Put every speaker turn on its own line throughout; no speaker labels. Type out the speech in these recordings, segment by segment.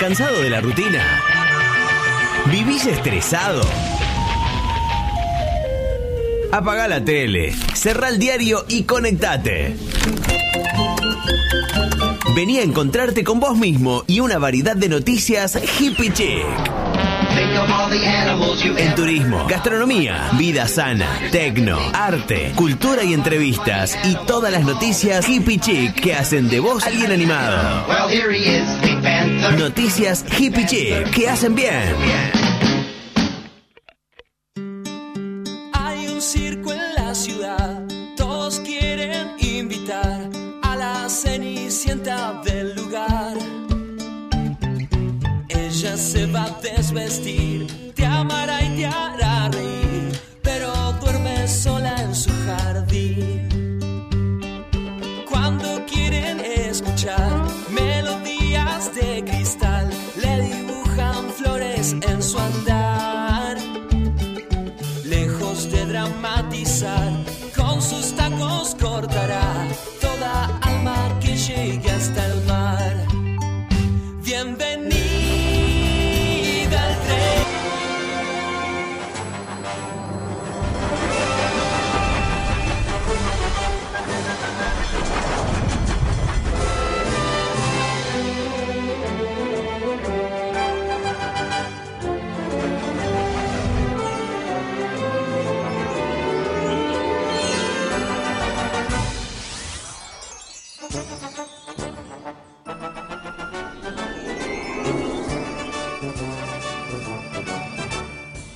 ¿Cansado de la rutina? ¿Vivís estresado? Apaga la tele, cerrá el diario y conectate. Vení a encontrarte con vos mismo y una variedad de noticias hippie chic. En turismo, gastronomía, vida sana, tecno, arte, cultura y entrevistas y todas las noticias hippie chic que hacen de vos alguien animado.
Well, here he is, the Panther.
Noticias hippie chic que hacen bien.
Hay un circo en la ciudad, todos quieren invitar a la cenicienta del lugar. Ella se va a desvestir, te amará y te hará reír, pero duerme sola en su jardín. Cuando quieren escuchar melodías de cristal, le dibujan flores en su andar lejos de dramatizar, con sus tacos cortará toda alma que llegue hasta el mar. Bienvenida al tren.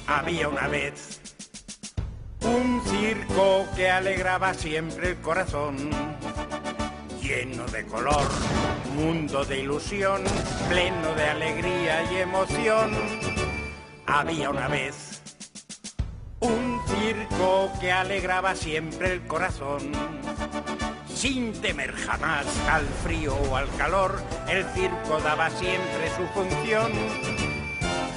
Había una vez un circo que alegraba siempre el corazón, lleno de color, mundo de ilusión, pleno de alegría y emoción. Había una vez un circo que alegraba siempre el corazón. Sin temer jamás al frío o al calor, el circo daba siempre su función.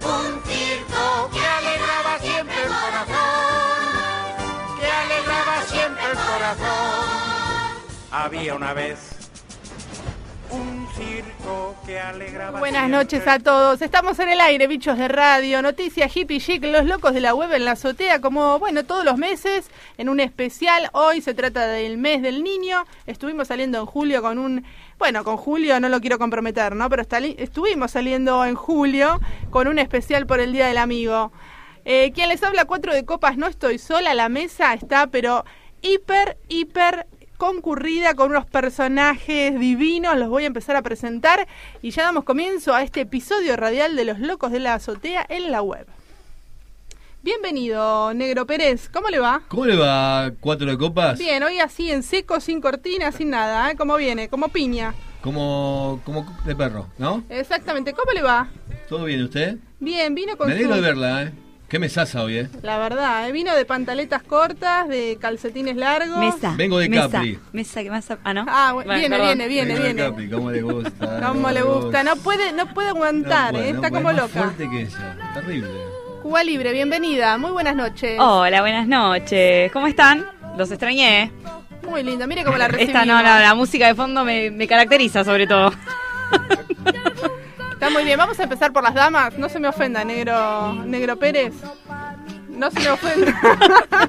un circo que alegraba siempre el corazón, que alegraba siempre el corazón. Había una vez un circo que alegraba
Buenas
siempre
noches a todos. Estamos en el aire, bichos de radio, noticias hippie chic, los locos de la web en la azotea, como bueno, todos los meses, en un especial. Hoy se trata del mes del niño. Estuvimos saliendo en julio con un. Bueno, con julio no lo quiero comprometer, ¿no? Pero estali- estuvimos saliendo en julio con un especial por el Día del Amigo. Eh, Quien les habla, cuatro de copas, no estoy sola, la mesa está, pero hiper, hiper concurrida con unos personajes divinos, los voy a empezar a presentar y ya damos comienzo a este episodio radial de Los Locos de la Azotea en la web. Bienvenido, Negro Pérez, ¿cómo le va?
¿Cómo le va cuatro de copas?
Bien, hoy así en seco, sin cortina, sin nada, ¿eh? ¿Cómo viene? Como piña.
Como, como de perro, ¿no?
Exactamente, ¿cómo le va?
¿Todo bien usted?
Bien, vino con
Me alegro
su-
de verla, ¿eh? Qué mesaza hoy, ¿eh?
La verdad, ¿eh? vino de pantaletas cortas, de calcetines largos.
Mesa.
Vengo de
mesa,
Capri.
Mesa que más. ap- Ah, no.
Ah, bueno,
Bueno,
viene,
perdón.
viene, viene,
Vengo de
viene.
Capri, ¿Cómo le gusta?
¿Cómo le gusta? No puede, no puede aguantar,
No
¿eh?
puede, no
está
puede,
como
es más
loca.
fuerte que ella, terrible.
Cuba Libre, bienvenida, muy buenas noches.
Hola, buenas noches. ¿Cómo están? Los extrañé.
Muy linda, mire cómo la recibimos.
eh. Esta no, la, la música de fondo me, me caracteriza sobre todo.
Está muy bien, vamos a empezar por las damas. No se me ofenda, negro, negro Pérez. No se me ofenda.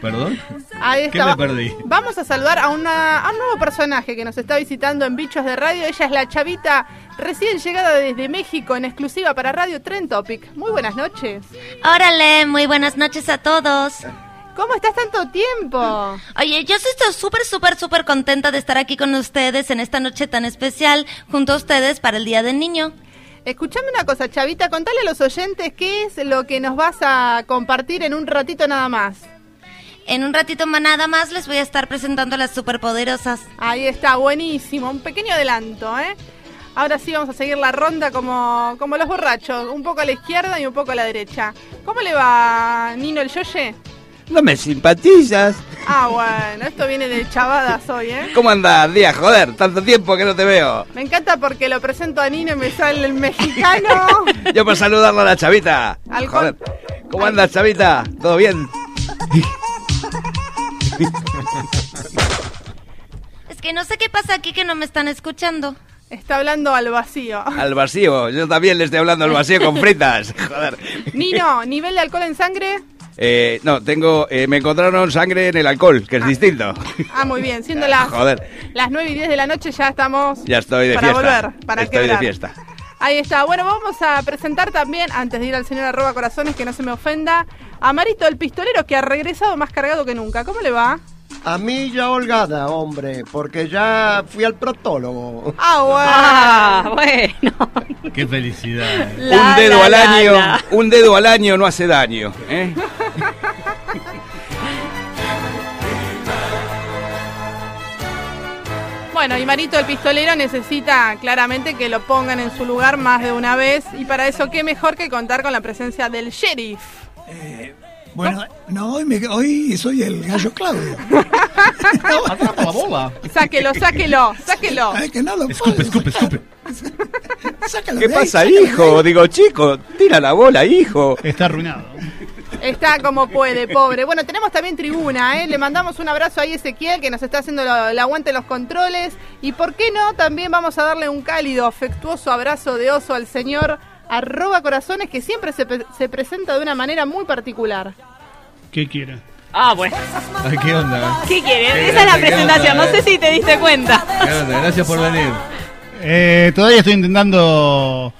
¿Perdón?
Ahí está.
¿Qué me perdí?
Vamos a saludar a, una- a un nuevo personaje que nos está visitando en Bichos de Radio. Ella es la chavita recién llegada desde México en exclusiva para Radio Tren Topic. Muy buenas noches.
Órale, muy buenas noches a todos.
¿Cómo estás tanto tiempo?
Oye, yo sí estoy súper, súper, súper contenta de estar aquí con ustedes en esta noche tan especial junto a ustedes para el Día del Niño.
Escuchame una cosa, chavita, contale a los oyentes qué es lo que nos vas a compartir en un ratito nada más.
En un ratito más nada más les voy a estar presentando a las superpoderosas.
Ahí está, buenísimo, un pequeño adelanto, ¿eh? Ahora sí vamos a seguir la ronda como, como los borrachos, un poco a la izquierda y un poco a la derecha. ¿Cómo le va Nino el Yoye?
No me simpatizas.
Ah, bueno, esto viene de chavadas hoy, ¿eh?
¿Cómo andas, Díaz? Joder, tanto tiempo que no te veo.
Me encanta porque lo presento a Nino y me sale el mexicano.
Yo por saludarlo a la chavita.
Al
Joder.
con-
¿Cómo andas, chavita? ¿Todo bien?
Es que no sé qué pasa aquí que no me están escuchando.
Está hablando al vacío.
Al vacío. Yo también le estoy hablando al vacío con fritas. Joder.
Nino, ¿nivel de alcohol en sangre?
Eh, no, tengo... eh, me encontraron sangre en el alcohol, que es distinto.
Ah, muy bien, siendo las,
Joder.
las 9 y 10 de la noche ya estamos
Ya estoy de
para
fiesta.
volver, para
estoy
quebrar.
de fiesta.
Ahí está, bueno, vamos a presentar también, antes de ir al señor arroba corazones, que no se me ofenda, a Marito el pistolero que ha regresado más cargado que nunca. ¿Cómo le va?
A mí ya holgada, hombre, porque ya fui al proctólogo.
Ah, bueno.
Ah, bueno.
Qué felicidad. eh.
La,
un dedo
la,
al
la,
año,
la.
un dedo al año no hace daño. ¿eh?
Bueno, y Marito el pistolero necesita claramente que lo pongan en su lugar más de una vez, y para eso qué mejor que contar con la presencia del sheriff.
Bueno, no, hoy, me- hoy soy el gallo Claudio.
Atrapa la bola.
Sáquelo, sáquelo, sáquelo.
Ay, que no lo
Escupe,
puedo
escupe,
sacar.
escupe.
Sácalo
¿Qué
de ahí,
pasa,
sácalo de
hijo? Digo, chico, tira la bola, hijo.
Está arruinado.
Está como puede, pobre. Bueno, tenemos también tribuna, ¿eh? Le mandamos un abrazo ahí a Ezequiel, que nos está haciendo lo- el aguante en los controles. Y por qué no, también vamos a darle un cálido, afectuoso abrazo de oso al señor arroba corazones, que siempre se, pe- se presenta de una manera muy particular.
¿Qué quiere?
Ah, bueno.
Ay, ¿Qué onda?
¿Qué
Qué
quieres? Esa es la
grande, qué
presentación. No
onda, eh.
sé si te diste cuenta.
¿Qué onda? Gracias por venir.
Eh, todavía estoy intentando.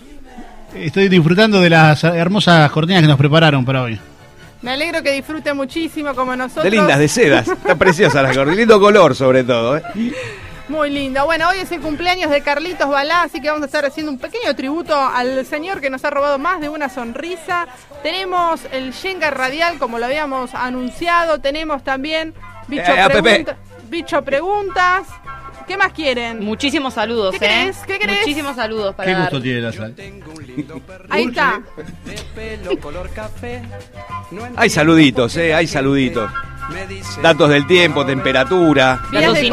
Estoy disfrutando de las hermosas cortinas que nos prepararon para hoy.
Me alegro que disfrute muchísimo como nosotros.
De lindas, de sedas. Están preciosas las gorditas. Lindo color, sobre todo. ¿eh?
Muy lindo. Bueno, hoy es el cumpleaños de Carlitos Balá, así que vamos a estar haciendo un pequeño tributo al señor que nos ha robado más de una sonrisa. Tenemos el Yenga Radial, como lo habíamos anunciado. Tenemos también Bicho,
Eh, eh,
Pregunta- Bicho Preguntas. ¿Qué más quieren?
Muchísimos saludos,
¿Qué
¿eh?
querés? ¿Qué querés?
Muchísimos saludos para
¿Qué
dar.
gusto tiene la sal?
Ahí está.
de pelo color café. No
Hay saluditos, ¿eh? Hay saluditos. Datos del tiempo, temperatura,
Vías de
inútiles.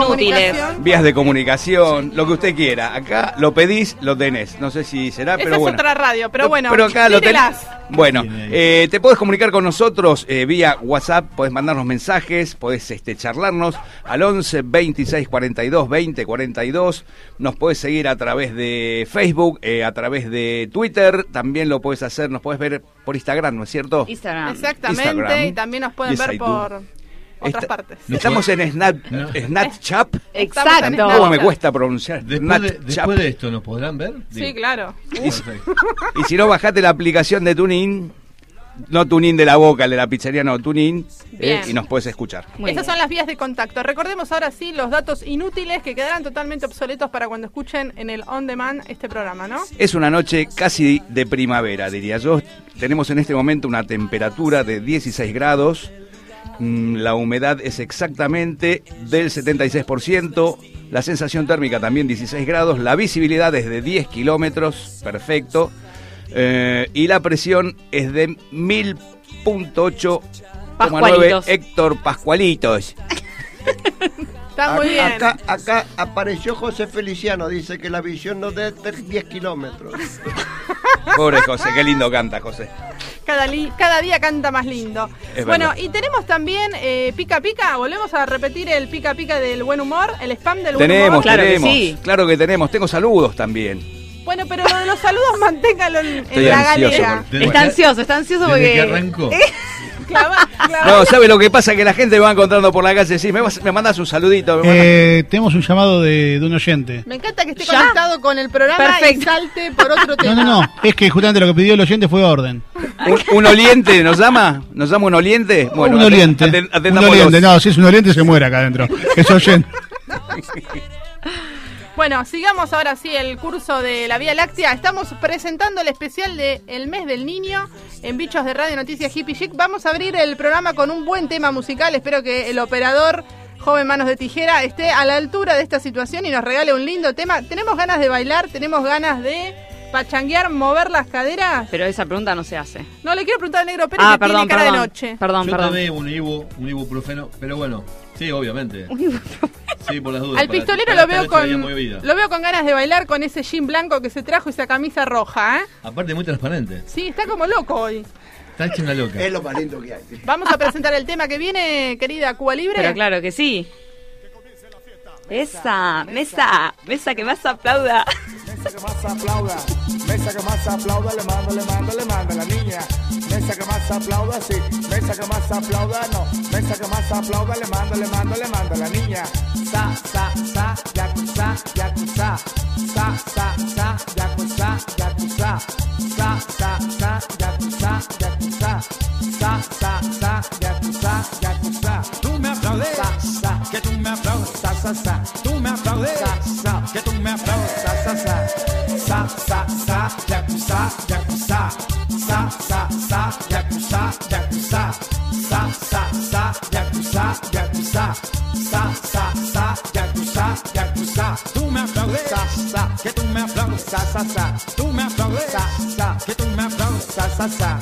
comunicación.
vías de comunicación, lo que usted quiera. Acá lo pedís, lo tenés. No sé si será,
Esa
pero
es
bueno.
otra radio, pero
No,
bueno,
acá lo tenés.
tírelas.
Bueno,
Tiene ahí.
eh, te podés comunicar con nosotros eh, vía WhatsApp, podés mandarnos mensajes, podés este, charlarnos al 11 26 42 20 42. Nos podés seguir a través de Facebook, eh, a través de Twitter. También lo podés hacer, nos podés ver por Instagram, ¿no es cierto?
Instagram.
Exactamente,
Oh. Instagram.
y también nos pueden
Yes, I
ver
do.
por otras
Esta-
partes.
Estamos en Snap,
No.
Snapchat.
Estamos en
Exacto.
Snapchat.
¿Cómo me cuesta pronunciar?
Después de,
Snapchat.
después de esto, ¿nos podrán ver?
Sí, claro.
Perfecto.
Y si no, bajate la aplicación de TuneIn. No TuneIn de la boca, el de la pizzería, no, TuneIn. eh,
Bien.
y nos podés escuchar.
Muy
Esas
bien.
son las vías de contacto. Recordemos ahora sí los datos inútiles que quedarán totalmente obsoletos para cuando escuchen en el on demand este programa, ¿no?
Es una noche casi de primavera, diría yo. Tenemos en este momento una temperatura de 16 grados. Mm, La humedad es exactamente del 76%. La sensación térmica también 16 grados. La visibilidad es de 10 kilómetros. Perfecto. Eh, y la presión es de 1000.8,9
Pascualitos.
Héctor Pascualitos.
Está muy bien.
Acá, acá apareció José Feliciano, dice que la visión no debe ser 10 kilómetros.
Pobre José, qué lindo canta José.
Cada, li- cada día canta más lindo.
Es
bueno,
verdad.
y tenemos también eh, Pica Pica. Volvemos a repetir el Pica Pica del buen humor, el spam del buen
Tenemos,
humor.
Claro que
tenemos.
sí.
Claro que tenemos. Tengo saludos también.
Bueno, pero lo de los saludos manténgalo en, en
Estoy
la
ansioso
galera.
por-
Desde
Está
que-
ansioso, está ansioso
Desde que
porque.
arrancó.
No, ¿sabe lo que pasa? Que la gente va encontrando por la calle. Sí, me, vas- me mandas un saludito. me mandas-
Eh, tenemos un llamado de, de un oyente.
Me encanta que esté conectado con el programa y salte por otro
No,
tema.
no, no. Es que justamente lo que pidió el oyente fue orden.
¿Un, un oliente nos llama? ¿Nos llama un oliente? Bueno,
Eh, un
aten-
oliente. un
aten- atendámoslos.
oliente. No, si es un oliente se muere acá adentro. Es oyente.
Bueno, sigamos ahora sí el curso de la Vía Láctea. Estamos presentando el especial de El Mes del Niño en Bichos de Radio Noticias Hippie Chic. Vamos a abrir el programa con un buen tema musical. Espero que el operador joven manos de tijera esté a la altura de esta situación y nos regale un lindo tema. Tenemos ganas de bailar, tenemos ganas de pachanguear, mover las caderas.
Pero esa pregunta no se hace.
No le quiero preguntar al negro Pérez que tiene cara de noche.
Ah, Perdón,
Yo
perdón.
tomé un, ibu, un ibuprofeno, pero bueno, sí, obviamente. Sí, por las dudas.
Al
para-
pistolero
para
lo
esta
veo
noche había
con
movida.
lo veo con ganas de bailar con ese jean blanco que se trajo y esa camisa roja, ¿eh?
Aparte, muy transparente.
Sí, está como loco hoy.
Está hecha una loca.
lo más lindo que hay.
Vamos a presentar el tema que viene, querida Cuba Libre.
Pero claro que sí. Mesa, mesa, mesa que más aplauda.
Mesa que más aplauda, mesa que más aplauda, le manda, le manda, le manda a la niña. Mesa que más aplauda, sí, mesa que más aplauda, no. Mesa que más aplauda, le manda, le manda, le manda a la niña. Sa, sa, sa, yakuza, yakuza. Sa, sa, sa, yakuza, yakuza. Sa, sa, sa, yakuza, yakuza. Sa, sa, sa, yakuza, yakuza. Tú me aplaudes, sa, sa, que tú me aplaudes, sa, sa, sa. Tú me aplaudes, sa, sa, que tú me aplaudes, sa, sa, sa. Sa, sa, sa, yakuza, yakuza. Sa, sa, sa, yakuza, yakuza. Sa, sa, sa, yakuza, yakuza. Sa, sa, sa, yakuza, yakuza. Tú me aplaudes, sa, sa, que tú me aplaudes, sa, sa, sa. Tú me aplaudes, sa, sa, que tú me aplaudes, sa, sa, sa.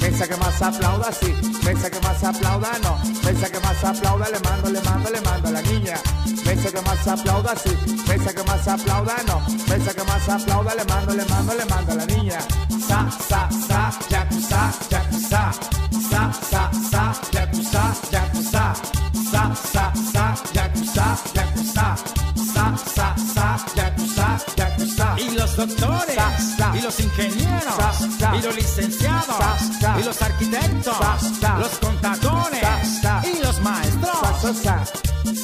Mesa que más aplauda, sí. Mesa que más aplauda, no. Mesa que más aplauda, le mando, le mando, le mando a la niña. Mesa que más aplauda, sí. Mesa que más aplauda, no. Mesa que más aplauda, le mando, le mando, le mando a la niña. Sa, sa, sa, yakuza, yakuza. Sa, sa, sa, yakuza, yakuza. Sa, sa, sa, yakuza, yakuza. Sa, sa, sa, yakuza, yakuza.
Y los doctores,
Sa, sa.
y los ingenieros,
Sa, sa.
y los licenciados,
Sa, sa.
y los arquitectos,
Sa, sa.
los contadores,
Sa, sa.
y los maestros.
Sa, sa,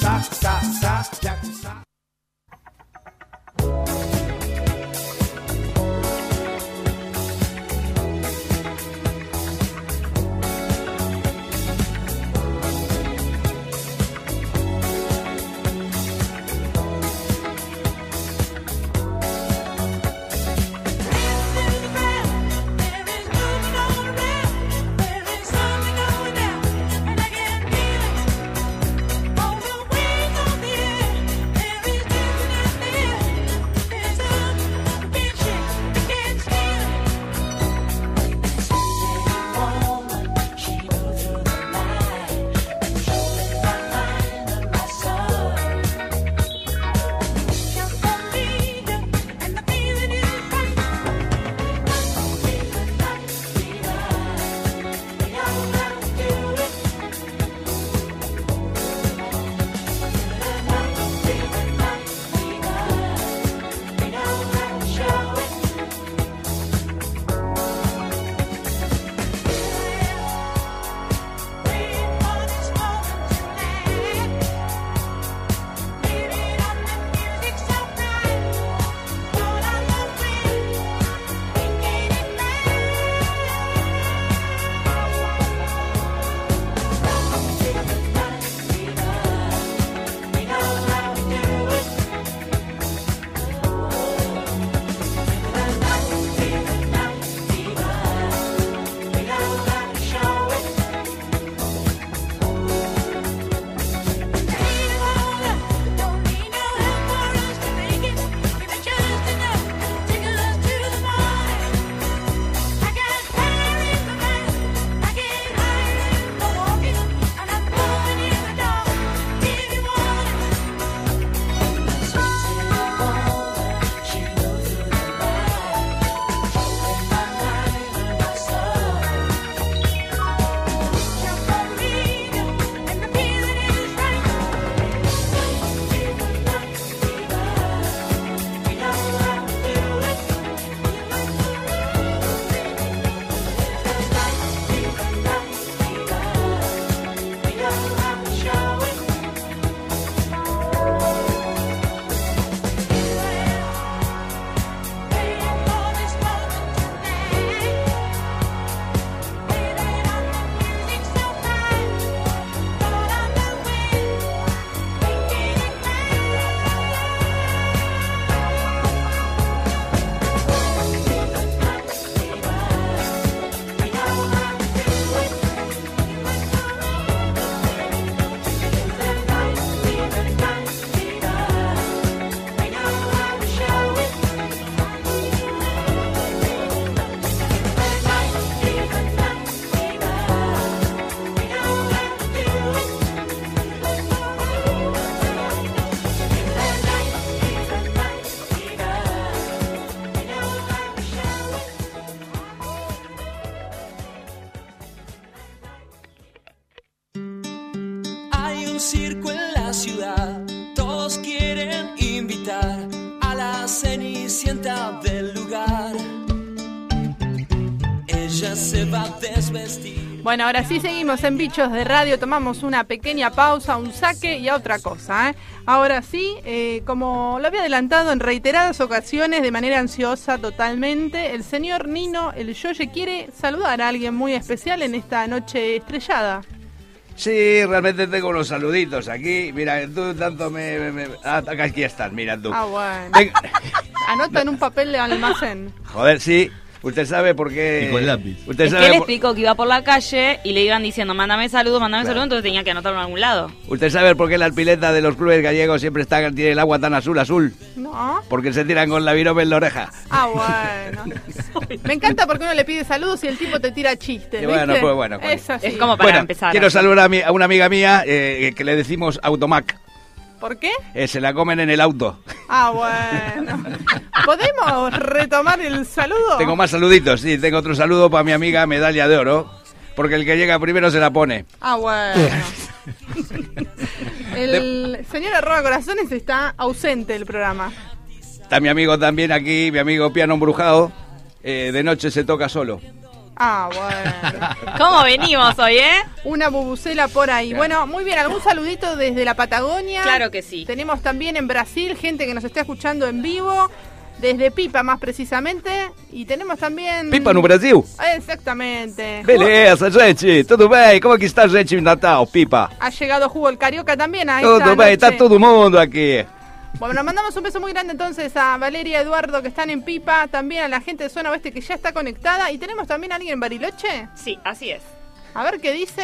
sa, sa, sa, yakuza.
There is something going down, and I can't feel it. On the wings of the air, and
circo en la ciudad. Todos quieren invitar a la cenicienta del lugar. Ella se va a desvestir.
Bueno, ahora sí seguimos en Bichos de Radio, tomamos una pequeña pausa, un saque y a otra cosa. ¿eh? Ahora sí, eh, como lo había adelantado en reiteradas ocasiones, de manera ansiosa totalmente, el señor Nino, el Yoye, quiere saludar a alguien muy especial en esta noche estrellada.
Sí, realmente tengo unos saluditos aquí. Mira, tú tanto me... me- me- ah, acá aquí están, mira tú.
Ah, bueno.
Venga.
Anota en un papel de almacén.
Joder, sí. Usted sabe por qué... Y con lápiz. Usted
Es que
sabe,
él
por,
explicó que iba por la calle y le iban diciendo, mándame saludos, mándame
Claro.
saludos, entonces tenía que anotarlo en algún lado.
usted sabe por qué la pileta de los clubes gallegos siempre está, tiene el agua tan azul, azul.
No.
Porque se tiran con la virome en la oreja.
Ah, bueno. Me encanta porque uno le pide saludos y el tipo te tira chistes.
Y bueno,
¿viste?
pues bueno, bueno.
Es así.
Bueno, Quiero saludar a, mi- a una amiga mía eh, que le decimos Automac.
¿Por qué?
Eh, se la comen en el auto.
Ah, bueno. ¿Podemos retomar el saludo?
Tengo más saluditos, sí. Tengo otro saludo para mi amiga Medalla de Oro. Porque el que llega primero se la pone.
Ah, bueno. El señor Arroba Corazones está ausente del programa.
Está mi amigo también aquí, mi amigo Piano Embrujado. Eh, de noche se toca solo.
Ah, bueno.
¿Cómo venimos hoy, eh?
Una bubucela por ahí.
Claro.
Bueno, muy bien, algún saludito desde la Patagonia.
Claro que sí.
Tenemos también en Brasil gente que nos está escuchando en vivo, desde Pipa más precisamente. Y tenemos también...
Pipa no Brasil.
Exactamente.
Beleza, gente. Tudo bem? Como é que está, gente, em Natal, Pipa?
Ha llegado Jugo el Carioca también. Ahí
Tudo bem,
está
está todo mundo aquí.
Bueno, nos mandamos un beso muy grande entonces a Valeria Eduardo que están en Pipa, también a la gente de Zona Oeste que ya está conectada y tenemos también a alguien en Bariloche.
Sí, así es.
A ver qué dice.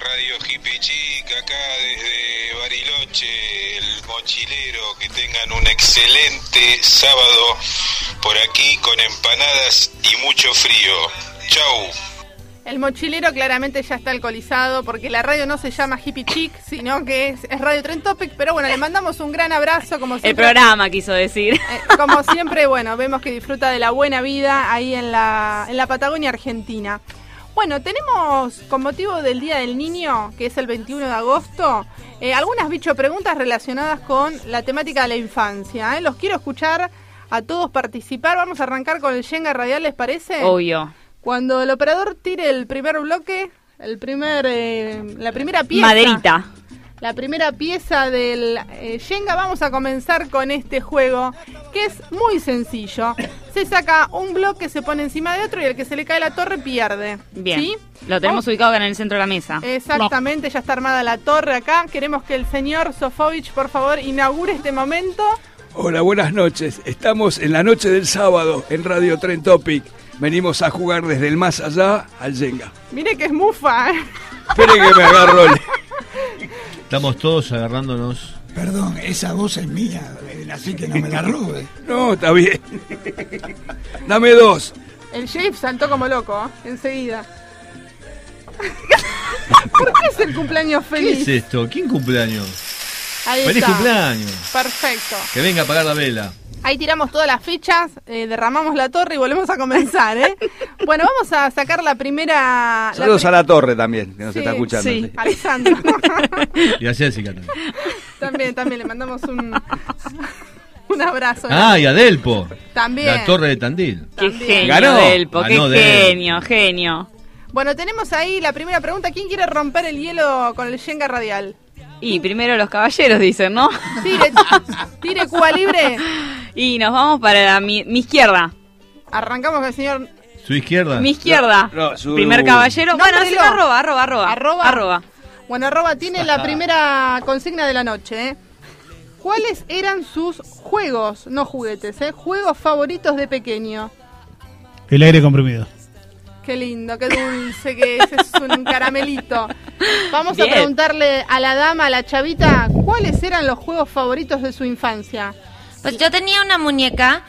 Radio Hippie Chic, acá desde Bariloche, el mochilero, que tengan un excelente sábado por aquí con empanadas y mucho frío. Chau.
El mochilero claramente ya está alcoholizado porque la radio no se llama Hippie Chic, sino que es, es Radio Tren Topic, pero bueno, le mandamos un gran abrazo como siempre.
El programa quiso decir.
Eh, como siempre, bueno, vemos que disfruta de la buena vida ahí en la, en la Patagonia Argentina. Bueno, tenemos con motivo del Día del Niño, que es el 21 de agosto, eh, algunas bicho preguntas relacionadas con la temática de la infancia. ¿eh? Los quiero escuchar a todos participar. Vamos a arrancar con el Yenga Radial, ¿les parece?
Obvio.
Cuando el operador tire el primer bloque, el primer, eh, la primera pieza.
Maderita.
La primera pieza del eh, Jenga, vamos a comenzar con este juego, que es muy sencillo. Se saca un bloque, se pone encima de otro y el que se le cae la torre pierde.
Bien.
¿Sí?
Lo
Oh.
tenemos ubicado acá en el centro de la mesa.
Eh, Exactamente, ya está armada la torre acá. Queremos que el señor Sofovich, por favor, inaugure este momento.
Hola, buenas noches. Estamos en la noche del sábado en Radio Tren Topic. Venimos a jugar desde el más allá al Jenga.
Mire que es mufa, ¿eh?
Espere que me agarro el...
Estamos todos agarrándonos.
Perdón, esa voz es mía, eh, así que no me la robe.
No, está bien. Dame dos.
El Jeff saltó como loco, ¿eh? enseguida. ¿Por qué es el cumpleaños
¿Qué
feliz?
es esto? ¿Quién cumpleaños?
Ahí
¡Feliz
está.
cumpleaños!
Perfecto.
Que venga a apagar la vela.
Ahí tiramos todas las fichas, eh, derramamos la torre y volvemos a comenzar, ¿eh? bueno, vamos a sacar la primera... la
Saludos
pri-
a la torre también, que nos
Sí,
está escuchando.
sí, Alessandro.
Y a Jessica también.
también, también le mandamos un, un abrazo. ¿eh?
¡Ah, y a Delpo!
También.
La torre de Tandil.
Qué genio,
Ganó.
Delpo, qué
Ganó Delpo.
genio, genio.
Bueno, tenemos ahí la primera pregunta. ¿Quién quiere romper el hielo con el Yenga radial?
Y primero los caballeros, dicen, ¿no?
Tire, tire Cuba Libre.
Y nos vamos para mi, mi izquierda.
Arrancamos con el señor...
Su izquierda.
Mi izquierda.
No, no, su-
Primer caballero.
No,
bueno,
pero-
sí, arroba, arroba, arroba.
Arroba. Bueno, arroba tiene la primera consigna de la noche, ¿eh? ¿Cuáles eran sus juegos, no juguetes, ¿eh? juegos favoritos de pequeño?
El aire comprimido.
Qué lindo, qué dulce que es, es un caramelito. Vamos
Bien.
a preguntarle a la dama, a la chavita, ¿cuáles eran los juegos favoritos de su infancia?
Pues yo tenía una muñeca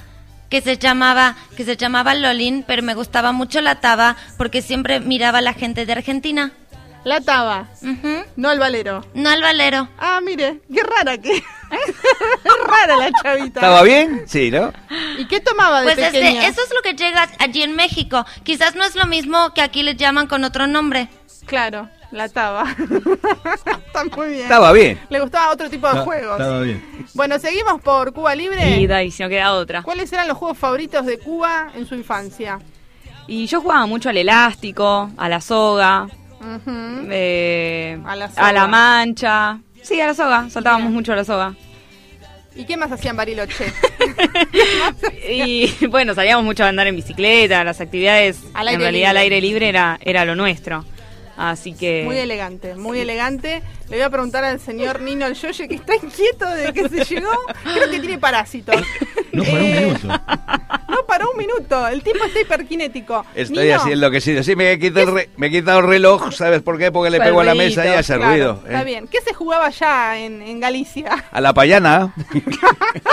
que se llamaba que se llamaba Lolin, pero me gustaba mucho la taba porque siempre miraba a la gente de Argentina.
La taba. No al valero.
No al valero.
Ah, mire, qué rara que. es rara la chavita.
¿Estaba bien? Sí, ¿no?
¿Y qué tomaba de
Pues
pequeña?
este, eso es lo que llega allí en México. Quizás no es lo mismo que aquí le llaman con otro nombre.
Claro. La taba. Está muy bien.
Estaba bien.
Le gustaba otro tipo de juegos.
bien.
Bueno, seguimos por Cuba Libre.
Y dai, si no queda otra.
¿Cuáles eran los juegos favoritos de Cuba en su infancia?
Y yo jugaba mucho al elástico, a la soga,
Ujú.
eh,
A la
a
soga.
la mancha. Sí, a la soga, saltábamos mucho a la soga.
¿Y qué más hacían Bariloche?
Y bueno, salíamos mucho a andar en bicicleta, las actividades
Al
en
aire
realidad al
libre.
aire libre era, era lo nuestro. Así que...
Muy elegante, muy elegante. Le voy a preguntar al señor Nino El Yoye que está inquieto de que se llegó. Creo que tiene parásitos. Eh,
No paró un minuto.
No paró un minuto. El tipo está hiperkinético.
Estoy
Nino,
así enloquecido. Sí, me he quitado, el re- me he quitado el reloj, ¿sabes por qué? Porque le pego a la
Perrito,
mesa y hace
claro,
ruido.
Está
¿eh?
bien. ¿Qué se jugaba allá en, en Galicia?
A la payana.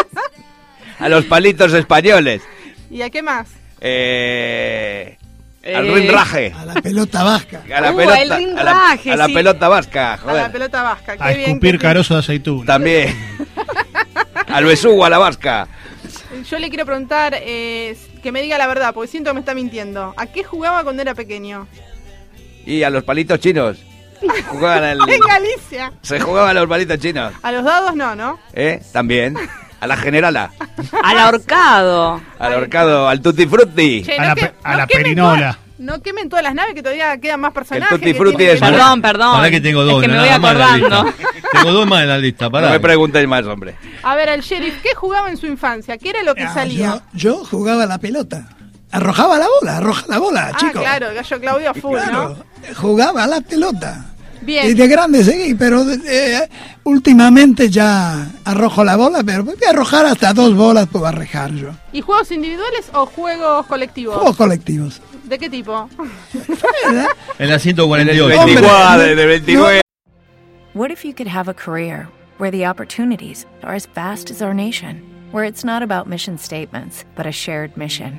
a los palitos españoles.
¿Y a qué más?
Eh, al
Eh,
rinraje.
La pelota vasca.
A la
Uh,
pelota,
el
a la-
rinraje,
a la
sí.
pelota vasca,
A la
joder.
pelota vasca. Qué
A
bien.
escupir
que-
carozo de aceituna.
También. Al besugo, a la vasca.
Yo le quiero preguntar eh, que me diga la verdad, porque siento que me está mintiendo. ¿A qué jugaba cuando era pequeño?
Y a los palitos chinos. Jugaban al-
En Galicia.
se jugaban a los palitos chinos.
A los dados no, ¿no?
¿Eh? También. A la generala.
Al ahorcado.
Al horcado, al tutti frutti.
Che, no que- no quemen todas- No quemen todas las naves que todavía quedan más personajes.
Tutti
que
Frutti
tienen
es-
que-
Perdón,
perdón.
Pará que tengo dos.
Es que me
nada
voy
más en la
acordando.
lista. tengo dos más en la lista, pará.
No me preguntéis más, hombre.
A ver, al sheriff, ¿qué jugaba en su infancia? ¿Qué era lo que salía?
Ah, Yo jugaba a la pelota. Arrojaba la bola, arroja la bola,
ah,
chicos.
claro, el gallo Claudio a full, ¿no?
Jugaba a la pelota.
Bien.
Y de grande seguí, pero eh, últimamente ya arrojo la bola, pero voy a arrojar hasta dos bolas puedo arrejar yo.
¿Y juegos individuales o juegos colectivos?
Juegos colectivos.
¿De qué tipo?
En la 148.
En el 24, en el 29.
What if you could have a career where the opportunities are as vast as our nation, where it's not about mission statements, but a shared mission?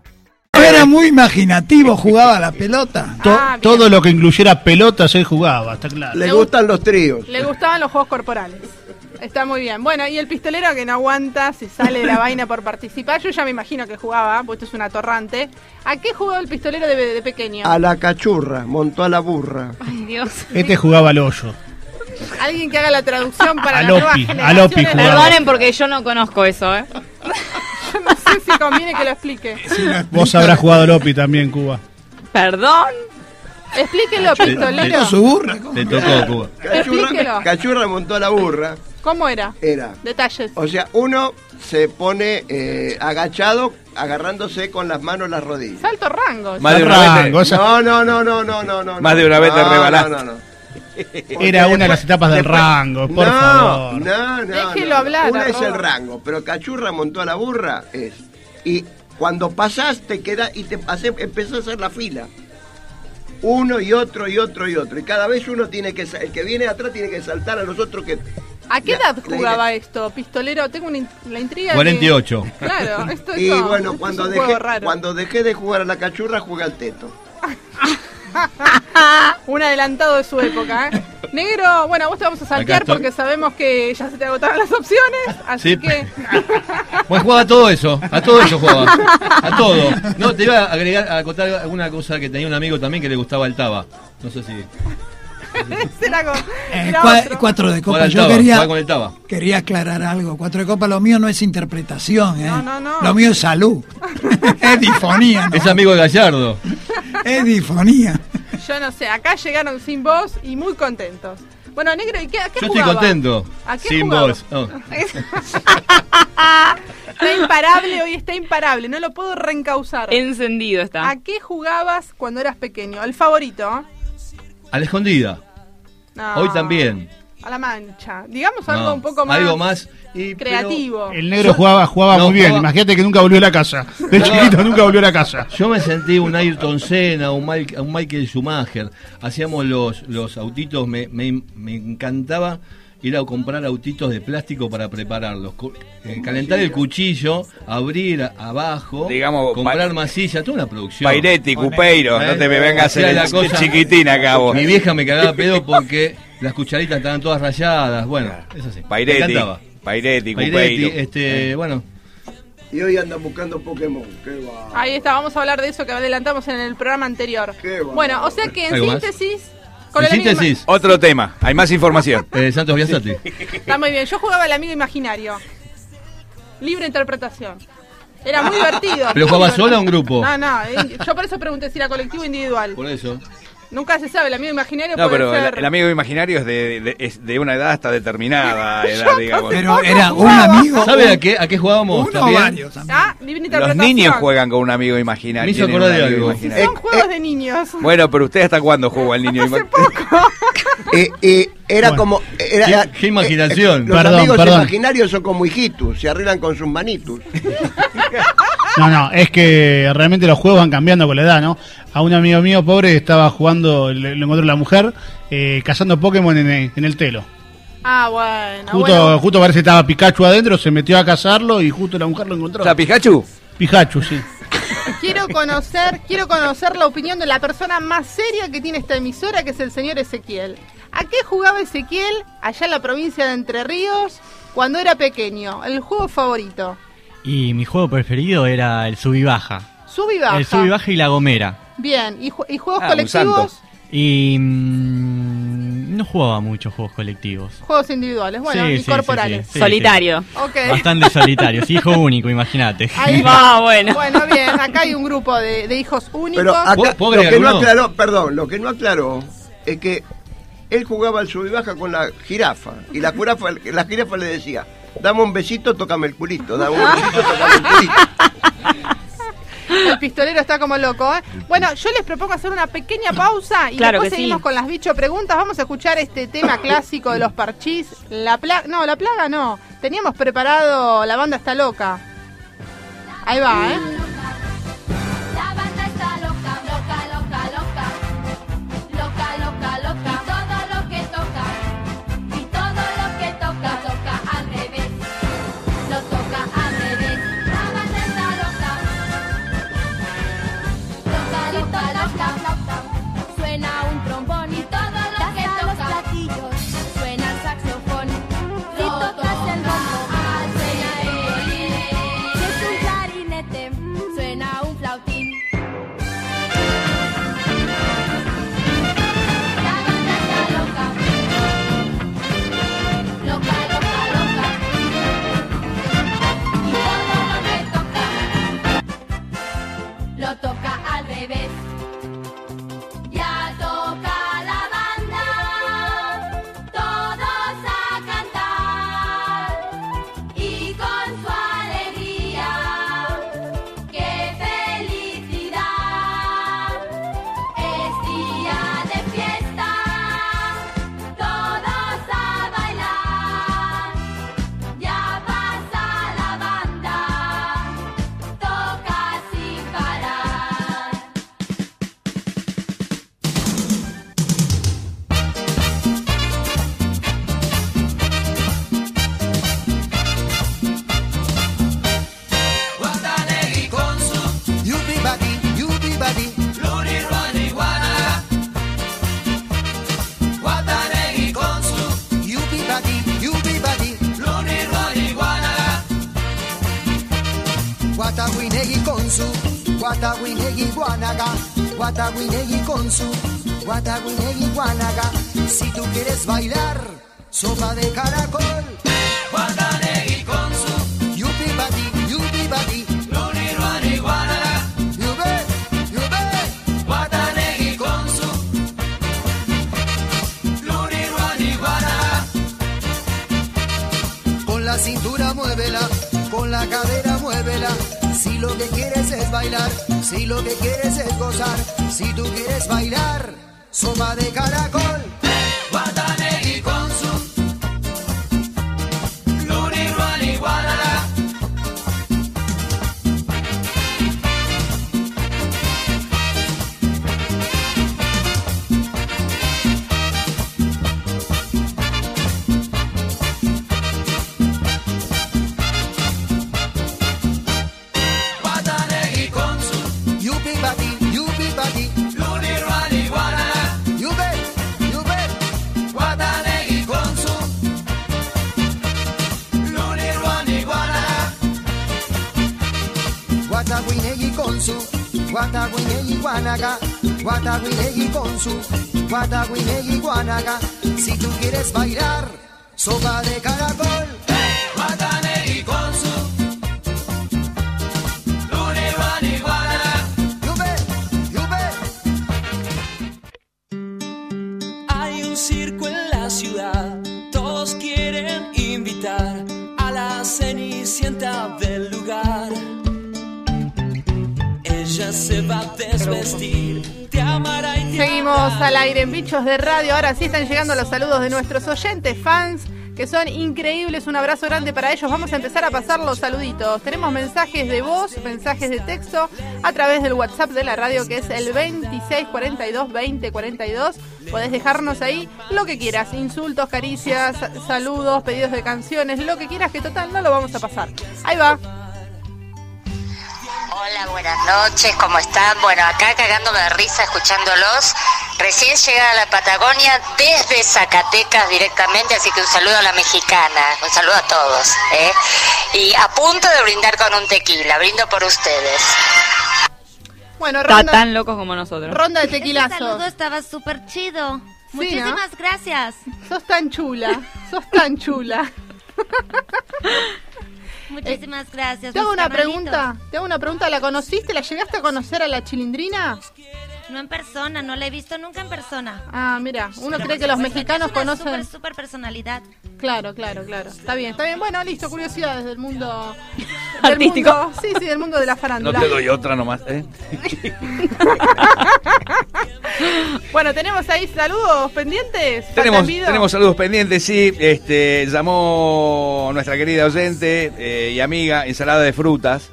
Era muy imaginativo, jugaba a la pelota.
To-
Ah,
todo lo que incluyera pelotas él jugaba, está claro.
Le gustan los tríos.
Le gustaban los juegos corporales. Está muy bien. Bueno, y el pistolero que no aguanta, se sale de la vaina por participar. Yo ya me imagino que jugaba, porque esto es un atorrante. ¿A qué jugaba el pistolero de, de pequeño?
A la cachurra, montó a la burra.
Ay, Dios.
Este jugaba al hoyo.
Alguien que haga la traducción para
Al
la nueva
Opi,
generación.
al Opi
de la-
jugaba.
Perdonen porque yo no conozco eso, ¿eh?
Yo no sé si conviene que lo explique.
Vos habrás jugado al Opi también, Cuba.
Perdón.
Explíquelo, pistolero.
Te tocó, Cuba.
Explíquelo.
Cachurra, cachurra montó a la burra.
¿Cómo era?
Era.
Detalles.
O sea, uno se pone eh, agachado, agarrándose con las manos las rodillas.
Salto rango.
Más de una vez te-
No, no, no, no, no, no, no.
Más de una vez te
No,
rebalaste.
No, no, no.
Era una de las etapas del rango, por
no,
favor.
No, no,
Déjelo
no.
hablar,
Una es
Arroba.
el rango, pero cachurra montó a la burra es. Y cuando pasás te queda y te hace, empezás a hacer la fila. Uno y otro y otro y otro. Y cada vez uno tiene que sa- el que viene atrás tiene que saltar a los otros que.
¿A qué
La-
edad
la-
jugaba esto, pistolero? Tengo una in- la intriga. de-
48.
Claro, esto es
Y
como- esto
bueno,
es
cuando
un juego
dejé,
raro.
cuando dejé de jugar a la cachurra, jugué al teto.
Un adelantado de su época, ¿eh? Negro, bueno, a vos te vamos a saltear
estoy.
porque sabemos que ya se te agotaron las opciones, así
Sí.
que...
Pues jugaba a todo eso, a todo eso jugaba. A todo. No, te iba a agregar, a contar alguna cosa que tenía un amigo también que le gustaba el taba. No sé si.
ese era como-
Eh,
era
cua-
otro.
cuatro de
Jugar
copa.
al
Yo
taba,
quería,
jugar con el taba.
quería aclarar algo. Cuatro de copa, lo mío no es interpretación. ¿eh?
No, no, no.
Lo mío es salud. es difonía. ¿no?
Es amigo de Gallardo.
Es difonía.
Yo no sé, acá llegaron sin voz y muy contentos. Bueno, Negro, ¿y qué, a qué
Yo estoy
jugaba?
contento.
¿A qué
Sin
jugaba?
voz. No.
Está imparable, hoy está imparable, no lo puedo reencauzar.
Encendido está.
Ah.
¿A qué jugabas cuando eras pequeño? ¿Al favorito? ¿eh?
A la escondida.
No.
Ah.
Hoy también.
A la mancha. Digamos algo
No,
un poco más.
algo más
creativo.
El negro jugaba, jugaba
No,
muy bien.
jugaba-
Imagínate que nunca volvió a la casa. De chiquito nunca volvió a la casa.
Yo me sentí un Ayrton Senna, un, Mike- un Michael Schumacher. Hacíamos los, los autitos, me, me- me encantaba ir a comprar autitos de plástico para prepararlos. Cu- eh, calentar el cuchillo, abrir a- abajo,
Digamos,
comprar masilla, toda una producción. eh,
Pairetti, Cupeiro, no te me vengas
Hacía
en
la
el
cosa-
chiquitín acá vos.
Mi vieja me cagaba pedo porque las cucharitas estaban todas rayadas. Bueno, es así. Me
Pairetti,
encantaba.
Pairetti,
Pairetti,
Cupeiro. Eh.
este, bueno,
Y hoy andan buscando Pokémon. Qué va.
Ahí está, vamos a hablar de eso que adelantamos en el programa anterior. Bueno, o sea que en
¿Algo más?
síntesis. con el amigo ima-
Otro tema, hay más información.
Santos Biasati.
Está muy bien. Yo jugaba al amigo imaginario. Libre interpretación. Era muy divertido.
¿Pero
muy
jugabas
divertido.
sola o en grupo?
No, no. eh, Yo por eso pregunté si era colectivo o individual.
por eso.
Nunca se sabe, el amigo imaginario
No,
puede
pero
ser.
el, el amigo imaginario es de, de- es de una edad hasta determinada edad, digamos.
Pero era un amigo.
¿Sabe a qué, a qué jugábamos
Uno o
también?
varios.
Ah, libre
Los
interpretación.
niños juegan con un amigo imaginario.
Me hizo
tienen un
acordar de
amigo
algo.
imaginario.
Son juegos de niños.
Bueno, pero usted hasta cuándo jugó al niño imaginario.
Eh, eh, era como. Era,
Qué-
era- eh,
qué imaginación.
los
Perdón,
amigos
perdón.
imaginarios son como hijitos, se arreglan con sus manitos.
No, no, es que realmente los juegos van cambiando con la edad, ¿no? A un amigo mío pobre estaba jugando, le- lo encontró la mujer, eh, cazando Pokémon en el, en el telo.
Ah, bueno.
Justo,
bueno.
justo parece que estaba Pikachu adentro, se metió a cazarlo y justo la mujer lo encontró.
¿Está Pikachu?
Pikachu, sí.
Quiero conocer, quiero conocer la opinión de la persona más seria que tiene esta emisora, que es el señor Ezequiel. ¿A qué jugaba Ezequiel allá en la provincia de Entre Ríos cuando era pequeño? El juego favorito.
Y mi juego preferido era el sub y baja.
Sub y baja.
El sub y baja y la gomera.
Bien. ¿Y, ju- y juegos
Ah, un
colectivos?
Y mm, no jugaba muchos juegos colectivos.
Juegos individuales, bueno,
Sí,
y
sí, sí,
corporales.
sí, sí. Solitario.
Ok.
Bastante solitarios, hijo único, imagínate.
Ahí
va.
Ah, bueno. Bueno, bien, acá hay un grupo de, de hijos únicos.
Pero acá, lo que no aclaró, perdón, lo que no aclaró es que él jugaba al sub y baja con la jirafa. Y la jirafa, la jirafa le decía, dame un besito, tócame el culito. Dame un besito, tócame el culito.
El pistolero está como loco. ¿eh? Bueno, yo les propongo hacer una pequeña pausa y
Claro
después
que sí.
seguimos con las bicho preguntas. Vamos a escuchar este tema clásico de los parchís. La plaga. No, la plaga no. Teníamos preparado La banda está loca. Ahí va, ¿eh?
La banda está loca, loca, loca, loca. Loca, loca, loca. Y todo lo que toca, y todo lo que toca, toca al revés. Lo toca al revés. La banda está loca. Loca, loca, loca, loca. Suena un trombón y todo lo que toca. Suena el saxofón. Si tocas el bombo, suena el Si es un clarinete, suena un flautín. Loca, loca, loca. Y todo lo que toca, lo toca al revés. Ya toca la banda, todos a cantar. Y con su alegría, qué felicidad. Es día de fiesta, todos a bailar. Ya pasa la banda, toca sin parar.
Guatanegui con su
Yupi Badi, Yupi Badi,
Luri Ruani Guanaga. Guatanegui con su
Yupi Badi, Yupi Badi,
Luri Ruani Guanaga.
Guatawinegi Konsu, Guatawinegi Guanaga, Guatawinegi Konsu, Guatawinegi Guanaga. Si tú quieres bailar, sopa de caracol.
Guatanegui con su
Yupi Badi, Yupi Badi,
Luri Ruani Guanaga.
Yube, Yube,
Guatanegui con su Luri Ruani Guanaga.
Con la cintura muévela, con la cadera muévela. Si lo que quieres es bailar, si lo que quieres es gozar, si tú quieres bailar, sopa de caracol.
Guatanegui con su Lurirual y Guanara Guatanegui con su
Yupi bati, yupi bati,
Lurirual y Guanara
yupe, yupe.
Guatanegui con su Lurirual y Guanara
Guataguinegui con su, Guataguinegui guanaga, Guataguinegui con su, Guataguinegui guanaga. Si tú quieres bailar, sopa de caracol.
Guatanegui con su Lurirual y Guanara
Yupe, yupe.
Hay un circo en la ciudad, todos quieren invitar a la cenicienta del lugar. Ella se va a desvestir, te amará y te
Seguimos
amará.
al aire en Bichos de Radio. Ahora sí están llegando los saludos de nuestros oyentes, fans, que son increíbles. Un abrazo grande para ellos. Vamos a empezar a pasar los saluditos. Tenemos mensajes de voz, mensajes de texto a través del WhatsApp de la radio que es el 2642-2042. Podés dejarnos ahí lo que quieras. Insultos, caricias, saludos, pedidos de canciones, lo que quieras que total no lo vamos a pasar. Ahí va.
Hola, buenas noches, ¿cómo están? Bueno, acá cagándome de risa escuchándolos. Recién llegada a la Patagonia desde Zacatecas directamente, así que un saludo a la mexicana, un saludo a todos. ¿eh? Y a punto de brindar con un tequila, brindo por ustedes.
Bueno,
Está
ronda,
tan locos como nosotros.
ronda de
Ese
tequilazo.
saludo estaba súper chido.
Sí,
Muchísimas gracias.
Sos tan chula, sos tan chula.
Muchísimas gracias.
Te hago
mis
una
carnalitos.
pregunta, te hago una pregunta, ¿la conociste? ¿La llegaste a conocer a la chilindrina?
No en persona, no la he visto nunca en persona.
Ah, mira, uno
Pero
cree que los
por supuesto,
mexicanos
es una
conocen-
Super, super personalidad.
Claro, claro, claro. Está bien, está bien. Bueno, listo, curiosidades del mundo del
Artístico.
mundo- sí, sí, del mundo de la
No
farándula.
te doy otra nomás, ¿eh?
Bueno, tenemos ahí saludos pendientes. ¿Falta
Tenemos,
envido?
tenemos saludos pendientes, sí. Este, llamó nuestra querida oyente eh, y amiga ensalada de frutas.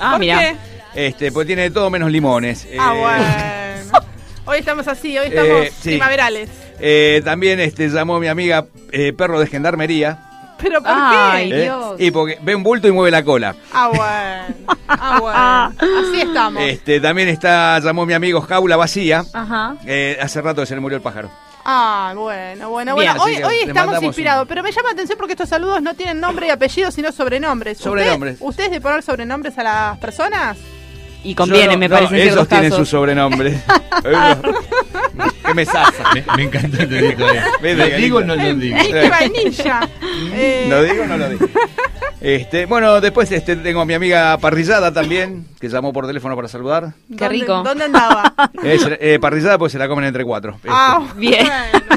Ah,
¿Por
mira.
qué?
Este, pues tiene de todo menos limones.
Ah,
Eh,
bueno. Hoy estamos así, hoy estamos
Eh, sí.
primaverales.
eh, también este, llamó mi amiga eh, perro de gendarmería.
Pero ¿por
Ay,
qué?
¿eh? Y porque ve un bulto y mueve la cola.
Ah, bueno. Ah, bueno. Así estamos.
Este, también está, llamó mi amigo jaula vacía.
Ajá.
Eh, hace rato que se le murió el pájaro.
Ah, bueno, bueno,
Bien,
bueno. Hoy,
así que
hoy
le
estamos
mandamos
inspirados, pero me llama la atención porque estos saludos no tienen nombre y apellido, sino sobrenombres.
Sobrenombres.
¿Ustedes, ustedes de poner sobrenombres a las personas?
Y conviene,
Yo no-
me
no,
parece. en
Ellos
ciertos
tienen
casos.
su sobrenombre. que me zafa.
Me, me encanta el dedito ahí.
Ves,
eh. ¿Lo
Delgadita.
digo o no lo digo?
¡Ay, qué vainilla! Eh,
¿Lo digo o no lo digo? Este, bueno, después este, tengo a mi amiga Parrillada también, que llamó por teléfono para saludar.
Qué
¿dónde-
rico.
¿Dónde andaba?
Eh, se- eh, parrillada pues se la comen entre cuatro. Este,
Ah,
Bien.
bueno.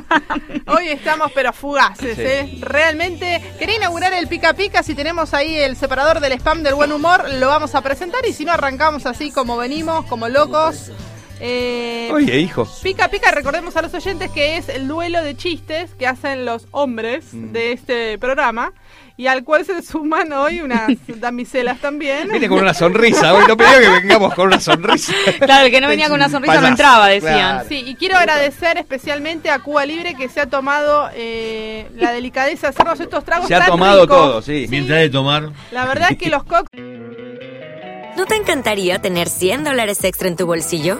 Hoy estamos pero fugaces,
Sí.
¿eh? Realmente, quería inaugurar el pica pica, si tenemos ahí el separador del spam del buen humor, lo vamos a presentar y si no arrancamos así como venimos, como locos. Eh,
Oye, hijo.
Pica Pica, recordemos a los oyentes que es el duelo de chistes que hacen los hombres
Mm.
de este programa y al cual se suman hoy unas damiselas también.
Viene con una sonrisa. Hoy no pidió que vengamos con una sonrisa.
Claro, el que no venía con una sonrisa
Payaso,
no entraba, decían.
claro.
Sí, y quiero agradecer especialmente a Cuba Libre que se ha tomado eh, la delicadeza de hacernos estos tragos.
Se ha
tan
tomado
ricos.
todo, sí.
Mientras de tomar.
La verdad es que los cocks
¿No te encantaría tener 100 dólares extra en tu bolsillo?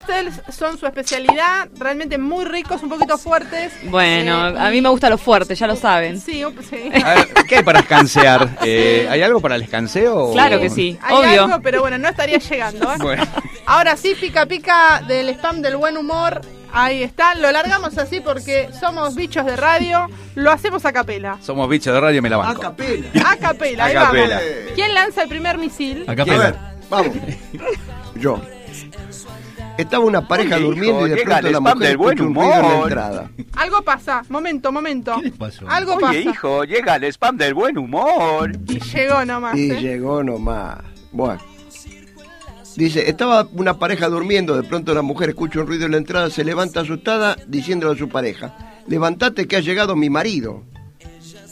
Ustedes son su especialidad, realmente muy ricos, un poquito fuertes.
Bueno,
Sí,
a mí
y-
me gusta lo fuerte, ya lo saben.
Sí, un- sí.
A ver, ¿Qué hay para escansear? Eh, ¿Hay algo para el escanseo?
Claro que sí,
Hay algo, pero bueno, no estaría llegando. ¿eh?
Bueno,
Ahora sí, pica pica del spam del buen humor. Ahí está, lo largamos así porque somos bichos de radio, lo hacemos a capela.
somos bichos de radio, me la banco.
capela.
A capela, ahí
A capela.
vamos. ¿Quién lanza el primer misil?
A ver, vamos. Yo. Estaba una pareja
Oye, hijo,
durmiendo y de
llega
pronto
el
la
spam
mujer
del buen
escucha un ruido en la
humor.
entrada.
Algo pasa, momento, momento. ¿Qué les pasó? Algo
Oye,
pasa.
hijo, llega el spam del buen humor.
Y llegó nomás.
Y
¿eh?
llegó nomás. Bueno. Dice, estaba una pareja durmiendo, de pronto la mujer escucha un ruido en la entrada, se levanta asustada, diciéndole a su pareja, levantate que ha llegado mi marido.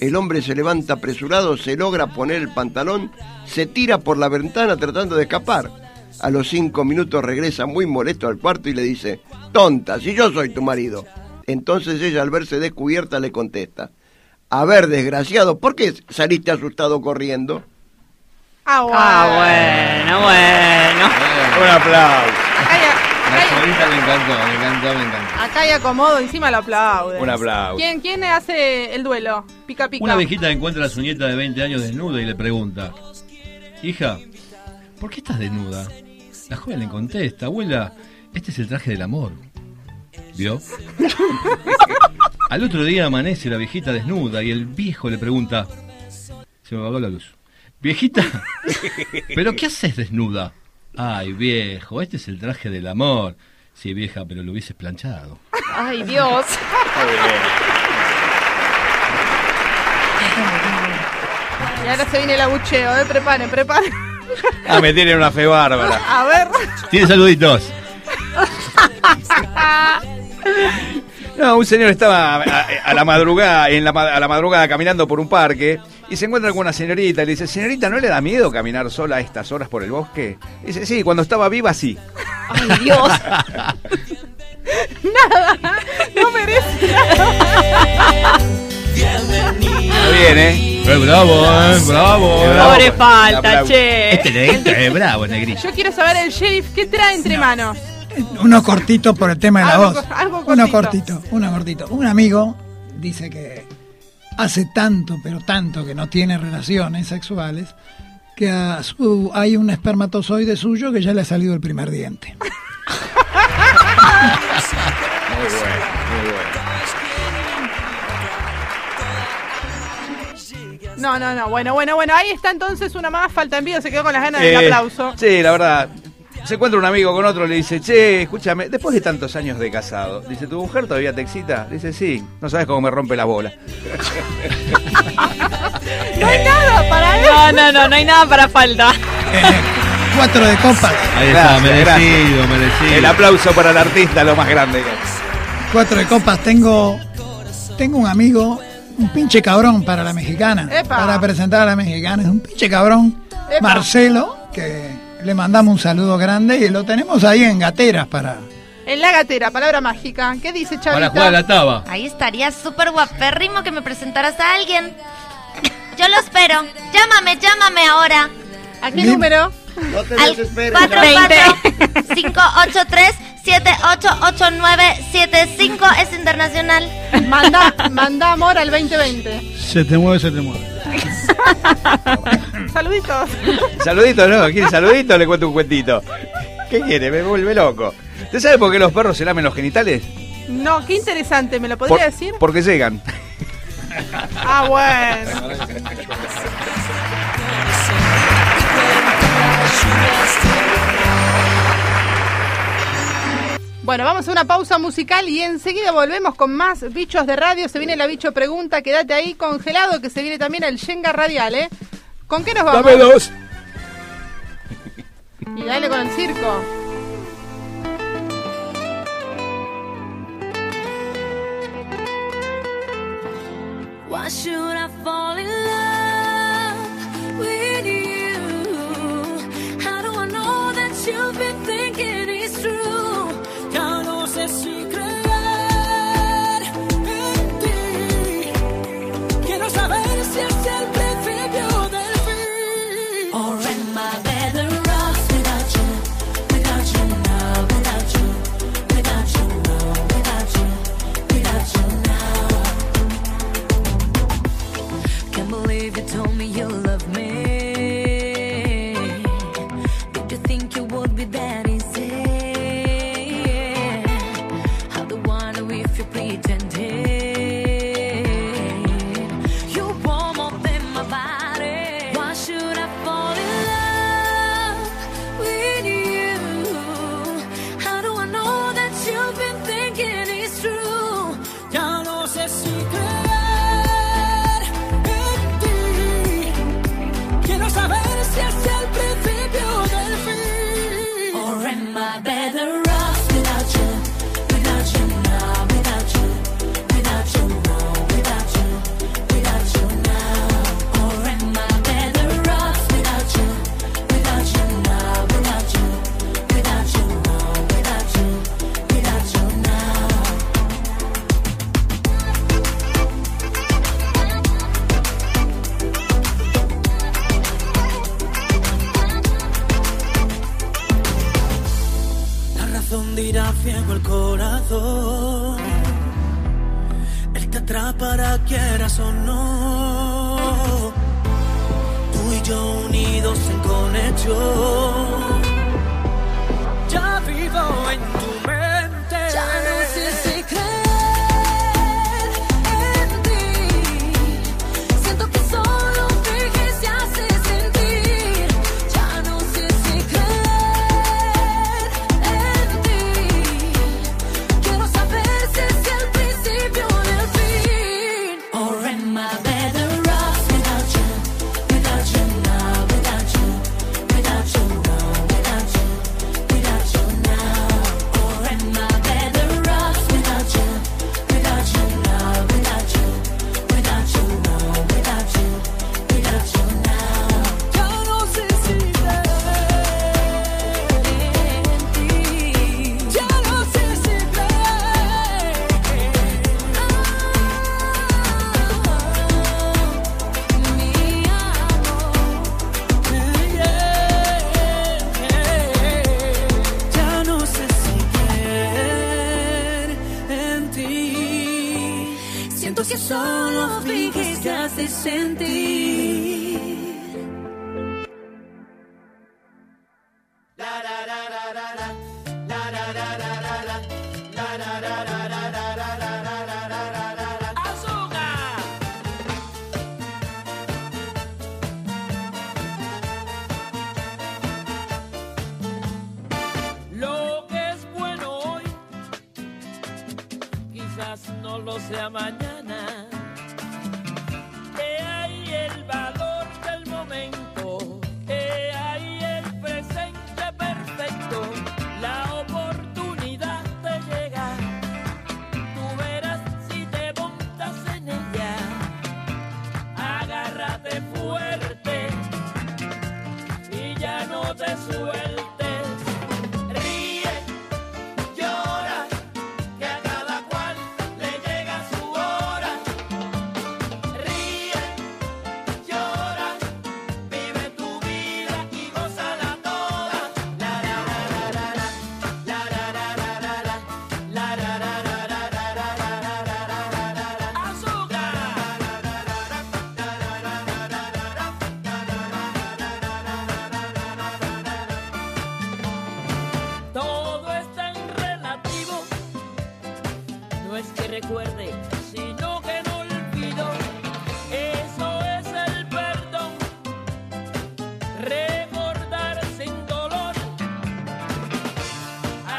El hombre se levanta apresurado, se logra poner el pantalón, se tira por la ventana tratando de escapar. A los cinco minutos regresa muy molesto al cuarto y le dice, tonta, si yo soy tu marido. Entonces ella al verse descubierta le contesta, a ver, desgraciado, ¿por qué saliste asustado corriendo?
Ah, bueno.
Un
Ah,
aplauso.
La solita me encantó, me encantó, me encantó.
Acá hay acomodo, encima lo aplaude.
Un aplauso.
¿Quién, quién hace el duelo? Pica pica.
Una viejita encuentra a su nieta de 20 años desnuda y le pregunta, hija, ¿por qué estás desnuda? La joven le contesta, abuela, este es el traje del amor. ¿Vio? Al otro día amanece la viejita desnuda y el viejo le pregunta, se me apagó la luz, viejita, ¿pero qué haces desnuda? Ay, viejo, este es el traje del amor. Sí, vieja, pero lo hubieses planchado.
Ay, Dios.
Y ahora se viene el abucheo, ¿eh? Preparen, preparen.
Ah, me tienen una fe bárbara.
A ver.
Tiene saluditos.
No, un señor estaba a, a la madrugada, en la, ma- a la madrugada caminando por un parque y se encuentra con una señorita y le dice, señorita, ¿no le da miedo caminar sola a estas horas por el bosque? Y dice, sí, cuando estaba viva sí.
Ay, Dios.
Nada. No merece nada.
Está bien, ¿eh? bravo,
eh, bravo, eh. Pobre falta, che.
Este
negrito es eh, bravo, negrito.
Yo quiero saber el sheriff, ¿qué trae entre manos?
Uno cortito por el tema de la
Algo
voz.
co- algo
uno
cortito.
cortito, uno cortito. Un amigo dice que hace tanto, pero tanto que no tiene relaciones sexuales, que a su- hay un espermatozoide suyo que ya le ha salido el primer diente.
Muy bueno, muy bueno.
No, no, no. Bueno, bueno, bueno. Ahí está entonces una más falta en vivo. Se quedó con las ganas del
Eh,
aplauso.
Sí, la verdad. Se encuentra un amigo con otro, le dice, che, escúchame, después de tantos años de casado, dice, ¿tu mujer todavía te excita? Dice, sí, no sabes cómo me rompe la bola.
No hay nada para él.
No, no, no, no hay nada para falta.
Eh, Cuatro de copas.
Ahí está,
Gracias,
merecido,
gracias.
merecido.
El aplauso para el artista, lo más grande.
Cuatro de copas. Tengo, tengo un amigo, un pinche cabrón para la mexicana.
Epa.
Para presentar a la mexicana. Es un pinche cabrón.
Epa.
Marcelo, que le mandamos un saludo grande y lo tenemos ahí en gateras para...
En la gatera, palabra mágica. ¿Qué dice Chavita?
taba.
Ahí estaría súper guapérrimo que me presentaras a alguien. Yo lo espero. Llámame, llámame ahora.
¿A qué número?
No te
Al
desesperes.
44-583-788975 es internacional.
Manda, manda amor al 2020.
Se te mueve, se te mueve.
Saluditos.
Saludito, ¿no? ¿Quiere saludito? Le cuento un cuentito. ¿Qué quiere? Me vuelve loco. ¿Usted sabe por qué los perros se lamen los genitales?
No, qué interesante. ¿Me lo podría
Por-
decir?
Porque llegan.
Ah, bueno. Bueno, vamos a una pausa musical y enseguida volvemos con más bichos de radio. Se viene la bicho pregunta, quédate ahí congelado que se viene también el Yenga Radial, ¿eh? ¿Con qué nos vamos?
Dame dos.
Y dale con el circo.
should I fall in love with you? How do I know that you've been thinking it's true? Ya no sé si creer en ti. Quiero saber si es el principio del fin. Or am I better off without you? Without you now, without you, without you now, without you, without you now. Can't believe you told me you love me. Did you think it would be that easy? I don't wanna if you pretending. You warm up in my body. Why should I fall in love with you? How do I know that you've been thinking it's true? Ya no sé si creer en ti. Quiero saber si es el principio del fin. Or am I better off without you? Without you now, without you, without you now, without you, without you now. Or am I better off without you? Without you now, without you, without you now, without you, without you now.
La razón dirá ciego el corazón. Él te atrapará, quieras o no. Tú y yo unidos en conexión. Ya vivo en tu mente.
Ya no sé si creer en ti. Siento que solo finges y haces sentir. Ya no sé si creer en ti. Quiero saber si es el principio o el fin. Or am I better off without you? Without you now, without you, without you now, without you, without you now. Or am I better off without you? Without you now, without you, without you now, without you, without you now. Ya no sé si en ti. Ya no sé si
Ya no sé si creer en ti.
Siento que solo finges que haces sentir.
Lo que es bueno hoy, quizás no lo sea mañana. He ahí el valor del momento, he ahí el presente perfecto, la oportunidad te llega. Tú verás si te montas en ella, agárrate fuerte y ya no te sueltes. Ríe, llora, que a cada cual le llega su hora. Ríe, llora, vive tu vida y gózala toda. La la la la la la la la la la la la la la la la la la la la la azúcar. Todo es tan relativo. No es que recuerde, sino que no olvido. Eso es el perdón. Recordar sin dolor.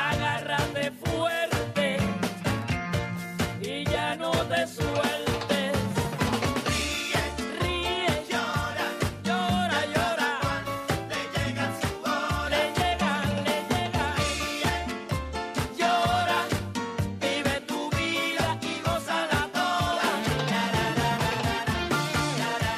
Agárrate fuerte y ya no te sueltes. Ríe, ríe, llora, llora, llora. Le llega su hora. Le llega, le llega. Llora, vive tu vida y gózala toda. La, la, la, la, la, la,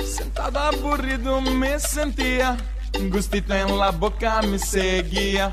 este
estaba aburrido me sentía, un gustito en la boca me seguía.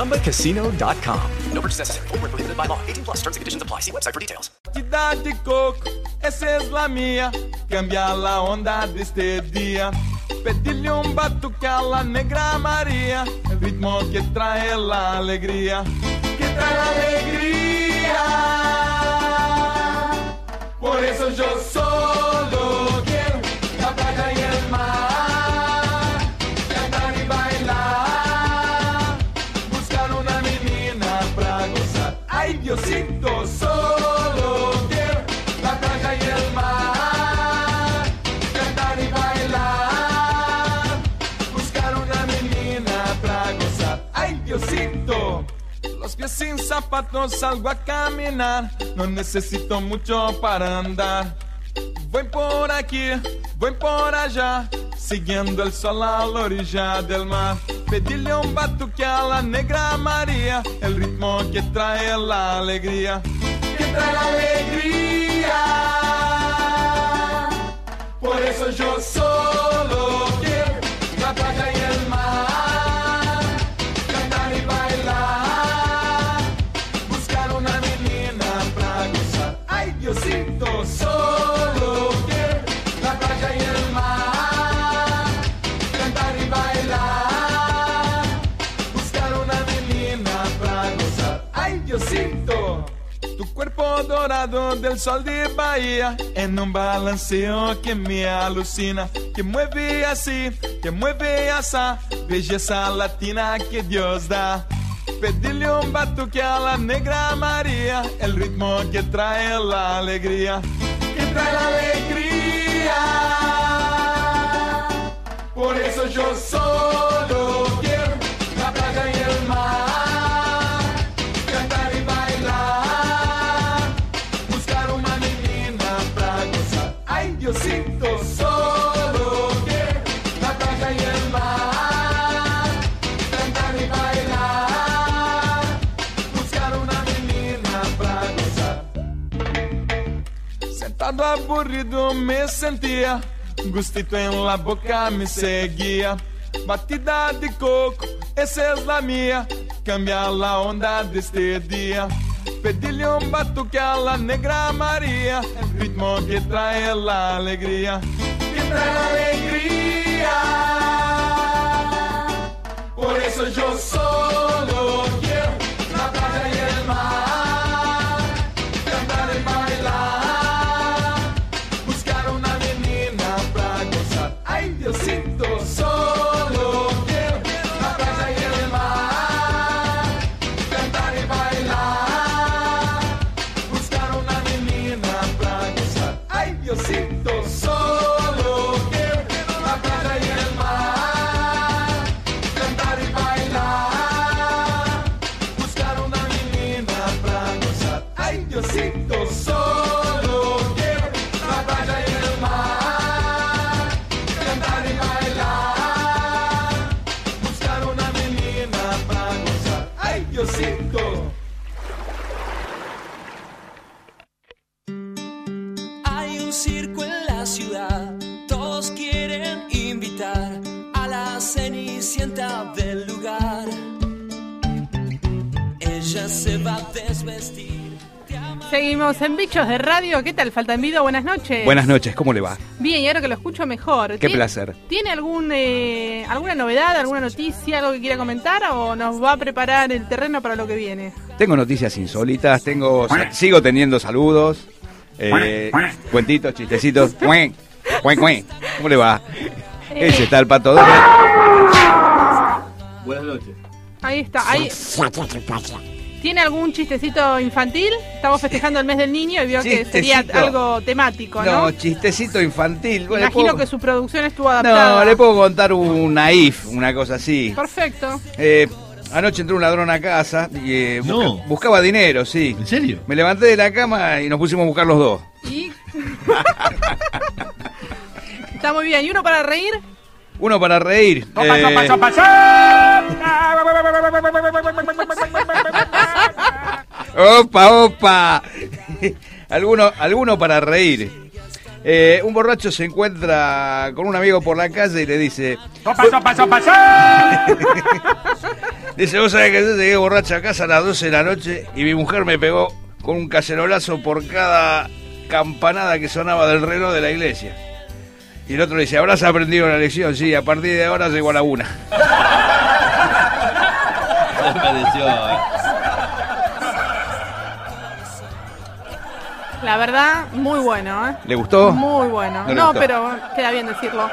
ChumbaCasino.com. No purchase necessary, Void where prohibited by law, 18 plus terms and conditions apply. See website for details.
Te dá de coco, essa é la minha. Cambia la onda deste dia. Pedile um batuque a la negra Maria. Ritmo que trae la alegria. Que trae la alegria. Por isso eu solo quero la playa e el mar. Cantar e bailar. Buscar uma menina pra gozar. Ai, Diosito, solo quiero la playa y el mar. Cantar y bailar. Buscar una menina pra gozar. Ay, Diosito. Los pies sin zapatos salgo a caminar. No necesito mucho para andar. Voy por aquí, voy por allá. Siguiendo el sol a la orilla del mar. Pedirle un batuque a la negra María. El ritmo que trae la alegría. Que trae la alegría. Por eso yo solo quiero la playa y el mar. Cantar y bailar. Buscar una menina para gozar. Ay, Diosito, solo quiero la playa y el mar. Cantar y bailar. Buscar una menina para gozar. Ay, Diosito. Tu cuerpo dorado del sol de Bahía En un balanceo que me alucina Que mueve así, que mueve esa Belleza latina que Dios da Pedirle un batuque a la negra María El ritmo que trae la alegría Que trae la alegría Por eso yo solo quiero La playa y el mar Cantar y bailar Buscar una menina pra gozar Ay, Diosito, solo quiero La playa y el mar Cantar y bailar Buscar una menina pra gozar Sentado aburrido me sentía Gustito en la boca me seguía Batida de coco, essa es la mía Cambia la onda deste dia Pedile um batuque a la negra Maria El ritmo que trae la alegria Que trae la alegria Por eso yo solo quiero La playa y el mar Cantar y bailar Buscar una menina pra gozar. Ay, Diosito, solo quiero la playa y el mar. Cantar y bailar. Buscar una menina pra gozar. Ay, Diosito, solo quiero la playa y el mar. Cantar y bailar. Buscar una menina pra gozar. Ay, Diosito, solo quiero la playa y el mar. Cantar y bailar. Buscar una menina pra gozar. Ay, Diosito.
Hay un circo en la ciudad, todos quieren invitar a la cenicienta del lugar. Ella se va a desvestir.
Seguimos en Bichos de Radio. ¿Qué tal? Falta en vida. Buenas noches.
Buenas noches, ¿cómo le va?
Bien, y ahora que lo escucho mejor.
Qué
¿Tien-
placer.
¿Tiene algún, eh, alguna novedad, alguna noticia, algo que quiera comentar o nos va a preparar el terreno para lo que viene?
Tengo noticias insólitas, tengo sigo teniendo saludos, eh, cuentitos, chistecitos. Cuen, cuen, cuen. ¿Cómo le va?
Eh,
Ese está el pato
Buenas noches.
Ahí está. Ahí. ¿Tiene algún chistecito infantil? Estamos festejando el mes del niño y vio que sería
Chistecito.
algo temático, ¿no?
No, chistecito infantil. Bueno, le
Imagino
puedo-
que su producción estuvo
No,
adaptada.
le puedo contar una if, una cosa así.
Perfecto.
Eh, anoche entró un ladrón a casa y eh, busca- buscaba dinero, sí. ¿En
serio?
Me levanté de la cama y nos pusimos a buscar los dos.
Y... está muy bien. ¿Y uno para reír?
Uno para reír. eh, Opa, opa. alguno, alguno para reír. Eh, un borracho se encuentra con un amigo por la calle y le dice... Dice, vos sabés que yo llegué borracho a casa a las 12 de la noche y mi mujer me pegó con un cacerolazo por cada campanada que sonaba del reloj de la iglesia. Y el otro le dice, habrás aprendido la lección, sí, a partir de ahora llegó a la una.
La verdad, muy bueno, ¿eh?
¿Le gustó?
Muy bueno.
No le
No,
gustó.
pero queda bien decirlo.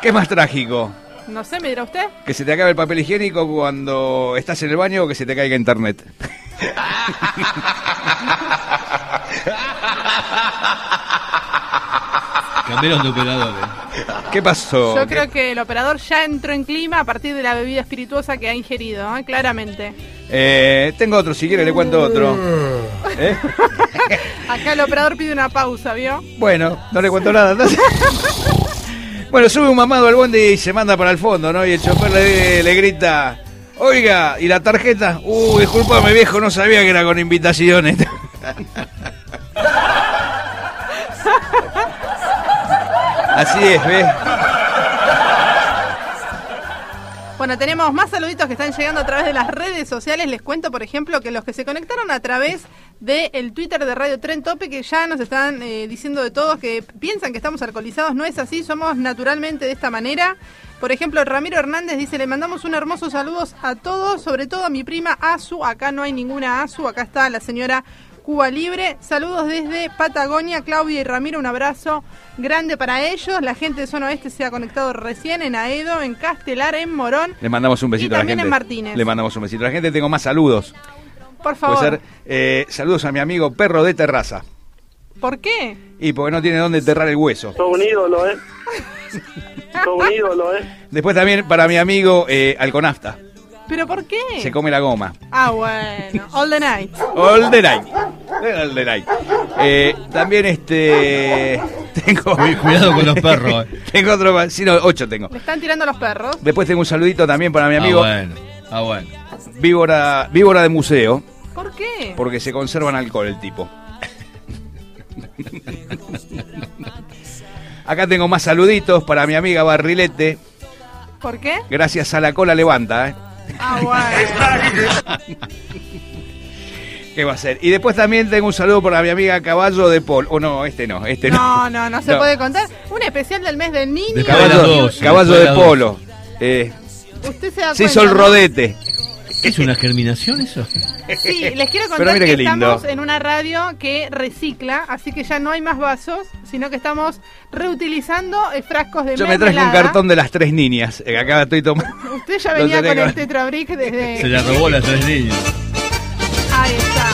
¿Qué es más trágico?
No sé, me dirá usted.
Que se te acabe el papel higiénico cuando estás en el baño o que se te caiga internet.
Cambiaron de eh. operadores.
¿Qué pasó?
Yo creo que el operador ya entró en clima a partir de la bebida espirituosa que ha ingerido, ¿eh? claramente.
Eh, tengo otro, si quiere le cuento otro.
Mm.
¿Eh?
Acá el operador pide una pausa, ¿vio?
Bueno, no le cuento nada. entonces. Bueno, sube un mamado al bondi y se manda para el fondo, ¿no? Y el chofer le, le grita, oiga, ¿y la tarjeta? Uh, discúlpame viejo, no sabía que era con invitaciones. Así es, ¿ves?
Bueno, tenemos más saluditos que están llegando a través de las redes sociales. Les cuento, por ejemplo, que los que se conectaron a través del Twitter de Radio Tren Tope, que ya nos están eh, diciendo de todos que piensan que estamos alcoholizados, no es así, somos naturalmente de esta manera. Por ejemplo, Ramiro Hernández dice, le mandamos un hermoso saludos a todos, sobre todo a mi prima Azu, acá no hay ninguna Azu, acá está la señora Cuba Libre. Saludos desde Patagonia, Claudia y Ramiro, un abrazo grande para ellos. La gente de Zona Oeste se ha conectado recién en Aedo, en Castelar, en Morón.
Le mandamos un
Y
besito a la
también
gente.
en Martínez.
Le mandamos un besito a la gente, tengo más saludos.
Por
Puede
favor.
ser, eh, saludos a mi amigo Perro de Terraza.
¿Por qué?
Y porque no tiene dónde enterrar el hueso.
Sos un ídolo, ¿eh? Sos un ídolo, ¿eh?
Después también para mi amigo eh, Alconafta.
¿Pero por qué?
Se come la goma.
Ah, bueno. All the night.
All the night. All the night. Eh, también este. Tengo.
Cuidado con los perros. eh.
tengo otro más. Sí, no, ocho tengo.
Le están tirando los perros.
Después tengo un saludito también para mi
Ah,
amigo.
bueno. Ah, bueno.
Víbora, víbora de museo,
¿Por qué?
porque se conservan alcohol el tipo. Acá tengo más saluditos para mi amiga Barrilete.
¿Por qué?
Gracias a la cola levanta, ¿eh?
Ah, bueno.
¿Qué va a ser? Y después también tengo un saludo para mi amiga Caballo de Pol. Oh, no, este no, este no.
No, no, no se puede contar. Un especial del mes del niño.
De caballo, caballo de polo. Eh,
Usted se da cuenta.
se hizo el
¿no?
rodete.
¿Es una germinación eso?
Sí, les quiero
Pero
contar
mira
que
qué lindo.
estamos en una radio que recicla, así que ya no hay más vasos, sino que estamos reutilizando eh, frascos de
Yo me traje un
mermelada.
cartón de las tres niñas. eh, Acá estoy tomando.
Usted ya
Lo
venía
tenía
con
con-
el Tetrabric desde...
Se la robó las tres niñas.
Ahí está.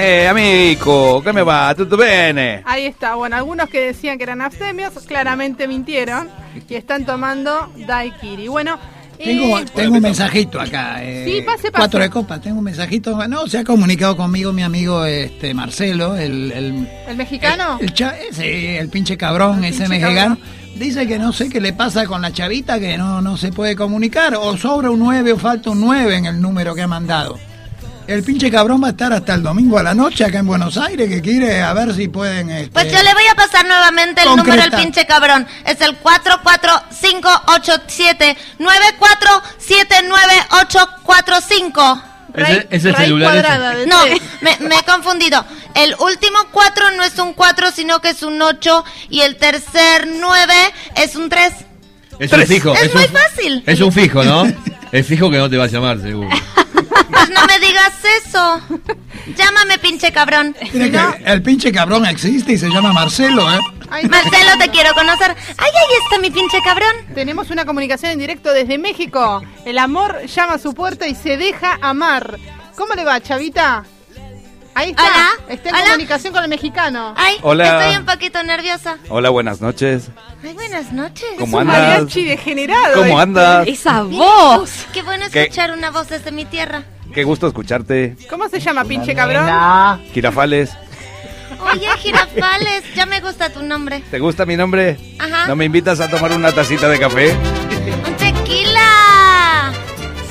Eh, amigo, ¿qué me va? ¿Todo bene?
Ahí está. Bueno, algunos que decían que eran abstemios, claramente mintieron y están tomando Daikiri. Bueno,
Tengo,
eh,
tengo un mensajito acá. eh,
Sí, pase, pase.
Cuatro de copa, tengo un mensajito. No, se ha comunicado conmigo mi amigo este Marcelo, el, el,
¿el mexicano?
el cha- ese, el pinche cabrón, ese
pinche
mexicano. Dice que no sé qué le pasa con la chavita, que no, no se puede comunicar. O sobra un 9 o falta un 9 en el número que ha mandado. El pinche cabrón va a estar hasta el domingo a la noche acá en Buenos Aires, que quiere a ver si pueden... este,
Pues yo le voy a pasar nuevamente el número al
Concreta.
pinche cabrón. Es el 44587947985.
Ese, ese celular. ese.
No, me, me he confundido. El último 4 no es un 4, sino que es un 8. Y el tercer 9 es un 3.
Es un fijo.
Es,
es
muy
un-
fácil.
Es un fijo, ¿no? Es fijo que no te va a llamar, seguro.
Pues no me digas eso. Llámame, pinche cabrón.
Mira que el pinche cabrón existe y se llama Marcelo, ¿eh?
Marcelo, te quiero conocer. Ay, ahí está mi pinche cabrón.
Tenemos una comunicación en directo desde México. El amor llama a su puerta y se deja amar. ¿Cómo le va, chavita? Ahí está. Está en comunicación con el mexicano.
Ay,
Hola.
estoy un poquito nerviosa.
Hola, buenas noches.
Ay, buenas noches.
¿Cómo Es un andas? mariachi
degenerado.
¿Cómo este. andas?
Esa
voz. Qué bueno
¿Qué?
escuchar una voz desde mi tierra.
Qué gusto escucharte.
¿Cómo se llama,
pinche
cabrón?
Girafales.
Oye, jirafales, ya me gusta tu nombre.
¿Te gusta mi nombre?
Ajá.
¿No me invitas a tomar una tacita de café?
¡Un tequila!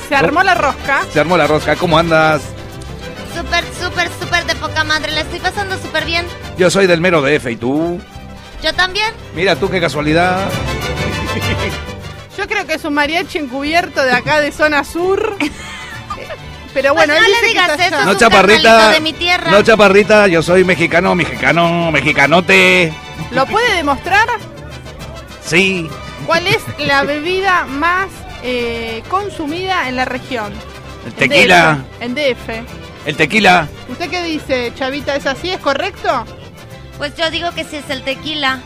Se armó la rosca.
Se armó la rosca. ¿Cómo andas?
Súper, súper, súper de poca madre. La estoy pasando súper bien.
Yo soy del mero DF. ¿Y tú?
Yo también.
Mira tú, qué casualidad.
Yo creo que es un mariachi encubierto de acá de zona sur. Eh, Pero bueno,
Pues no
él
le
dice que
digas
está
eso,
allá.
No, chaparrita.
de mi tierra.
No, chaparrita. Yo soy mexicano, mexicano, mexicanote.
¿Lo puede demostrar?
Sí.
¿Cuál es la bebida más eh, consumida en la región?
El tequila.
En DF. En
El tequila.
DF. ¿Usted qué dice, Chavita? ¿Es así? ¿Es correcto?
Pues yo digo que sí es el tequila.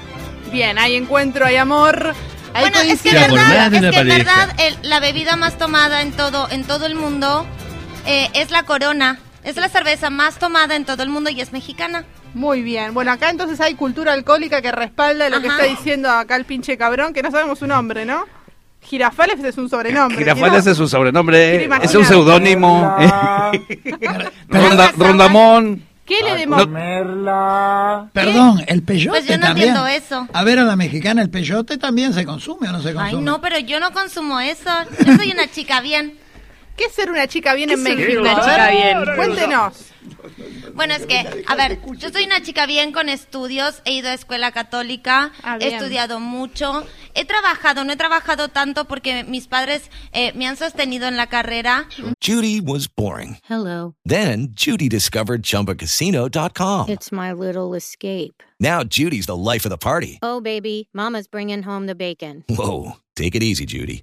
Bien, hay encuentro, hay amor. Hay
Bueno, es que en
coincidencia.
verdad, es que en verdad el- la bebida más tomada en todo, en todo el mundo eh, es la corona. Es la cerveza más tomada en todo el mundo y es mexicana.
Muy bien. Bueno, acá entonces hay cultura alcohólica que respalda lo que
Ajá.
está diciendo acá el pinche cabrón, que no sabemos su nombre, ¿no? Girafales es un sobrenombre.
Girafales
¿no?
es su sobrenombre.
Quiero
Es un
imaginar.
seudónimo.
Ah.
Ronda- rondamón.
¿Qué le
demostrarla?
Perdón, el peyote
Pues yo no
también.
entiendo eso.
A ver, a la mexicana, el peyote también se consume o no se
Ay,
consume.
no, pero yo no consumo eso. Yo soy una chica bien.
¿Qué es ser una chica bien en
¿Qué es
México?
una
A ver,
chica bien?
Cuéntenos.
Bueno, es que, a ver, yo soy una chica bien con estudios, he ido a escuela católica, he
Ah, bien.
estudiado mucho, he trabajado, no he trabajado tanto porque mis padres eh, me han sostenido en la carrera.
Judy was boring.
Hello.
Then Judy discovered ChumbaCasino.com.
It's my little escape.
Now Judy's the life of the party.
Oh, baby, Mama's bringing home the bacon.
Whoa, take it easy, Judy.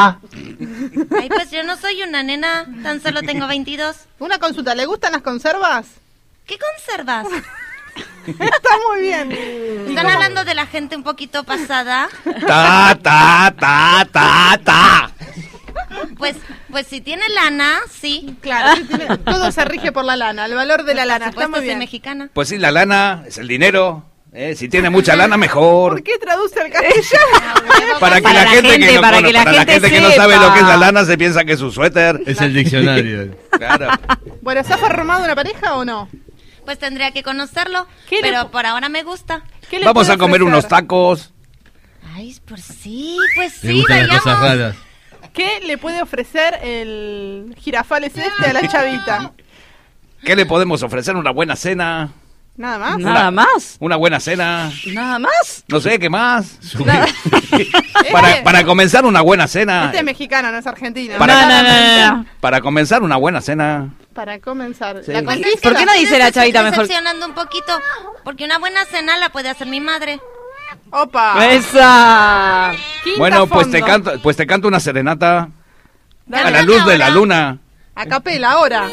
Ay, pues yo no soy una nena, tan solo tengo 22.
Una consulta, ¿le gustan las conservas?
¿Qué conservas?
Está muy bien.
¿Están hablando de la gente un poquito pasada?
Ta, ta, ta, ta, ta.
Pues, pues si tiene lana, sí.
Claro, sí tiene- todo se rige por la lana, el valor de la lana. Está muy bien.
mexicana.
Pues sí, la lana es el dinero. Eh, si tiene mucha lana, mejor.
¿Por qué traduce al castellano?
Para que la, gente, que no, cono- para la gente que no sabe lo que es la lana se piensa que es su suéter.
Es el diccionario.
claro.
Bueno, ¿se ha formado una pareja o no?
Pues tendría que conocerlo, pero por ahora me gusta.
Vamos a comer unos tacos.
Ay, pues sí, pues
Me
sí, vayamos.
raras.
¿Qué le puede ofrecer el girafales este a la chavita?
¿Qué le podemos ofrecer? ¿Una buena cena?
Nada más.
Una- Una buena cena.
Nada más.
No sé, ¿qué más?
Eh.
para, para comenzar una buena cena.
Este es mexicano, no es argentino.
Ah. Para- Para comenzar una buena cena.
Para comenzar.
Sí.
La
Pues
conquista.
¿por qué no dice la chavita
Estoy
mejor?
decepcionando un poquito, porque una buena cena la puede hacer mi madre.
¡Opa!
Ah,
¡Esa!
Bueno, pues te canto, pues te canto una serenata
Dale.
a la luz de la luna.
A capela ahora.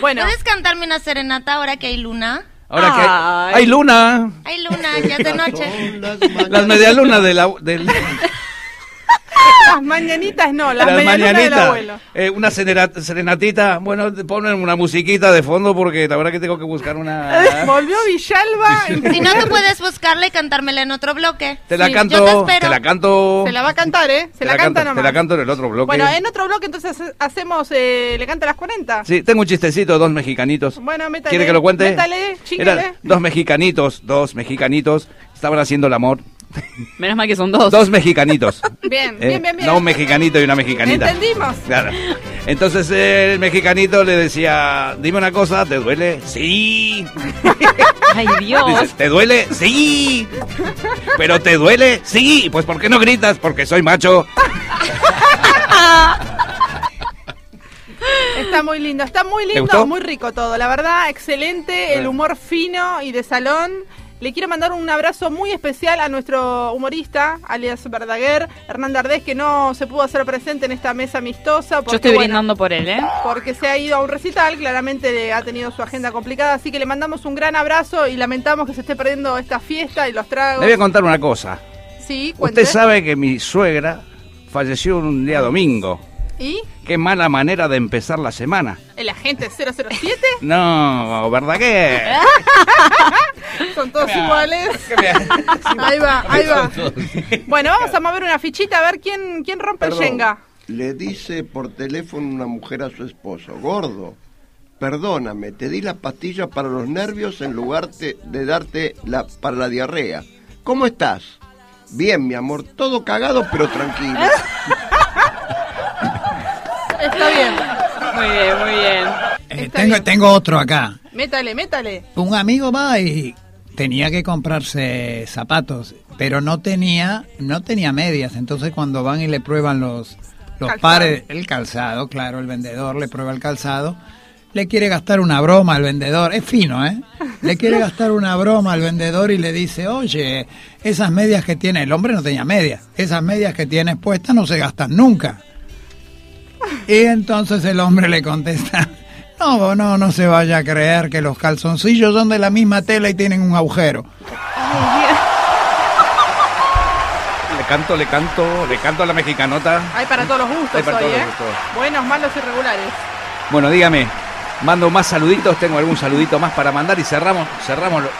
bueno.
¿Puedes cantarme una serenata ahora que hay luna?
Ahora que hay, hay luna.
Hay luna, ya es de noche.
Las medialunas de la, del,
Las mañanitas no, las,
las
medialunas del
mañanitas.
abuelo.
Eh, una senera- serenatita. Bueno, te ponen una musiquita de fondo porque la verdad que tengo que buscar una. ¿eh?
Volvió Villalba.
Si no te puedes buscarla y cantármela en otro bloque.
Te la
Sí,
canto.
Yo te espero.
la canto.
Se la va a cantar, ¿eh? Se
te
la,
la
canta
canto-
nomás.
Te la canto en el otro bloque.
Bueno, en otro bloque entonces hace- hacemos eh, Le canta a las 40.
Sí, tengo un chistecito de dos mexicanitos.
Bueno, métale.
¿Quiere que lo cuente?
Métale, chíngale.
Eran dos mexicanitos, dos mexicanitos, estaban haciendo el amor.
Menos mal que son dos.
Dos mexicanitos.
Bien,
¿eh?
bien, bien, bien.
No un mexicanito y una mexicanita.
Entendimos.
Claro. Entonces eh, el mexicanito le decía, dime una cosa, ¿te duele? Sí.
Ay, Dios.
Dices, ¿te duele? Sí. ¿Pero te duele? Sí. Pues ¿por qué no gritas? Porque soy macho.
Está muy lindo, está muy
¿Le
lindo,
gustó?
muy rico todo, la verdad, excelente, el
Bueno.
humor fino y de salón. Le quiero mandar un abrazo muy especial a nuestro humorista, alias Verdaguer, Hernán Dardés, que no se pudo hacer presente en esta mesa amistosa.
Yo
porque,
estoy
bueno,
brindando por él, ¿eh?
porque se ha ido a un recital, claramente le- ha tenido su agenda complicada, así que le mandamos un gran abrazo y lamentamos que se esté perdiendo esta fiesta y los
Le
tragos.
voy a contar una cosa.
Sí, cuente.
Usted sabe que mi suegra falleció un día domingo.
¿Y
Qué mala manera de empezar la semana.
el agente 007?
No, ¿verdad que?
Son todos iguales. Ahí va, ahí va. Bueno, vamos a mover una fichita a ver quién, quién rompe
Perdón.
el Jenga.
Le dice por teléfono una mujer a su esposo, gordo, perdóname, te di la pastilla para los nervios en lugar te- de darte la para la diarrea. ¿Cómo estás? Bien, mi amor, todo cagado pero tranquilo.
Está bien.
Muy bien, muy bien.
Eh, tengo, tengo otro acá.
Métale, métale.
Un amigo va y tenía que comprarse zapatos, pero no tenía, no tenía medias. Entonces cuando van y le prueban los, los
Calzado.
pares, el calzado, claro, el vendedor le prueba el calzado, le quiere gastar una broma al vendedor, es fino, ¿eh? Le quiere gastar una broma al vendedor y le dice, oye, esas medias que tiene, el hombre no tenía medias, esas medias que tienes puestas no se gastan nunca. Y entonces el hombre le contesta, no, no, no se vaya a creer que los calzoncillos son de la misma tela y tienen un agujero.
Le canto, le canto, le canto a la mexicanota.
Hay para todos los gustos
Hay para
hoy,
todos
¿eh?
los gustos.
Buenos, malos y regulares.
Bueno, dígame, mando más saluditos, tengo algún saludito más para mandar y cerramos, cerramos, lo-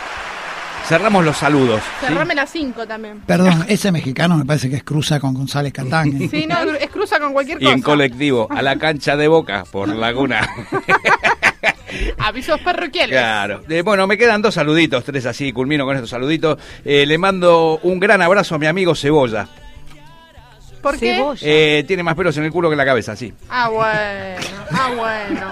cerramos los saludos. ¿sí?
Cerrame las 5 también.
Perdón, ese mexicano me parece que es cruza con González Catán. ¿eh?
Sí, no, es cruza con cualquier
Y en
cosa.
colectivo, a la cancha de Boca, por Laguna.
Avisos parroquiales.
Claro. Eh, bueno, me quedan dos saluditos, tres así, culmino con estos saluditos. Eh, le mando un gran abrazo a mi amigo Cebolla.
¿Por qué?
Eh, tiene más pelos en el culo que en la cabeza, sí.
Ah, bueno. Ah, bueno.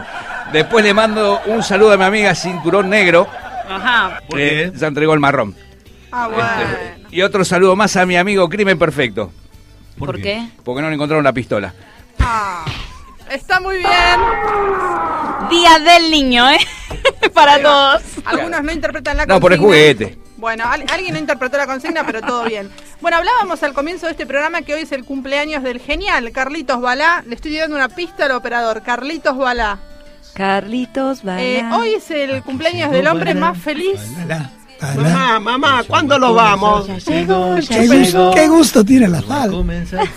Después le mando un saludo a mi amiga Cinturón Negro.
Ajá.
Eh, ya entregó el marrón.
Ah, bueno.
Y otro saludo más a mi amigo Crimen Perfecto.
¿Por qué?
Porque no le encontraron la pistola.
Está muy bien.
Día del niño, ¿eh? Para todos.
Algunos no interpretan la consigna.
No, por el juguete.
Bueno, al- alguien no interpretó la consigna, pero todo bien. Bueno, hablábamos al comienzo de este programa que hoy es el cumpleaños del genial Carlitos Balá. Le estoy dando una pista al operador, Carlitos Balá.
Carlitos Balá.
Eh, hoy es
Ah,
el cumpleaños del hombre más feliz.
mamá, mamá, ¿cuándo lo vamos?
¿Qué, gusto, qué gusto tiene la sal.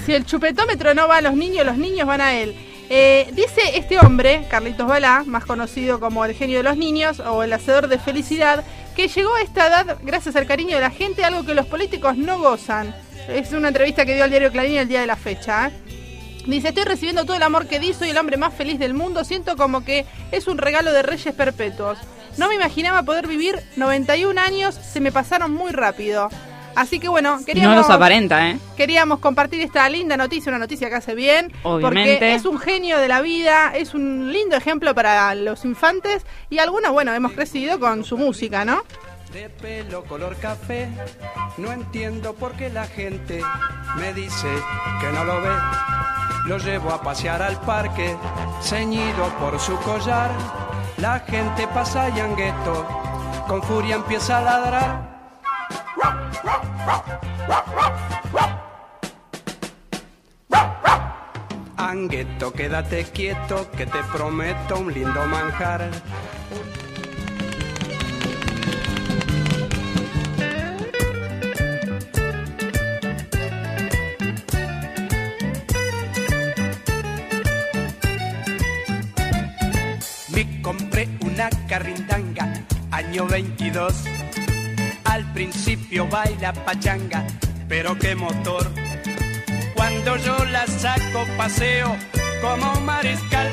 Si el chupetómetro no va a los niños, los niños van a él. Eh, dice este hombre, Carlitos Balá, más conocido como el genio de los niños o el hacedor de felicidad, que llegó a esta edad gracias al cariño de la gente, algo que los políticos no gozan. Es una entrevista que dio al diario Clarín el día de la fecha. ¿eh? Dice, estoy recibiendo todo el amor que di, soy el hombre más feliz del mundo, siento como que es un regalo de reyes perpetuos. No me imaginaba poder vivir 91 años, se me pasaron muy rápido. Así que bueno,
Y no
queríamos...
los aparenta, ¿eh?
Queríamos compartir esta linda noticia, una noticia que hace bien, porque
Obviamente.
es un genio de la vida, es un lindo ejemplo para los infantes y algunos, bueno, hemos crecido con su música, ¿no?
de pelo color café. No entiendo por qué la gente me dice que no lo ve. Lo llevo a pasear al parque, ceñido por su collar. La gente pasa yangueto, con furia empieza a ladrar. Angueto, quédate quieto, que te prometo un lindo manjar.
plena carrindanga, año 22. Al principio baila pachanga, pero qué motor. Cuando yo la saco paseo como mariscal,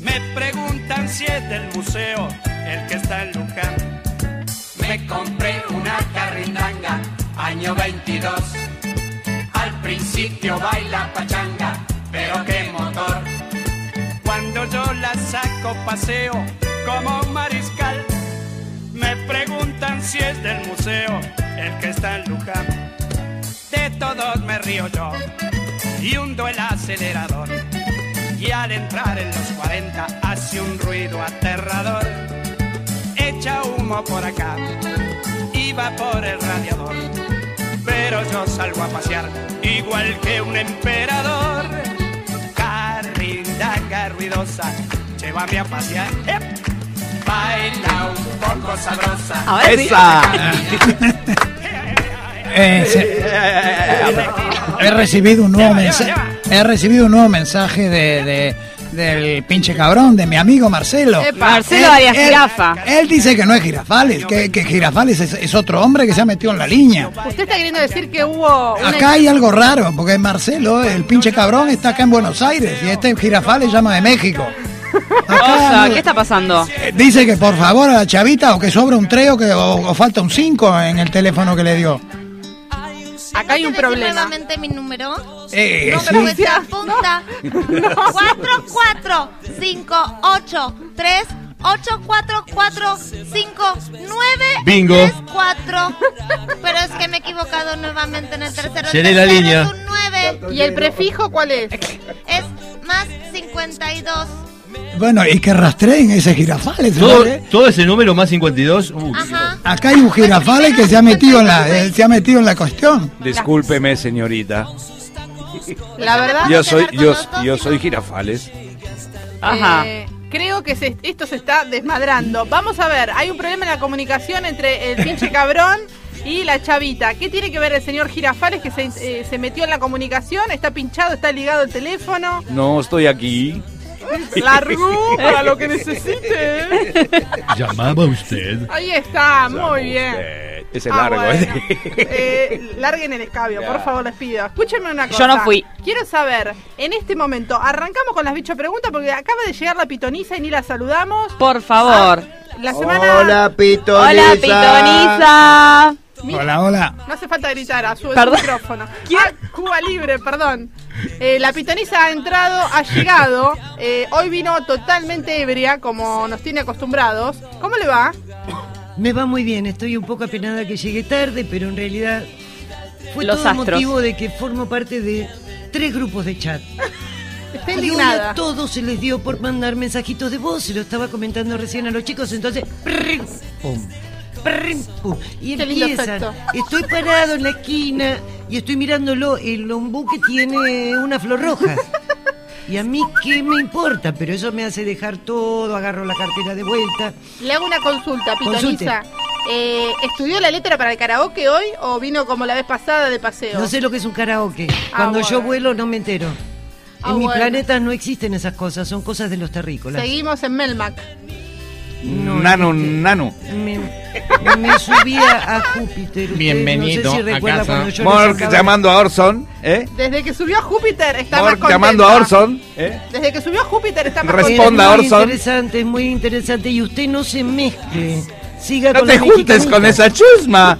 me preguntan si es del museo el que está en Luján. Me compré una carrindanga, año 22. Al principio baila pachanga, pero qué motor. Cuando yo la saco paseo como mariscal, me preguntan si es del museo el que está en Luján. De todos me río yo y hundo el acelerador. Y al entrar en los 40 hace un ruido aterrador. Echa humo por acá y va por el radiador. Pero yo salgo a pasear igual que un emperador. Carrindanga ruidosa, llévame a pasear. ¡Ep! Baila un poco sabrosa.
Ahora sí.
Eh, se- he recibido un nuevo mensaje. He recibido un nuevo mensaje de, de- del pinche cabrón, de mi amigo Marcelo.
Epa, Marcelo
Él-
Arias
él-
Jirafa.
Él dice que no es Girafales, que, que Girafales es, es otro hombre que se ha metido en la línea.
Usted está queriendo decir que hubo. una-
Acá hay algo raro, porque Marcelo, el pinche cabrón, está acá en Buenos Aires y este Girafales llama de México.
Cosa, ¿qué está pasando?
Eh, Dice que por favor a la chavita o que sobra un 3 o que o- o falta un 5 en el teléfono que le dio.
Acá hay un
¿Puedo decir
problema.
nuevamente mi número?
Eh,
no
sí.
me puedes apunta.
No.
4, 4, 5, 8, 3, 8, 4, 4, 5, 9,
Bingo.
3, 4. Pero es que me he equivocado nuevamente en el tercero.
Seré la línea.
9.
¿Y el prefijo cuál es?
Es más 52.
Bueno, y que rastreen ese girafales.
Todo,
¿vale?
todo ese número más 52. uh,
Ah,
Acá hay un girafales que se ha metido en la, eh, se ha metido en la cuestión.
Discúlpeme, señorita.
La verdad.
Yo soy, yo, yo soy girafales.
Ajá.
Eh, creo que se- esto se está desmadrando. Vamos a ver, hay un problema en la comunicación entre el pinche cabrón y la chavita. ¿Qué tiene que ver el señor Girafales que se, eh, se metió en la comunicación? ¿Está pinchado? ¿Está ligado el teléfono?
No estoy aquí.
La RU para lo que necesite.
Llamaba usted.
Ahí está, muy bien.
Eh, ese
Ah,
largo.
bueno.
¿eh?
Eh, larguen el escabio, por
Ya.
favor, les pido. Escúchenme una
Yo
cosa.
no fui.
Quiero saber, en este momento, arrancamos con las bicho preguntas porque acaba de llegar la pitoniza y ni la saludamos.
Por favor.
La semana.
Hola, Pitoniza.
Hola, Pitoniza.
Hola, hola.
No hace falta gritar, a su
Perdón.
micrófono. Ah, Cuba Libre, perdón. Eh, la pitoniza ha entrado, ha llegado. Eh, hoy vino totalmente ebria, como nos tiene acostumbrados. ¿Cómo le va?
Me va muy bien, estoy un poco apenada que llegué tarde, pero en realidad fue
Los
todo
astros.
motivo de que formo parte de tres grupos de chat.
Está
Y hoy
indignada.
a todos se les dio por mandar mensajitos de voz, se lo estaba comentando recién a los chicos, entonces... prrrim, pum, prrrim, pum, y
Qué lindo
empiezan.
efecto.
Estoy parado en la esquina y estoy mirándolo, el ombú que tiene una flor roja. Y a mí qué me importa, pero eso me hace dejar todo, agarro la cartera de vuelta.
Le hago una consulta,
Consulte.
pitoniza. Eh, ¿Estudió la letra para el karaoke hoy o vino como la vez pasada de paseo?
No sé lo que es un karaoke.
Ah,
Cuando yo
bueno.
vuelo no me entero.
Ah,
en mi
bueno.
planeta no existen esas cosas, son cosas de los terrícolas.
Seguimos en Melmac.
nano, nano.
Me, me subía a Júpiter. Ustedes
Bienvenido
no sé si
a
recuerda
casa.
cuando yo
Mork
les sacaba-
llamando a Orson, ¿eh?
Desde que subió a Júpiter está más
Mork
contenta.
llamando a Orson, ¿eh?
Desde que subió a Júpiter está más
Responda,
Es muy
Orson.
interesante, es muy interesante. Y usted no se mezcle. Siga
No
con
te
la
juntes
mexicanita.
con esa chusma.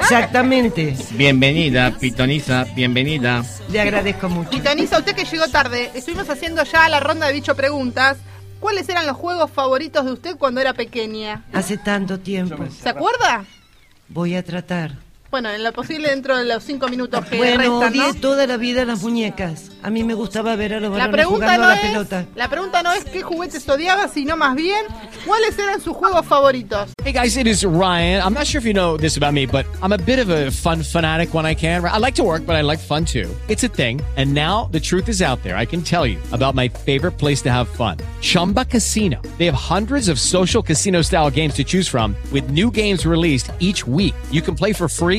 Exactamente.
Bienvenida, pitoniza, bienvenida.
Le agradezco mucho.
Pitoniza, usted que llegó tarde, estuvimos haciendo ya la ronda de bicho preguntas. ¿Cuáles eran los juegos favoritos de usted cuando era pequeña?
Hace tanto tiempo.
¿Se acuerda?
Voy a tratar.
Bueno, en lo posible dentro de los cinco minutos que
Bueno,
restan, ¿no?
odié toda la vida las muñecas. A mí me gustaba ver a los
La
varones
pregunta,
jugando
no
a la
es,
pelota.
la pregunta no es qué juguetes odiaba, sino más bien cuáles eran sus juegos favoritos. Eh,
Hey guys, it is Ryan. I'm not sure if you know this about me, but I'm a bit of a fun fanatic when I can. I like to work, but I like fun too. It's a thing. And now the truth is out there. I can tell you about my favorite place to have fun Chumba Casino. They have hundreds of social casino style games to choose from, with new games released each week. You can play for free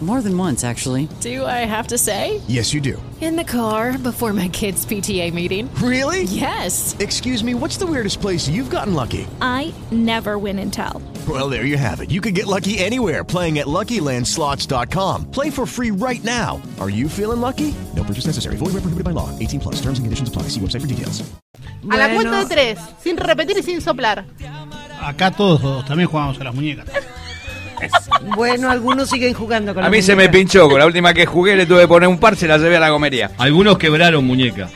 More than once, actually.
Do I have to say?
Yes, you do.
In the car before my kids' PTA meeting.
Really?
Yes.
Excuse me, what's the weirdest place you've gotten lucky?
I never win and tell.
Well, there you have it. You can get lucky anywhere playing at LuckyLandSlots.com. Play for free right now. Are you feeling lucky? No purchase necessary. Void where prohibited by law. 18 plus. Terms and conditions apply. See website for details.
A la cuenta de tres, sin repetir y sin soplar.
Acá todos, todos también jugábamos a las muñecas.
Bueno, algunos siguen jugando con
A
la
mí se me
muñeca.
pinchó, con la última que jugué le tuve que poner un par, se la llevé a la gomería.
Algunos quebraron muñeca.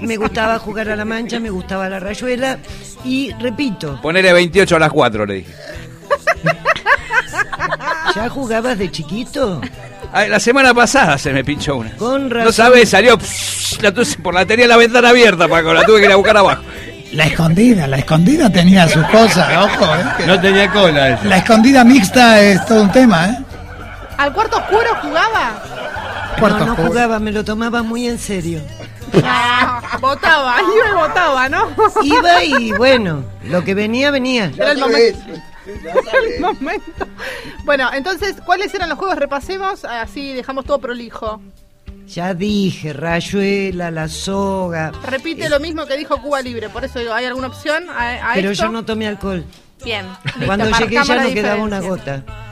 Me gustaba jugar a la mancha, me gustaba la rayuela y repito,
Ponele 28 a las 4, le dije.
¿ya jugabas de chiquito?
Ay, Ah, la semana pasada se me pinchó una.
Con razón.
No sabes, salió pss, la tuve- por la tenía la ventana abierta, Paco, la tuve que ir a buscar abajo.
La escondida, la escondida tenía sus cosas, ojo, ¿eh?
No tenía cola eso.
La escondida mixta es todo un tema, ¿eh?
¿Al cuarto oscuro jugaba?
No,
Cuarto
no
juego.
jugaba, me lo tomaba muy en serio.
votaba, Ah, iba y votaba, ¿no?
Iba y bueno, lo que venía, venía.
Era el momento. Era el momento. Bueno, entonces, ¿cuáles eran los juegos? Repasemos, así dejamos todo prolijo.
Ya dije, rayuela, la soga.
Repite lo mismo que dijo Cuba Libre, por eso digo, ¿hay alguna opción a, a
Pero
esto?
yo no tomé alcohol.
Bien. listo,
Cuando llegué
marcamos
ya
la
no quedaba una
diferencia.
gota.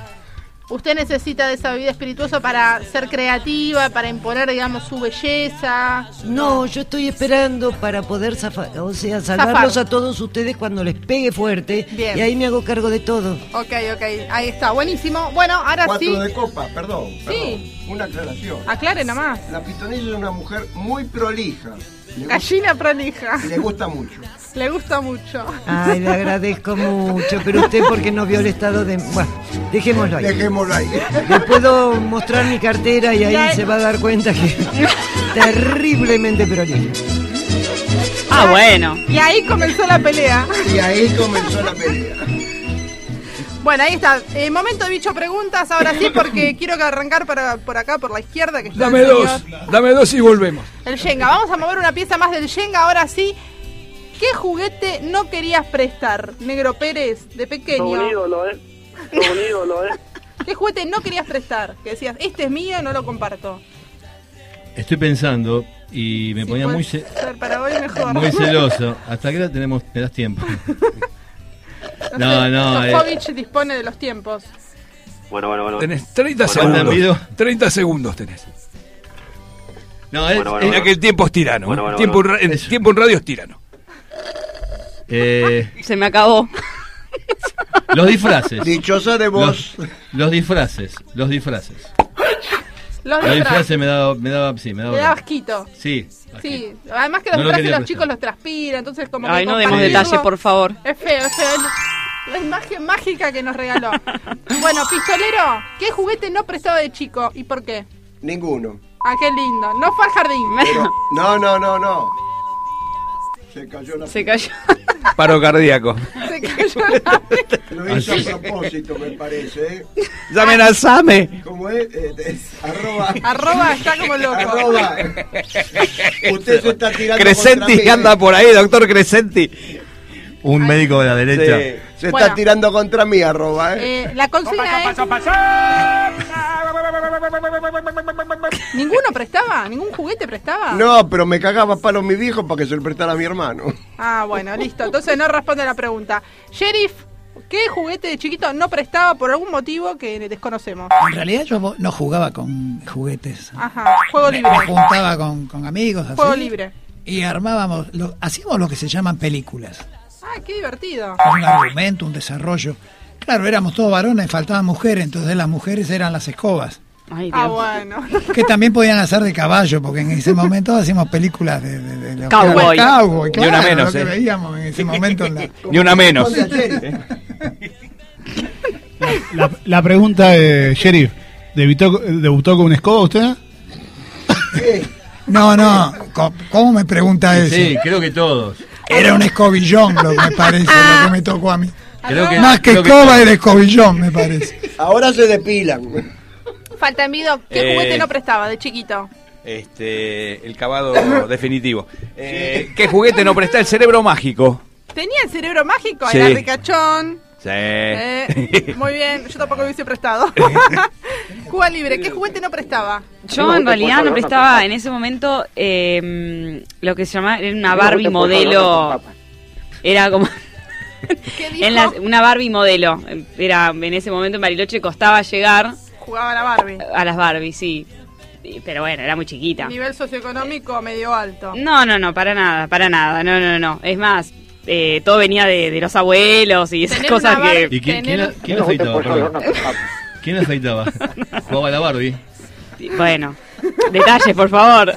Usted necesita de esa bebida espirituosa para ser creativa, para imponer, digamos, su belleza.
No, yo estoy esperando para poder zafar, o sea, salvarlos a todos ustedes cuando les pegue fuerte.
Bien.
Y ahí me hago cargo de todo.
Ok, ok, ahí está, buenísimo. Bueno, ahora
Cuatro
sí.
de copa, perdón.
Sí.
perdón. Una aclaración.
Aclare nomás.
La pitonilla es una mujer muy prolija. Le gusta-
Gallina prolija.
le gusta mucho.
Le gusta mucho.
Ay, le agradezco mucho, pero usted porque no vio el estado de... Bueno, dejémoslo ahí.
Dejémoslo ahí.
Le puedo mostrar mi cartera y ahí se va a dar cuenta que terriblemente prolijo.
Ah, bueno.
Y ahí comenzó la pelea.
Y ahí comenzó la pelea.
Bueno, ahí está. Eh, momento de bicho preguntas, ahora sí, porque quiero que arrancar para, por acá, por la izquierda. Que está
Dame
el señor-
dos, dame dos y volvemos.
El Jenga. Vamos a mover una pieza más del Jenga, ahora sí. ¿Qué juguete no querías prestar, Negro Pérez, de pequeño?
Fue un ídolo, ¿eh? Fue un ídolo, ¿eh?
¿Qué juguete no querías prestar? Que decías, este es mío, no lo comparto.
Estoy pensando y me ponía muy, ce-
A ver, para hoy mejor.
muy celoso. ¿Hasta qué hora tenemos? Me das tiempo. No, no. eh,
Sofovich dispone de los tiempos.
Bueno, bueno, bueno. Tenés 30 segundos.
Amigo.
30 segundos tenés.
No, es- Bueno, bueno,
en
bueno.
aquel tiempo es tirano.
Bueno,
¿eh?
bueno,
tiempo,
bueno.
En, ra- en tiempo en radio es tirano.
eh,
Se me acabó.
los disfraces.
Dichosa de vos.
Los, los disfraces. Los disfraces.
Los
Los
disfraces.
disfraces me daba, me daba, sí, me daba.
Le dabas quito.
Sí.
Sí, además que los
No lo
disfraces
quería
los chicos los transpiran, entonces como
Ay,
que
no demos
compartirlo-
detalle, por favor.
Es feo, es feo. Es La imagen mágica que nos regaló. Bueno, pistolero, ¿qué juguete no prestado de chico y por qué?
Ninguno.
Ah, qué lindo. No fue al jardín.
Pero- no, no, no, no. Se cayó la
Se cayó.
Paro cardíaco.
Se cayó la
Lo hizo a propósito, me parece. ¿eh?
Ya amenazame.
¿Cómo es? Eh, de- arroba.
Arroba está como loco.
Arroba. Usted se está tirando. contra
Crescenti
mí,
anda por ahí, doctor Crescenti.
Un médico de la
Sí,
derecha.
se
Bueno.
está tirando contra mí, arroba. ¿eh?
Eh, la consigna es... ¿Ninguno prestaba? ¿Ningún juguete prestaba?
No, pero me cagaba a palo mi viejo para que se lo prestara a mi hermano.
Ah, bueno, listo. Entonces no responde a la pregunta. Sheriff, ¿qué juguete de chiquito no prestaba por algún motivo que desconocemos?
En realidad yo vo- no jugaba con juguetes.
Ajá, juego
Me-
libre.
Me juntaba con, con amigos así.
Juego libre.
Y armábamos, lo- hacíamos lo que se llaman películas.
Ah, qué divertido.
un argumento, un desarrollo. Claro, éramos todos varones, faltaban mujeres, entonces las mujeres eran las escobas,
Ah, bueno.
que también podían hacer de caballo, porque en ese momento hacíamos películas de, de- de los
Cowboy.
cowboy,
Ni una
claro,
menos,
lo que
eh.
veíamos en ese momento. en la-
Ni una menos.
La, la pregunta de Sheriff, ¿debutó, ¿debutó con una escoba usted?
No, no, co- ¿cómo me pregunta eso?
Sí, creo que todos.
Era un escobillón, lo que me parece, lo que me tocó a mí.
Creo que-
Más que
creo que-
escoba era escobillón, me parece.
Ahora se depilan.
Falta envido. ¿Qué
Eh.
juguete no prestaba de chiquito?
Este, el cavado definitivo. Eh, ¿Qué juguete no presta el cerebro mágico?
Tenía el cerebro mágico,
Sí.
era ricachón.
Sí.
Eh, muy bien, yo tampoco lo hubiese prestado. Cuba Libre, ¿qué juguete no prestaba?
Yo en realidad no prestaba en ese momento eh, lo que se llamaba, era una Barbie modelo. Era como. en la- una Barbie modelo. Era en ese momento en Bariloche costaba llegar
Jugaba la Barbie.
a las Barbie, sí. Y- Pero bueno, era muy chiquita.
Nivel socioeconómico medio alto.
No, no, no, para nada, para nada. No, no, no. Es más, eh, todo venía de, de los abuelos y esas
Tener
cosas
una
que.
Barbie- ¿Y quién- quién la-
¿Quién afeitaba? perdón? ¿Quién afeitaba? Jugaba la Barbie.
Bueno, detalles, por favor.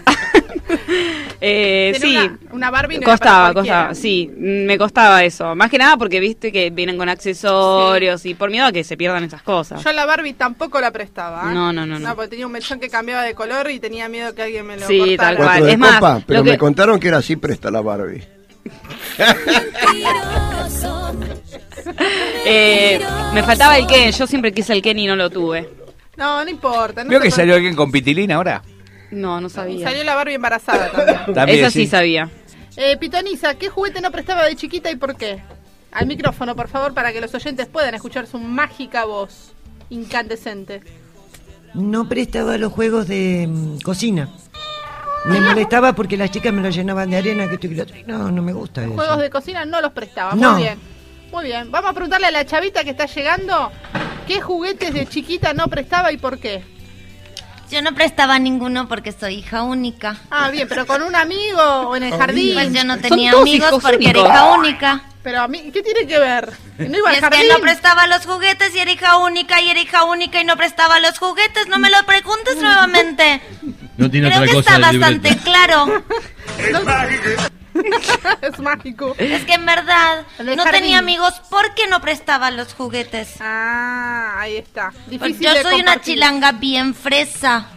Eh,
Tener
sí.
una, una Barbie no era
Costaba,
para cualquiera.
costaba, sí, mm, me costaba eso. Más que nada porque viste que vienen con accesorios y por miedo a que se pierdan esas cosas.
Yo la Barbie tampoco la prestaba. ¿eh?
No, no, no, no.
No, porque tenía un mechón que cambiaba de color y tenía miedo que alguien me lo
Sí,
cortara.
tal cual. Es más,
Copa, pero
lo que-
me contaron que era así presta la Barbie.
Eh, me faltaba el Ken, yo siempre quise el Ken y no lo tuve.
No, no importa. No
¿Vio
se
que
pre-
salió alguien con pitilín ahora?
No, no sabía.
Salió la Barbie embarazada también.
También,
Eso sí sabía.
Eh, Pitoniza, ¿qué juguete no prestaba de chiquita y por qué? Al micrófono, por favor, para que los oyentes puedan escuchar su mágica voz incandescente.
No prestaba los juegos de mm, cocina. Me molestaba porque las chicas me lo llenaban de arena, que esto y que lo otro. Y No, no me gusta eso.
Juegos de cocina no los prestaba.
No.
Muy bien. Muy bien. Vamos a preguntarle a la chavita que está llegando qué juguetes de chiquita no prestaba y por qué.
Yo no prestaba ninguno porque soy hija única.
Ah, bien, pero con un amigo o
Oh,
en el jardín.
Pues yo no
Son
tenía
todos
amigos
hijos
porque era
únicos.
hija única.
Pero a mí, ¿qué tiene que ver? No iba
Y
al
es
jardín.
que no prestaba los juguetes y era hija única y era hija única y no prestaba los juguetes. No me lo preguntes
Mm.
nuevamente.
No tiene
Creo
otra
que
cosa
está
del libreto.
bastante claro.
es mágico.
Es que en verdad
El
no
jardín.
tenía amigos porque no prestaba los juguetes. Pues
Ah, ahí está. Difícil
Yo
de
soy una
compartir.
chilanga bien fresa.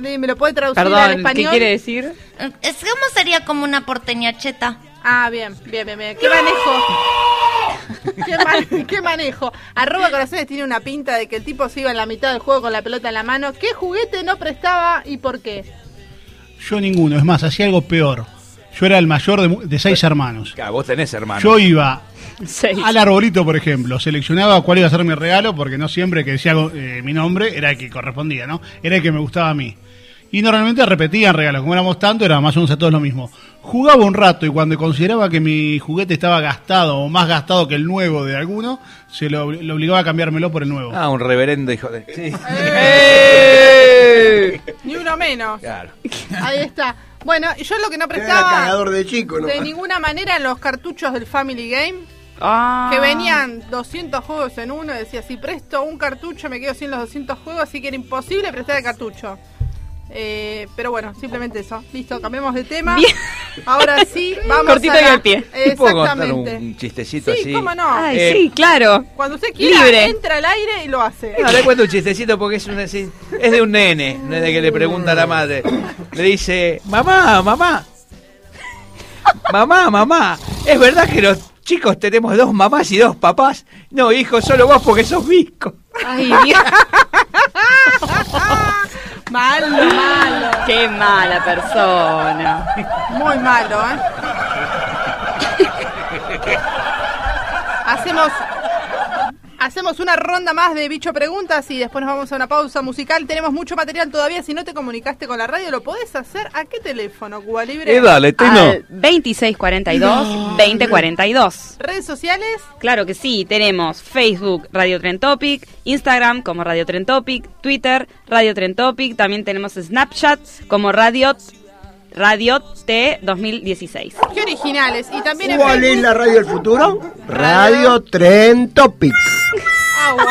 ¿Me lo puede traducir
Perdón,
al
¿qué
español?
quiere decir?
Mm, Es como sería como una porteña cheta.
Ah, bien, bien, bien, bien. ¿Qué manejo? ¿Qué, ma- qué manejo? Arroba Corazones tiene una pinta de que el tipo se iba en la mitad del juego con la pelota en la mano. ¿Qué juguete no prestaba y por qué?
Yo ninguno, es más, hacía algo peor. Yo era el mayor de, mu- de seis hermanos.
Claro, Ah, vos tenés hermano.
Yo iba
Seis.
al arbolito, por ejemplo, seleccionaba cuál iba a ser mi regalo, porque no siempre que decía eh, mi nombre era el que correspondía, ¿no? Era el que me gustaba a mí. Y normalmente repetían regalos, como éramos tanto, era más o menos a todos lo mismo. Jugaba un rato y cuando consideraba que mi juguete estaba gastado o más gastado que el nuevo de alguno, se lo, obli- lo obligaba a cambiármelo por el nuevo.
Ah, un reverendo hijo de. Sí.
Eh.
Ni uno menos.
Claro.
Ahí está. Bueno, y yo lo que no
Era
prestaba
cagador de chico, ¿no?
de ninguna manera los cartuchos del Family Game.
Ah.
Que venían 200 juegos en uno, decía, si presto un cartucho me quedo sin los 200 juegos, así que era imposible prestar el cartucho. Eh, pero bueno, simplemente eso. Listo, cambiemos de tema. Ahora sí, vamos
Cortito
a
y
la-
al pie.
¿Te puedo contar un,
Exactamente.
un chistecito
Sí,
así?
cómo no.
Ay,
Eh,
sí, claro.
Cuando usted quiera,
Libre.
entra al aire y lo hace.
No, le cuento un chistecito porque es, un, es de un nene, un nene que le pregunta a la madre. Le dice, mamá, mamá, mamá, mamá, ¿es verdad que los chicos tenemos dos mamás y dos papás? No, hijo, solo vos porque sos visco.
pues. Ay, Dios.
Malo, malo.
Qué mala persona.
Muy malo, ¿eh? Hacemos. Hacemos una ronda más de bicho preguntas y después nos vamos a una pausa musical. Tenemos mucho material todavía. Si no te comunicaste con la radio, lo podés hacer. ¿A qué teléfono, Cuba
Eh,
Libre?
Al 2642-2042.
¿Redes sociales?
Claro que sí, tenemos Facebook Radio Tren Topic, Instagram como Radio Tren Topic, Twitter Radio Tren Topic, también tenemos Snapchat como Radio, Radio T 2016.
Qué originales. Y también en
¿Cuál es
Facebook.
la radio del futuro? Radio Tren Topic.
Ah, bueno.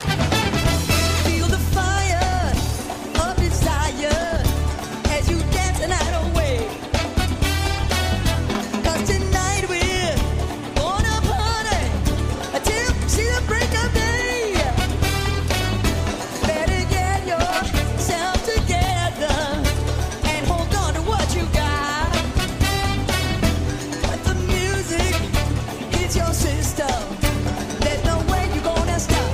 Feel the fire of desire as you dance the night away. 'Cause tonight we're gonna party till till the break of day. Better get yourself together and hold on to what you got. But the music is your system. There's no way you're gonna stop.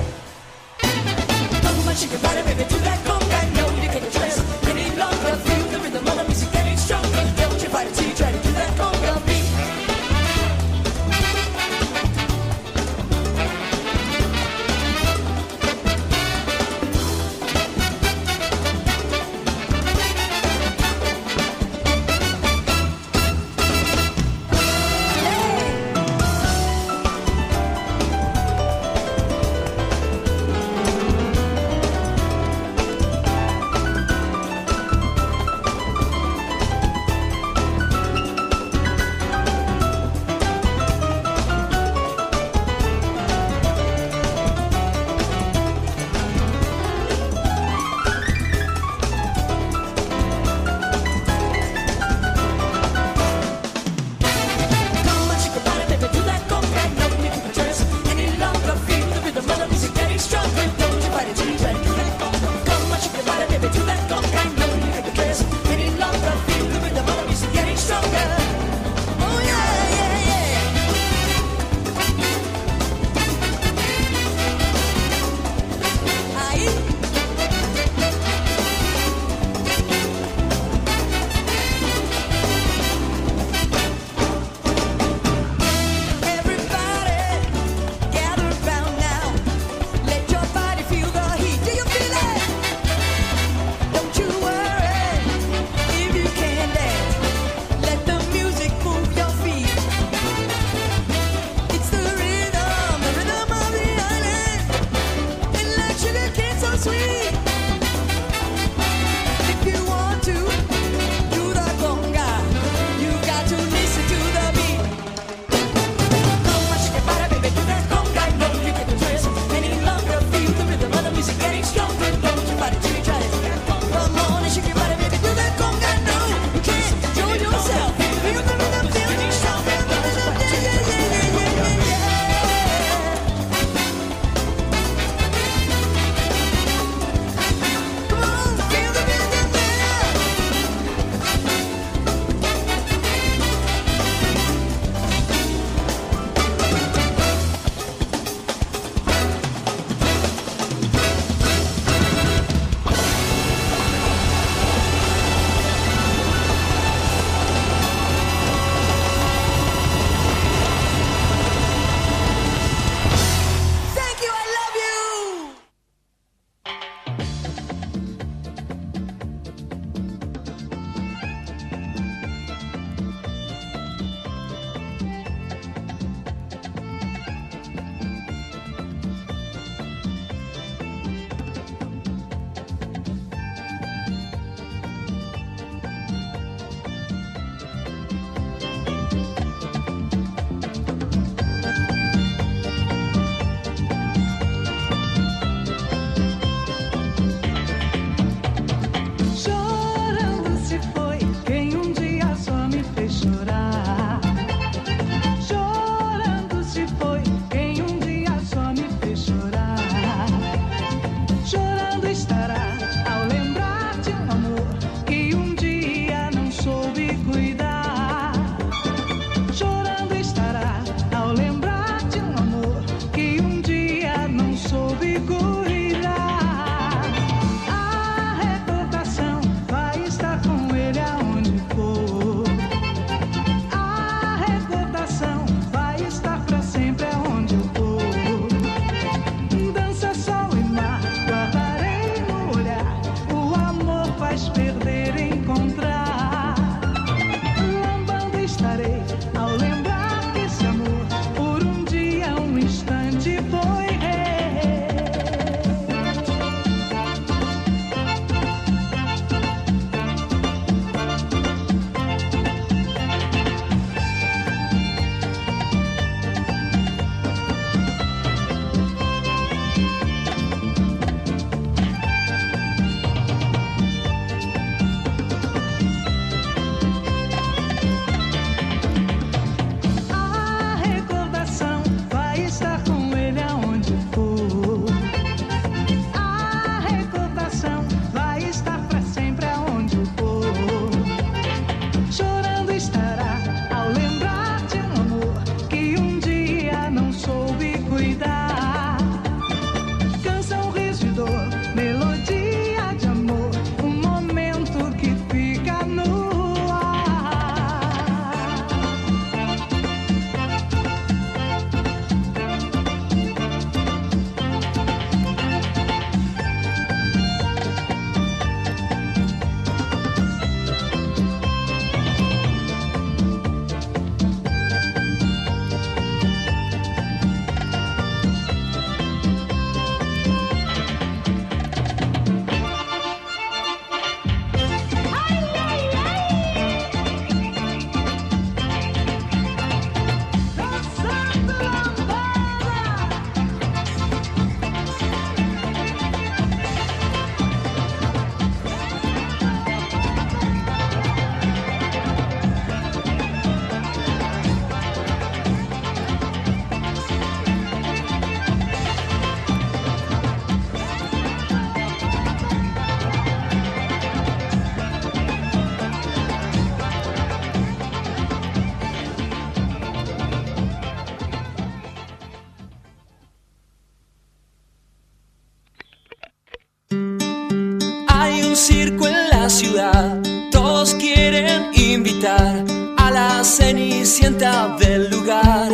un circo en la ciudad. Todos quieren invitar a la cenicienta del lugar.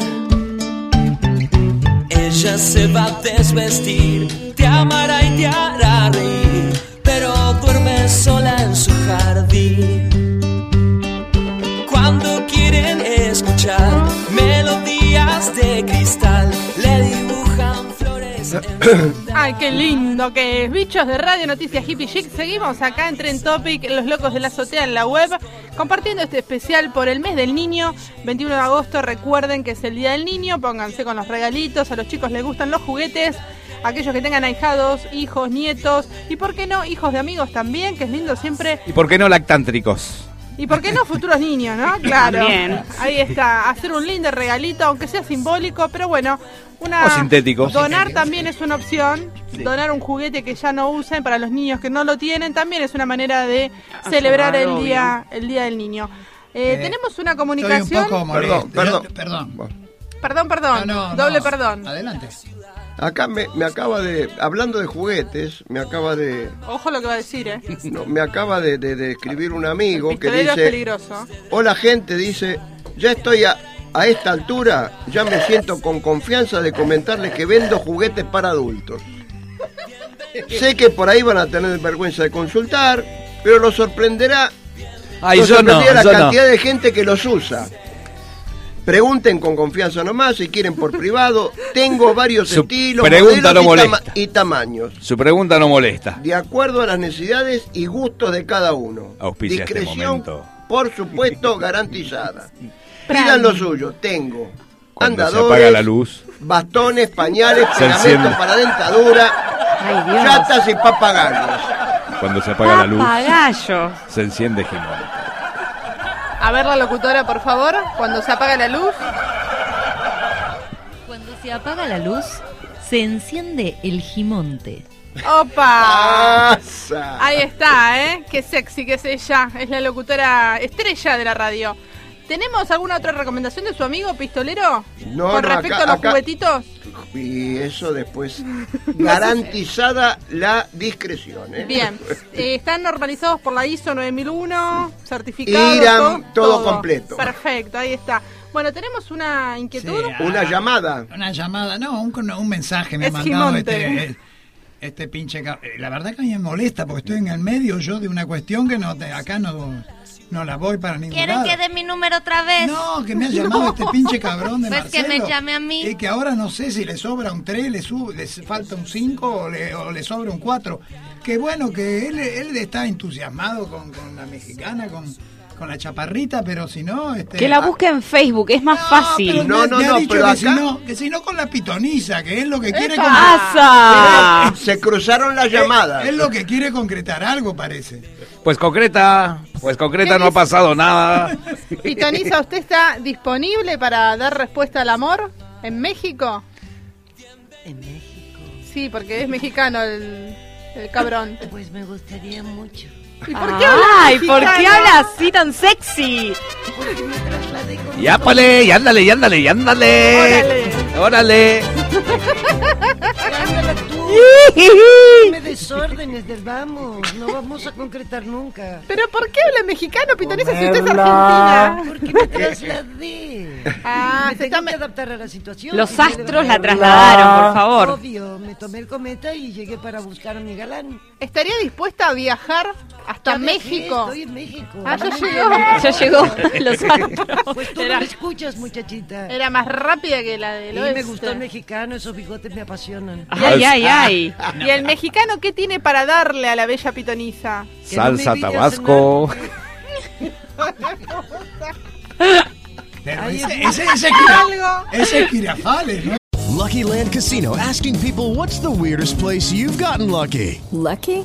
Ella se va a desvestir, te amará y te hará reír, pero duerme sola en su jardín. Cuando quieren escuchar melodías de cristal, le dibujan flores en
Ay, qué lindo que es. Bichos de Radio Noticias Hippie Chic. Seguimos acá en Trend Topic, los locos de la azotea en la web, compartiendo este especial por el mes del niño. 21 de agosto, recuerden que es el día del niño. Pónganse con los regalitos. A los chicos les gustan los juguetes. Aquellos que tengan ahijados, hijos, nietos y, ¿por qué no? Hijos de amigos también, que es lindo siempre.
¿Y por qué no lactántricos?
¿Y por qué no futuros niños, no? Claro.
También.
Ahí está. Hacer un lindo regalito, aunque sea simbólico, pero bueno. Una,
O sintético.
Donar
Sintético.
también es una opción. Donar un juguete que ya no usen para los niños que no lo tienen también es una manera de celebrar el
obvio.
día, el día del niño. Eh,
Eh,
tenemos una
Estoy un
comunicación.
poco molesto.
Perdón,
perdón.
Perdón, perdón.
no,
Doble
no.
perdón.
Adelante.
Acá me, me acaba de, hablando de juguetes, me acaba de,
Ojo lo que va a decir, ¿eh?
no, me acaba de, de- de escribir un amigo que
Pistolero es
dice,
peligroso.
hola gente, dice, ya estoy a, a esta altura, ya me siento con confianza de comentarles que vendo juguetes para adultos. Sé que por ahí van a tener vergüenza de consultar, pero los sorprenderá,
Ay,
los
yo no,
sorprenderá
yo
la
no.
cantidad de gente que los usa. Pregunten con confianza nomás, si quieren por privado. Tengo varios
Su
estilos,
pregunta
modelos
no
y,
molesta.
y tamaños,
Su pregunta no molesta.
de acuerdo a las necesidades y gustos de cada uno.
Auspicia este
Discreción,
momento.
por supuesto, garantizada. Pidan lo suyo, tengo.
Cuando se
andadores,
apaga la luz.
bastones, pañales,
Se
pegamento
enciende.
para dentadura, chatas y papagayos.
Cuando se apaga la luz.
Papagayo.
Se enciende Jimón.
A ver la locutora, por favor, cuando se apaga la luz.
Cuando se apaga la luz, se enciende el gimonte.
¡Opa!
¡Asa!
Ahí está, ¿eh? Qué sexy que es ella. Es la locutora estrella de la radio. ¿Tenemos alguna otra recomendación de su amigo pistolero?
No,
Con
no,
respecto
acá-
a los
acá-
juguetitos.
Y eso después, garantizada la discreción. ¿eh?
Bien. Eh, están normalizados por la ISO 9001, certificados.
Irán, todo completo.
Perfecto, ahí está. Bueno, tenemos una inquietud.
ah.
Una llamada.
Una llamada, no, un, un mensaje me ha
Es
mandado
Gimonte.
este, este pinche... ca- eh, La verdad que a mí me molesta porque estoy en el medio yo de una cuestión que no te- acá no, no la voy para ningún
¿Quieren
lado.
que dé mi número otra vez?
No, que me ha llamado este pinche cabrón de
Pues que
Marcelo. Eh,
me llame a mí.
Y que ahora no sé si le sobra un 3, le, sub- le falta un 5 o le, o le sobra un 4. Que bueno, que él, él está entusiasmado con, con la mexicana, con, con la chaparrita, pero si no... Este,
Que la
ah,
busque en Facebook, es más fácil.
pero me- me ha dicho que, si no, que si no con la pitoniza, que es lo que quiere
¡Epa!
concretar. Eh,
¡Asa!
Se cruzaron las llamadas.
Es, lo que quiere concretar algo, parece.
Pues concreta, pues concreta, no ha pasado nada.
Pitoniza, ¿usted está disponible para dar respuesta al amor en México?
En México.
Sí, porque es mexicano el, el cabrón.
Pues me gustaría mucho.
¿Y por qué habla
Ay, ¿por qué
mexicano?
habla así tan sexy?
Y ápale, y ándale, y ándale, y ándale. Órale.
Me desórdenes del vamos, no vamos a concretar nunca.
¿Pero por qué habla mexicano, Pitoniza, si usted es
Ponerla.
argentina?
Porque me trasladé.
Ah,
me tengo que adaptar a la situación.
Los
que llegué de
astros la
Barcelona.
trasladaron, por favor.
Obvio, me tomé el cometa y llegué para buscar a mi galán.
¿Estaría dispuesta a viajar hasta
Ya viajé,
México?
Estoy en México.
Ah, ya llegó. Ya llegó, los astros.
Pues tú
Era-
no me escuchas, muchachita.
Era más rápida que la
Y
del oeste.
me gustó el mexicano, esos bigotes me apasionan.
Ay, ay,
ah.
ay. ¿Y el mexicano qué tiene para darle a la bella pitoniza?
Salsa Tabasco.
Pero
Ahí
ese,
está.
ese, ese es Quira-
Algo.
ese es Quirafales, ¿no?
Lucky Land Casino asking people what's the weirdest place you've gotten lucky?
Lucky?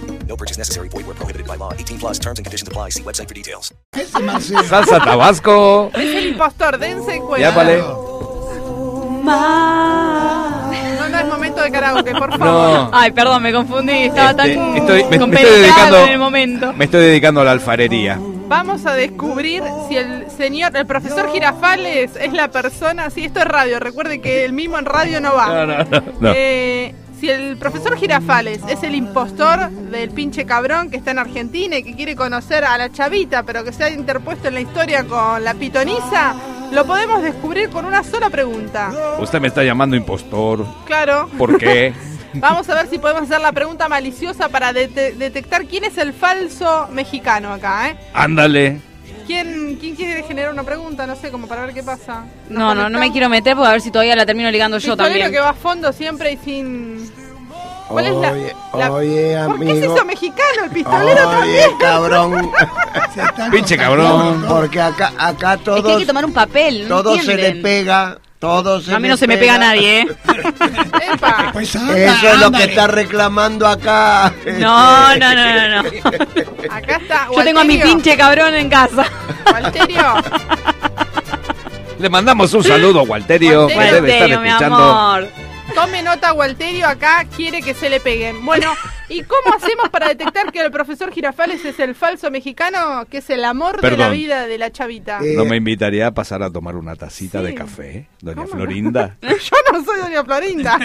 No purchase necessary. Void where prohibited by law. 18 plus terms and conditions apply. See website for details.
Salsa Tabasco.
Es el impostor, dense cuenta.
Ya, vale.
No, no es momento de karaoke, por favor.
No. Este,
Ay, perdón, me confundí. Estaba tan
Estoy, me, me estoy
compenetrado
dedicando,
en el momento.
me estoy dedicando a la alfarería.
Vamos a descubrir si el señor, el profesor Girafales es la persona. Sí, esto es radio. Recuerde que el mismo en radio no va.
No, no, no, no.
Eh, si el profesor Girafales es el impostor del pinche cabrón que está en Argentina y que quiere conocer a la chavita, pero que se ha interpuesto en la historia con la pitonisa, lo podemos descubrir con una sola pregunta.
Usted me está llamando impostor.
Claro.
¿Por qué?
Vamos a ver si podemos hacer la pregunta maliciosa para dete- detectar quién es el falso mexicano acá, ¿eh?
Ándale.
¿Quién, ¿Quién quiere generar una pregunta? No sé, como para ver qué pasa.
No, no, no me quiero meter porque a ver si todavía la termino ligando yo
Pistolero
también.
que va a fondo siempre y sin... ¿Cuál es la-
Oye,
la-
oye,
¿Por qué es
amigo.
eso mexicano el pistolero
Oye,
también?
cabrón.
Pinche cabrón.
Porque acá, acá
Es que hay que
todos,
tomar un papel, ¿no
todos se le
entienden?
pega. Todos se
a mí
le
no se me pega nadie, ¿eh?
Pues
Eso es lo que está reclamando acá.
No, no, no, no, no.
Acá está.
Yo tengo a mi
Walterio.
pinche cabrón en casa.
Walterio,
Le mandamos un saludo a Walterio, que
Walterio,
debe estar
mi
escuchando.
amor.
tome nota, Walterio acá quiere que se le peguen. Bueno, ¿y cómo hacemos para detectar que el profesor Girafales es el falso mexicano, que es el amor de la
Perdón. Eh,
vida de la chavita?
¿No me invitaría a pasar a tomar una tacita de café, doña Florinda?
Yo no soy doña Florinda.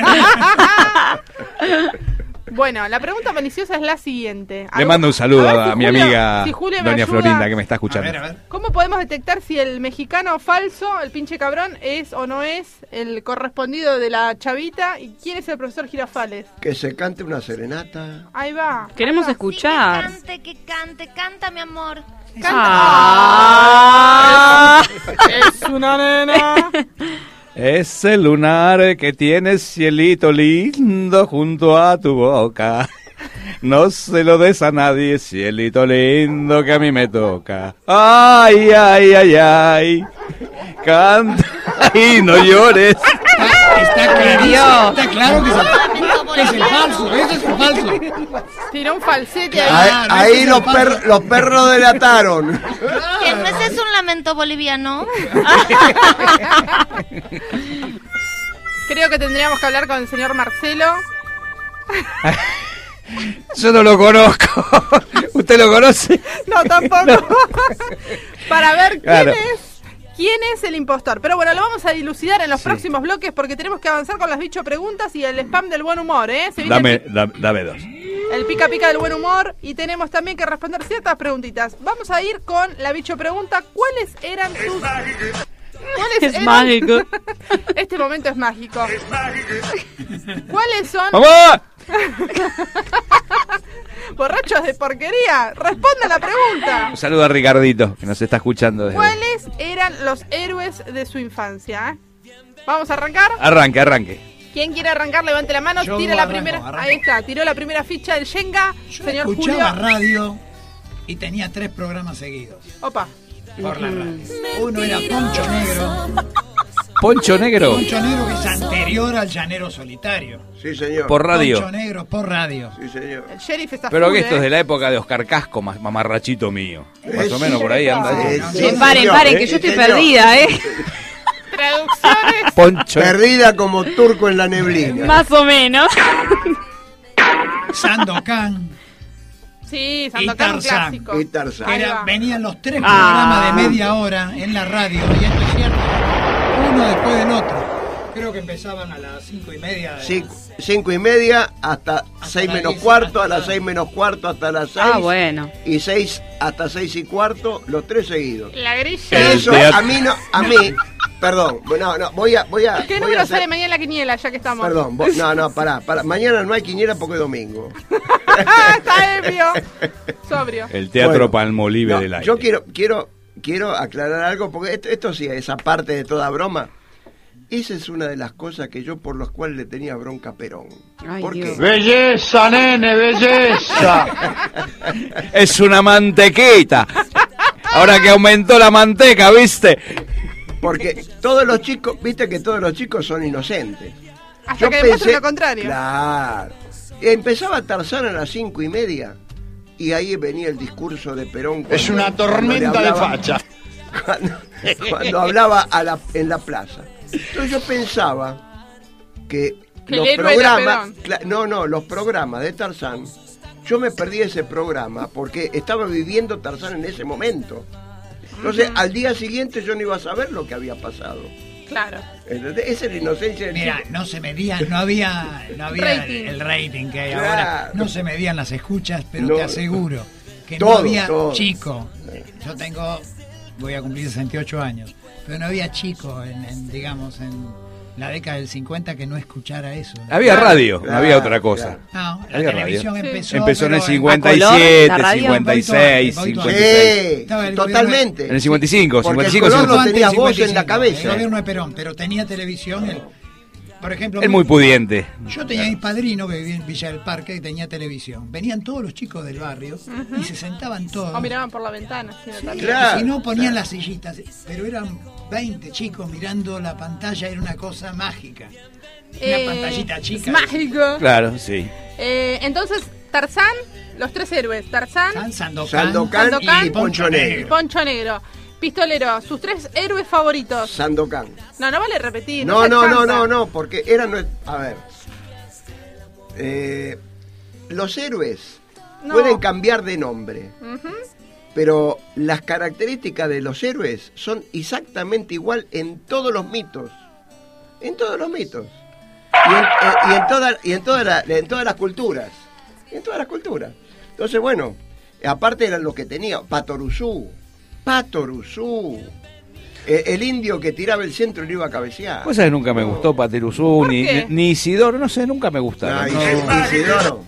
bueno, la pregunta maliciosa es la siguiente.
Le mando un saludo
A ver
a,
si
mi
Julio-
amiga
si Julio me
doña
ayuda.
Florinda que me está escuchando.
¿Cómo podemos detectar si el mexicano falso, el pinche cabrón, es o no es el correspondido de la chavita? ¿Y quién es el profesor Girafales?
Que se cante una serenata.
Ahí va.
Queremos escuchar.
Cante, que cante, canta, mi amor.
Ah.
Es una nena.
Ese lunar que tienes, cielito lindo, junto a tu boca. No se lo des a nadie, cielito lindo, que a mí me toca. Ay, ay, ay, ay. Canta y no llores.
Está clarísimo, está claro que es, que es el falso, eso es el falso.
Tiró un falsete ahí. Ah,
Ahí,
Claro,
ahí
ese es
los,
el paso.
per- los perros delataron.
¿Que no ese es un lamento boliviano?
Creo que tendríamos que hablar con el señor Marcelo.
Yo no lo conozco. ¿Usted lo conoce?
No, tampoco. Para ver quién
Claro.
es. ¿Quién es el impostor? Pero bueno, lo vamos a dilucidar en los próximos bloques porque tenemos que avanzar con las bicho preguntas y el spam del buen humor, ¿eh? Se viene el
Dame, da- dame dos.
El pica pica del buen humor y tenemos también que responder ciertas preguntitas. Vamos a ir con la bicho pregunta. ¿Cuáles eran sus... ¿Cuáles
Es
eran-
mágico.
este momento es mágico. ¿Cuáles son
¡Mamá!
borrachos de porquería? Responda la pregunta.
Un saludo a Ricardito, que nos está escuchando. Desde...
¿Cuáles eran los héroes de su infancia? eh? Vamos a arrancar.
Arranque, arranque.
¿Quién quiere arrancar? Levante la mano.
Yo
Tira la
arranco,
primera.
arranco.
Ahí está. Tiró la primera ficha del Shenga. Señor
Escuchaba
Julio.
radio y tenía tres programas seguidos
Opa. Mm.
por la radio. Uno era Poncho Negro,
Poncho Negro,
Poncho Negro que es anterior al Llanero Solitario.
Sí, señor.
por radio.
Poncho Negro por radio.
Sí, señor.
El sheriff está
Pero
full,
que esto
eh.
es de la época de Oscar Casco, ma- mamarrachito mío. Más o
Sí,
menos por ahí anda.
sí,
eso.
sí,
Bien, paren,
señor,
paren,
¿eh?
que yo
Sí,
estoy
señor.
perdida, ¿eh?
Traducciones.
Poncho.
Perdida como turco en la neblina.
Más o menos.
Sandokan,
Sí,
Y
Sandokan un
Tarzán.
clásico.
Y Tarzán.
Ahí
era-
va.
venían los tres
Ah.
programas de media hora en la radio, y esto es cierto, uno después del otro. Creo que empezaban a las cinco y media. de-
Cinco, cinco y media hasta, seis
las
menos
diez,
cuarto, a
hasta-
las seis menos cuarto hasta las seis.
Ah, bueno.
Y seis hasta seis y cuarto, los tres seguidos.
La grilla.
El
Eso
teatro-
a mí no, a mí, perdón, no, no, voy a, voy a.
¿Qué
voy
número
a hacer-
sale mañana en la quiniela, ya que estamos?
Perdón, vo- no, no, pará, pará. Mañana no hay quiniela porque es domingo.
Está ebrio. Sobrio.
El teatro
Bueno,
Palmolive
no,
del aire.
Yo quiero, quiero, quiero aclarar algo, porque esto, esto sí es aparte de toda broma. Esa es una de las cosas que yo por las cuales le tenía bronca a Perón. ¿Por qué?
Belleza, nene, belleza.
Es una mantequita. Ahora que aumentó la manteca, ¿viste?
Porque todos los chicos, viste que todos los chicos son inocentes.
Hasta que demuestren lo contrario.
Claro. Empezaba Tarzán a las cinco y media y ahí venía el discurso de Perón.
Es una tormenta
cuando le
de facha.
Cuando, cuando hablaba a la- en la plaza. Entonces yo pensaba que
Que
los
el héroe era
programas, cla- no, no, los programas de Tarzán, yo me perdí ese programa porque estaba viviendo Tarzán en ese momento. Entonces, al día siguiente yo no iba a saber lo que había pasado.
Mm, Claro.
¿Entendés? Esa es la inocencia del
Mira,
chico.
no se medía, no había, no había
Rating.
El, el rating que hay
Claro.
Eh, ahora. No se medían las escuchas, pero
No.
te aseguro que no
Todo,
había
todo.
chico. Yo tengo, voy a cumplir 68 años, pero no había chico, en, en, digamos, en la década del 50 que no escuchara eso.
Había radio, no había otra cosa.
No, la
Había
televisión
radio.
empezó.
en el
pero
57, 56, 56.
Sí, totalmente.
En el 55,
Porque el
55,
Colón no tenía
55.
voz en la
El
cabeza.
gobierno de Perón, pero tenía televisión. el- por ejemplo,
Es
mi-
muy pudiente.
Yo tenía mi padrino que vivía en Villa del Parque y tenía televisión. Venían todos los chicos del barrio y se sentaban todos.
Ah,
O miraban por la ventana. si no
Y
también.
Si no ponían las sillitas, pero eran 20 chicos mirando la pantalla, era una cosa mágica. Una
Eh,
pantallita chica.
Es mágico.
Claro, sí.
Eh, entonces, Tarzán, los tres héroes. Tarzán,
Sandokan y Poncho Negro.
Poncho Negro. Pistolero, sus tres héroes favoritos.
Sandokan.
No, no vale repetir.
No,
se
no, no,
alcanza.
no, no, porque eran. nue- A ver. Eh, los héroes
No.
pueden cambiar de nombre,
Ujú.
pero las características de los héroes son exactamente igual en todos los mitos. En todos los mitos. Y en, eh, y en toda- y en toda la- en todas las culturas. En todas las culturas. Entonces, bueno, aparte eran los que tenía. Patoruzú. Patoruzú. Eh, el indio que tiraba el centro y lo iba a cabecear.
Vos sabés, nunca me gustó Pateruzú, ni,
qué?
ni Isidoro, no sé, nunca me gustaron.
No, Isidoro.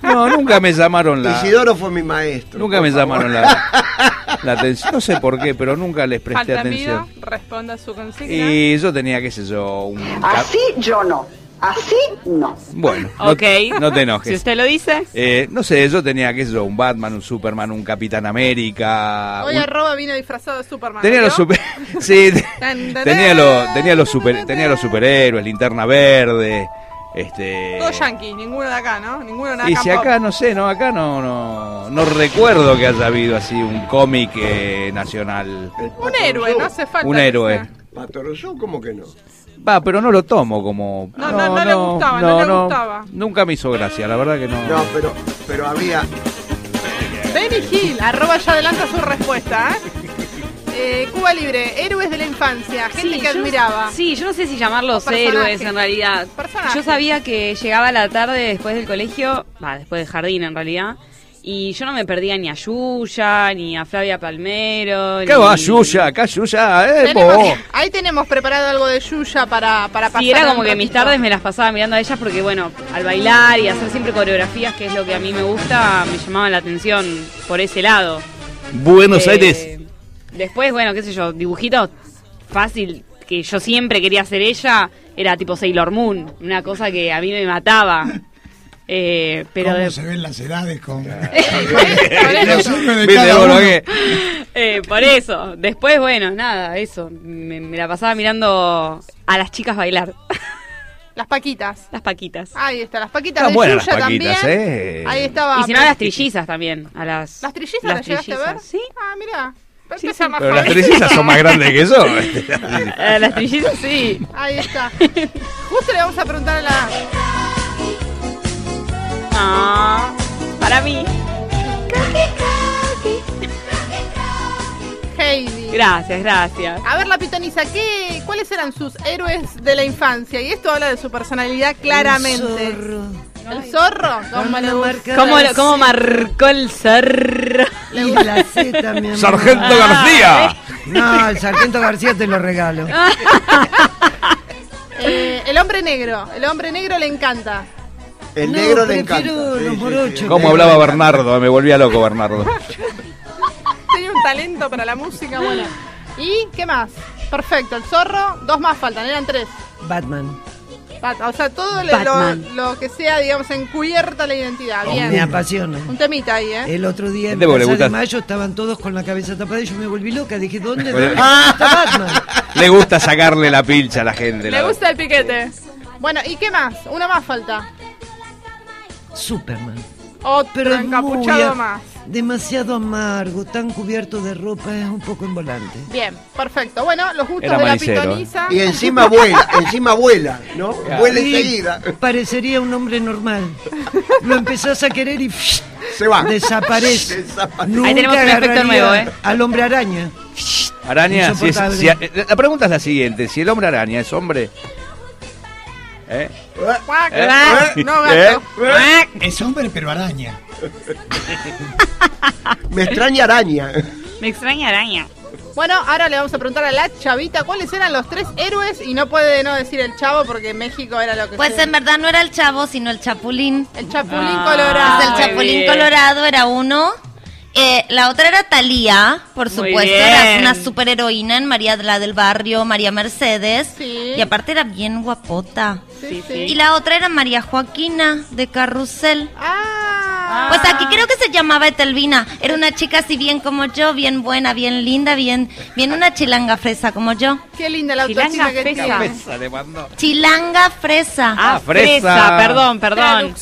No, nunca me llamaron la...
Isidoro fue mi maestro.
Nunca me llamaron la, la atención, no sé por qué, pero nunca les presté
Altamiro,
atención.
responda a su consigna.
Y yo tenía, qué sé yo, un... cap-
Así yo no. Así no.
Bueno, no,
Ok.
no te enojes.
Si usted lo dice.
Eh, no sé, yo tenía, qué sé yo, un Batman, un Superman, un Capitán América.
Hoy
un-
arroba vino disfrazado de Superman.
Tenía
¿no?
los super... sí, te-
Tan, tan,
tenía,
tan.
los, tenía, los super... tenía los superhéroes, Linterna Verde, este...
Todo yankee, ninguno de acá, ¿no? Ninguno de acá.
Y si acá, no sé, no, acá no, no, no recuerdo que haya habido así un cómic eh, nacional.
Un héroe, no hace falta.
Un
que
héroe.
sea.
Patoruzú, ¿cómo que no?
Va, pero no lo tomo como...
No, no, no, le gustaba, no, le gustaba.
Nunca me hizo gracia, la verdad que no.
No, pero, pero había.
Benny Hill, arroba ya adelanta su respuesta, ¿eh? Eh, Cuba Libre, héroes de la infancia, gente
Sí,
que
yo-
admiraba.
Sí, yo no sé si
O
llamarlos
personajes.
héroes en realidad.
Personajes.
Yo sabía que llegaba la tarde después del colegio, va, después del jardín en realidad, y yo no me perdía ni a Yuya, ni a Flavia Palmero.
¿Qué
ni-
va, Yuya? Acá Yuya, eh,
Tenemos-
vos.
ahí tenemos preparado algo de Yuya para, para pasar.
Sí, era como
un
que mis
ratito.
tardes me las pasaba mirando a ellas porque, bueno, al bailar y hacer siempre coreografías, que es lo que a mí me gusta, me llamaba la atención por ese lado.
Buenos
Eh,
Aires.
Después, bueno, qué sé yo, dibujitos fácil que yo siempre quería hacer ella era tipo Sailor Moon, una cosa que a mí me mataba. Eh, pero
¿Cómo
de-
se ven las edades con
eso.
de
Viste,
cada
vos lo
uno?
que- eh, por eso, después, bueno, nada, eso, me, me la pasaba mirando a las chicas bailar.
Las paquitas.
Las paquitas.
Ahí está, las paquitas
Están
de
buenas
Yuya
las paquitas,
también.
eh.
Ahí estaba.
Y si no, a las trillizas también. A las,
¿Las trillizas
las
las llegaste a ver?
trillizas, Sí.
Ah, mira.
Pero las trillizas son más grandes que yo.
A las trillizas sí.
Ahí está. Justo le vamos a preguntar a la.
Ah, para mí.
Heidi.
Gracias, gracias.
A ver, la pitoniza, ¿qué, ¿cuáles eran sus héroes de la infancia? Y esto habla de su personalidad claramente. El zorro. ¿El zorro? ¿Cómo le gusta?
¿Cómo, lo- cómo marcó el cerro?
Y la Z, mi amor.
¡Sargento García!
No, el sargento García te lo regalo.
Eh, el hombre negro. El hombre negro le encanta.
El
No,
negro le encanta.
prefiero los morochos.
¿Cómo hablaba Bernardo? Me volvía loco Bernardo.
Tenía un talento para la música, bueno. ¿Y qué más? Perfecto, el zorro, dos más faltan, eran tres.
Batman.
Bat- O sea, todo lo- lo,
Batman. Oh,
lo que sea, digamos, encubierta la identidad. Bien.
Me apasiona.
Un temita ahí, ¿eh?
El otro día en
Debo Este le
Plaza de
gustas.
Mayo estaban todos con la cabeza tapada y yo me volví loca. Dije, ¿dónde,
Bueno.
dónde está
Ah.
Batman?
Le gusta sacarle la pilcha a la gente.
Le
la-
gusta el piquete. Bueno, ¿y qué más? Una más falta.
Superman.
Otro
Pero es muy
encapuchado
a-
más.
demasiado amargo, tan cubierto de ropa, es un poco en volante.
Bien, perfecto. Bueno, los gustos
Era
de la
manicero, ¿eh?
pitoniza.
Y encima vuela, encima vuela, ¿no? Vuela enseguida.
Parecería un hombre normal. Lo empezás a querer y se
va.
Desaparece. Nunca
Ahí tenemos un efecto
agarraría
nuevo, ¿eh?
Al hombre araña.
Araña, si es-
Insoportable.
si a- eh, la la pregunta es la siguiente: si el hombre araña es hombre. ¿Eh?
Cuac,
¿Eh?
cuac,
¿Eh?
No, gato.
¿Eh?
Es hombre, pero araña.
Me extraña araña.
Me extraña araña.
Bueno, ahora le vamos a preguntar a la chavita cuáles eran los tres héroes y no puede no decir el chavo porque en México era lo que
Pues en verdad no era el chavo, sino el chapulín. Pues
El chapulín colorado.
el
Muy
chapulín
bien.
colorado era uno. Eh, la otra era Talía, por
Muy
supuesto, era
bien.
una superheroína en María de la del Barrio, María Mercedes.
Sí.
Y aparte era bien guapota.
Sí, sí.
Y la otra era María Joaquina de Carrusel.
Ah.
Pues aquí creo que se llamaba Etelvina. Era una chica así bien como yo, bien buena, bien linda, bien, bien una chilanga fresa como yo.
Qué linda la
Chilanga
autoestima que
fresa.
tiene.
Cabeza le mandó.
Chilanga fresa.
Ah, fresa. Perdón, perdón.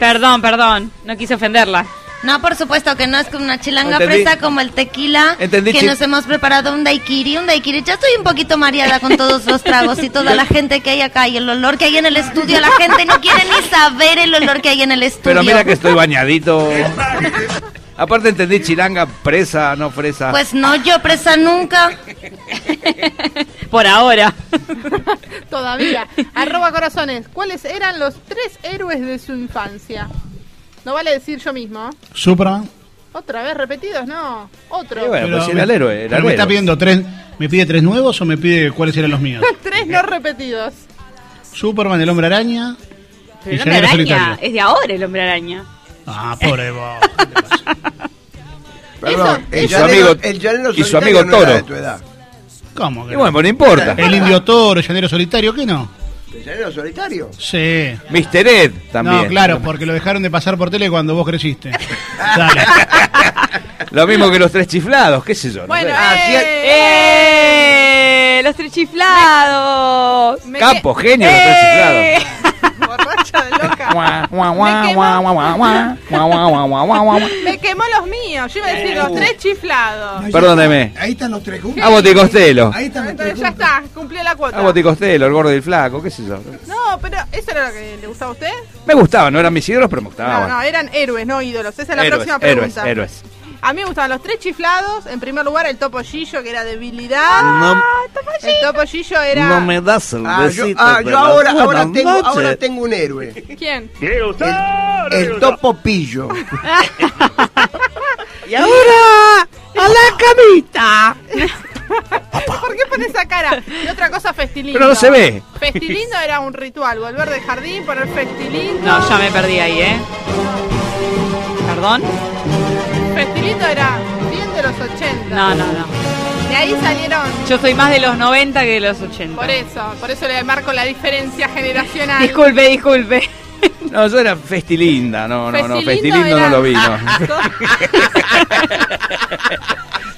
Perdón, perdón. No quise ofenderla.
No, por supuesto que no es como una chilanga
Entendí.
fresa como el tequila.
Entendí,
que
chi-
nos hemos preparado un daiquiri, un daiquiri. Ya estoy un poquito mareada con todos los tragos y toda la gente que hay acá y el olor que hay en el estudio. La gente no quiere ni saber el olor que hay en el estudio.
Pero mira que estoy bañadito. Aparte entendí chilanga, presa, no fresa.
Pues no, yo presa nunca.
Por ahora.
Todavía. Arroba corazones. ¿Cuáles eran los tres héroes de su infancia? No vale decir yo mismo. ¿eh?
Superman.
Otra vez repetidos, no. Otro.
Y bueno,
Pero
pues
me-
era el héroe. Era
pero
el
me
héroe.
está pidiendo tres. ¿Me pide tres nuevos o me pide cuáles eran los míos?
tres no repetidos.
Superman, el hombre araña.
Pero el hombre
Y Llanero
araña.
Solitario.
Es de ahora el hombre araña.
Ah, pobre vos.
Perdón,
Eso-
el
eso-
llanero-
amigo-
el llanero
y su
solitario
amigo
no era
Toro.
de tu edad.
¿Cómo que
Y bueno, pero no importa.
El indio toro, el llanero solitario, ¿qué no?
¿El llanero solitario?
Sí.
Mister Ed también.
No, claro, porque lo dejaron de pasar por tele cuando vos creciste.
Lo mismo que los tres chiflados, qué sé yo. no sé.
Ah, ¡Eh! ¡Los tres chiflados!
Capo, genio, los tres
Eh.
chiflados.
Guau, guau,
Me
guau,
quemó.
guau, guau, guau, guau, guau, guau, guau, guau, guau.
Me quemó los míos. Yo iba a decir los tres chiflados.
Perdóneme.
Ahí están los tres juntos.
A Boticostelo.
Ahí están los tres
Entonces ya
juntos.
está, cumplió la cuota.
A Boticostelo, el gordo y el flaco, qué sé yo.
No, pero ¿eso era lo que le gustaba a usted?
Me gustaban, no eran mis ídolos, pero me gustaban.
No, Ah, no, eran héroes, no ídolos. Esa es la
héroes,
próxima
héroes,
pregunta.
héroes.
A mí me gustaban los tres chiflados. En primer lugar, el topo Gillo, que era debilidad.
No-
el topo Gillo Ah, era.
das el
Ah, yo, ah, yo ahora, ahora, tengo, ahora tengo un héroe.
¿Quién?
El topo pillo.
¡Y ahora! ¡A la camita! ¿Por qué pone esa cara? Y otra cosa, festilindo.
Pero no se ve.
Festilindo era un ritual. Volver del jardín, poner festilindo.
No, ya me perdí ahí, ¿eh? ¿Perdón?
Festilindo era bien de los 80.
No, no, no.
De ahí salieron.
Yo soy más de los 90 que de los 80.
Por eso, por eso le marco la diferencia generacional.
Disculpe, disculpe.
No, yo era festilinda, no, no, no,
Festilindo
festilindo
era-
no lo vi, no.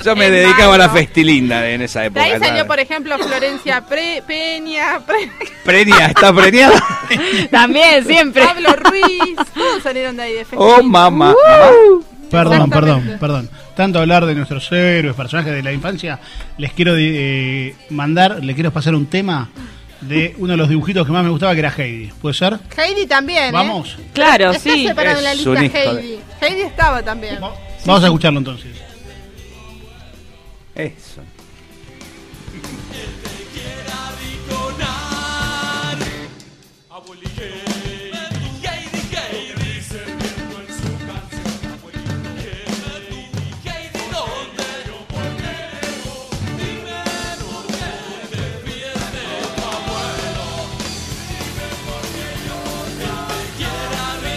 Yo me dedicaba a la festilinda en esa
De
época.
ahí salió,
¿sabes?
Ah, por ejemplo, Florencia Pre- Peña, Pre-
Preña, está preñada.
También, siempre.
Pablo Ruiz. Todos salieron de ahí de festilindo.
Oh, mamá.
Perdón,
Exactamente.
perdón, perdón. Tanto hablar de nuestros héroes, personajes de la infancia, les quiero eh, mandar, les quiero pasar un tema de uno de los dibujitos que más me gustaba, que era Heidi. ¿Puede ser?
Heidi también. ¿eh?
Vamos.
Claro,
Está
sí.
separado en la
Es
lista
un hijo de-
Heidi. Heidi estaba también.
Vamos a escucharlo entonces.
Eso.
Quiera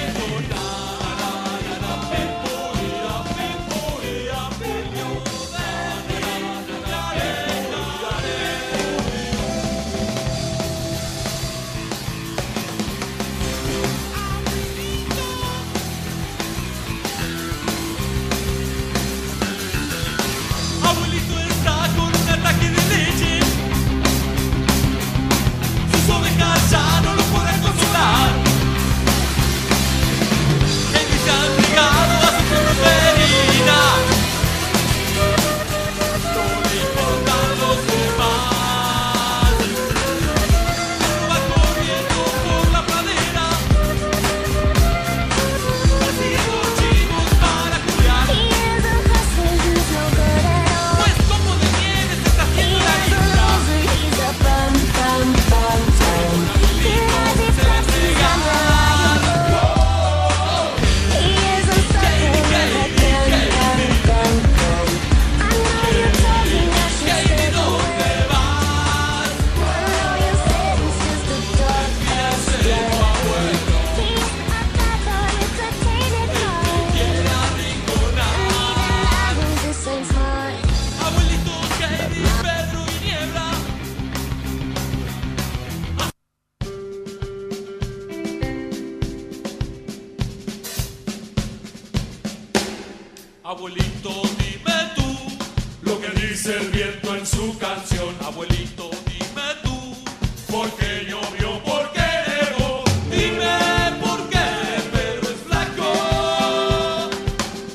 Abuelito, dime tú lo que dice el viento en su canción. Abuelito, dime tú por qué llovió, por qué nevó. Dime por qué Pedro es flaco.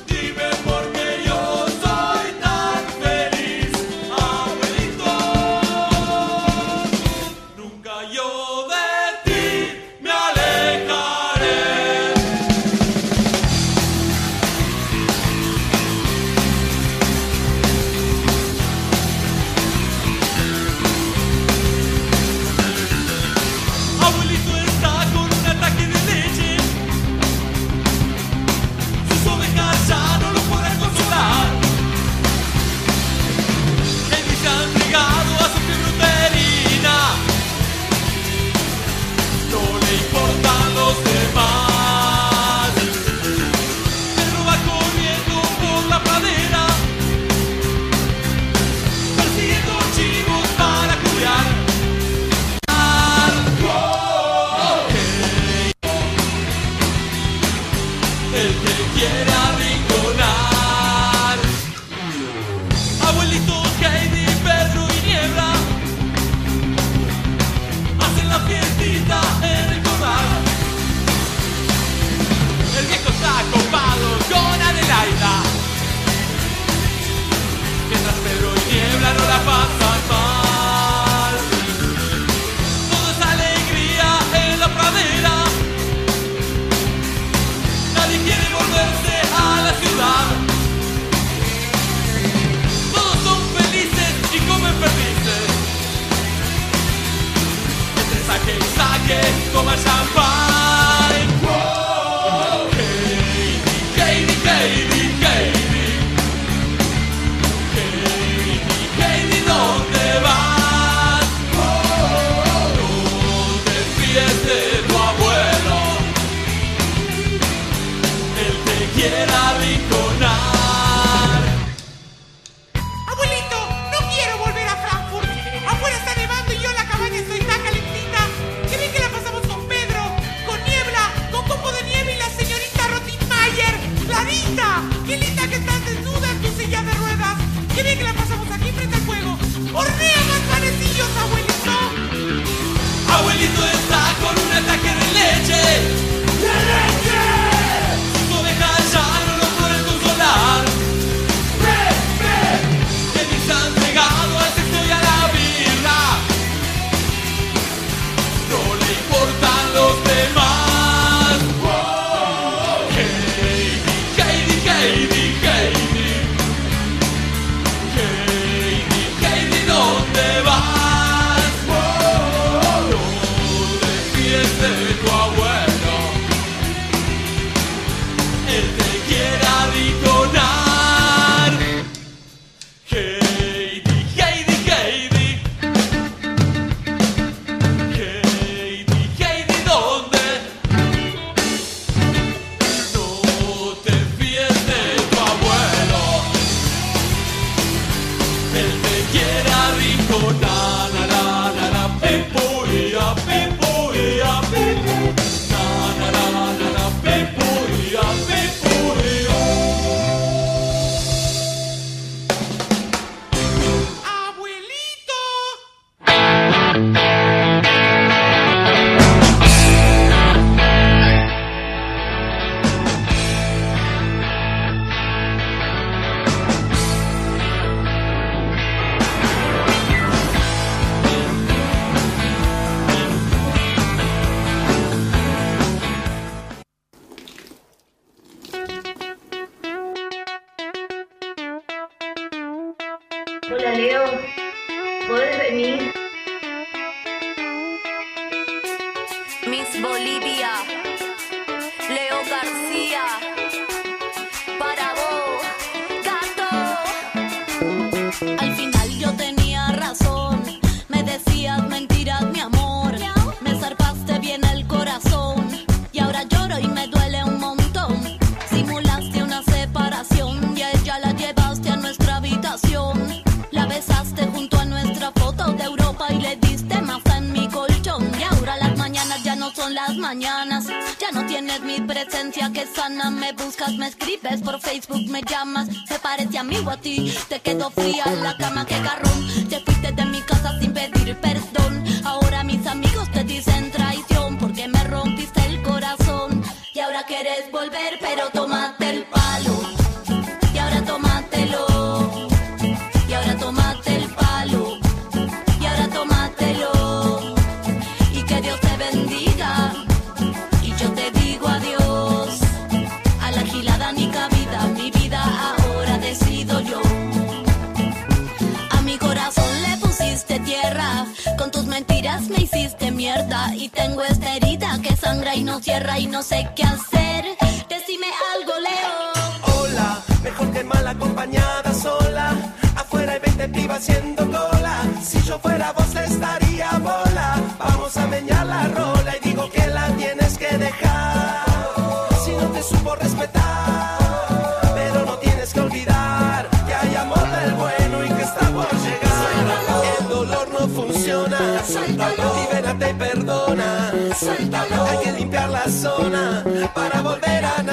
Dime por qué yo soy tan feliz. Abuelito, nunca yo de ti me alejaré. Abuelito está con un ataque de leche. Sus ovejas ya no lo podrán consolar. Él se ha entregado a su fiebre uterina. No le importan los demás. Pedro va corriendo por la pradera, persiguiendo chivos para curar. El que quiera rinconar Abuelitos Heidi, Pedro y Niebla Hacen la fiestita en el corral El viejo está copado con Adelaida Mientras Pedro y Niebla no la pasan mal Todo es alegría en la pradera Nadie quiere volverse a la ciudad. Todos son felices y comen perdices. Entre saque y saque, toma champán. Wow, Heidi, Heidi, Heidi, Heidi. Heidi, Heidi, ¿dónde vas? Wow, no te fíes de tu abuelo el que quiera rinconar.
Abuelito, no quiero volver a Frankfurt. Afuera está nevando y yo en la cabaña estoy tan calentita. Qué bien que la pasamos con Pedro, con niebla, con copo de nieve y la señorita Rottenmeier. Clarita, qué linda que estás desnuda en tu silla de ruedas. Qué bien que la pasamos aquí frente al fuego. Hornea más panecillos, abuelito.
Abuelito está con un ataque de leche. ¡De leche! Sus ovejas ya no lo pueden consolar. ¡Fe, fe! se ha entregado al sexo y a la vida. No le importan los demás. ¡Wow! Heidi, Heidi, Heidi, Heidi. Heidi, Heidi, ¿dónde vas? ¡Wow! No te fíes de tu abuelo. Él te quiera rinconar. Heidi, Heidi, Heidi. Heidi, Heidi, ¿dónde? No te fíes de tu abuelo. Él te quiera rinconar. La, la, la, la, pipu, ia, pipu, ia, pipu. Na, na, la, la, la, pipu, ia, pipu, ia.
Hola Leo, ¿podés venir?
Miss Bolivia, Leo García, para vos, gato. Al final yo tenía razón, me decías mentiras, mi amor. Me zarpaste bien el corazón, y ahora lloro y me duele un montón. Simulaste una separación y a ella la llevaste a nuestra habitación. La besaste junto a nuestra foto de Europa y le diste masa en mi colchón. Y ahora las mañanas ya no son las mañanas. sustancia que sana. Me buscas, me escribes, por Facebook me llamas. Se parece a mí o a ti. Te quedo fría en la cama, que garrón. Te fuiste de mi casa sin pedir perdón. Ahora mis amigos te dicen traición porque me rompiste el corazón. Y ahora quieres volver, pero tómate el palo. Y ahora tómatelo. Y ahora tómate el palo. Y ahora tómatelo. Y que Dios te bendiga. Y yo te digo adiós. A la gilada ni cabida. Mi vida ahora decido yo. A mi corazón le pusiste tierra, con tus mentiras me hiciste mierda y tengo esta herida que sangra y no cierra y no sé qué hacer. Decime algo, Leo.
Hola, mejor que mal acompañada sola. Afuera hay 20 pibas haciendo cola. Si yo fuera vos estaría bola. Vamos a meñar la rola y digo que la tienes que dejar. Si no te supo respetar, pero no tienes que olvidar que hay amor del bueno y que está por llegar. El dolor no funciona. Suéltalo, libérate y perdona. Suéltalo, hay que limpiar la zona para volver a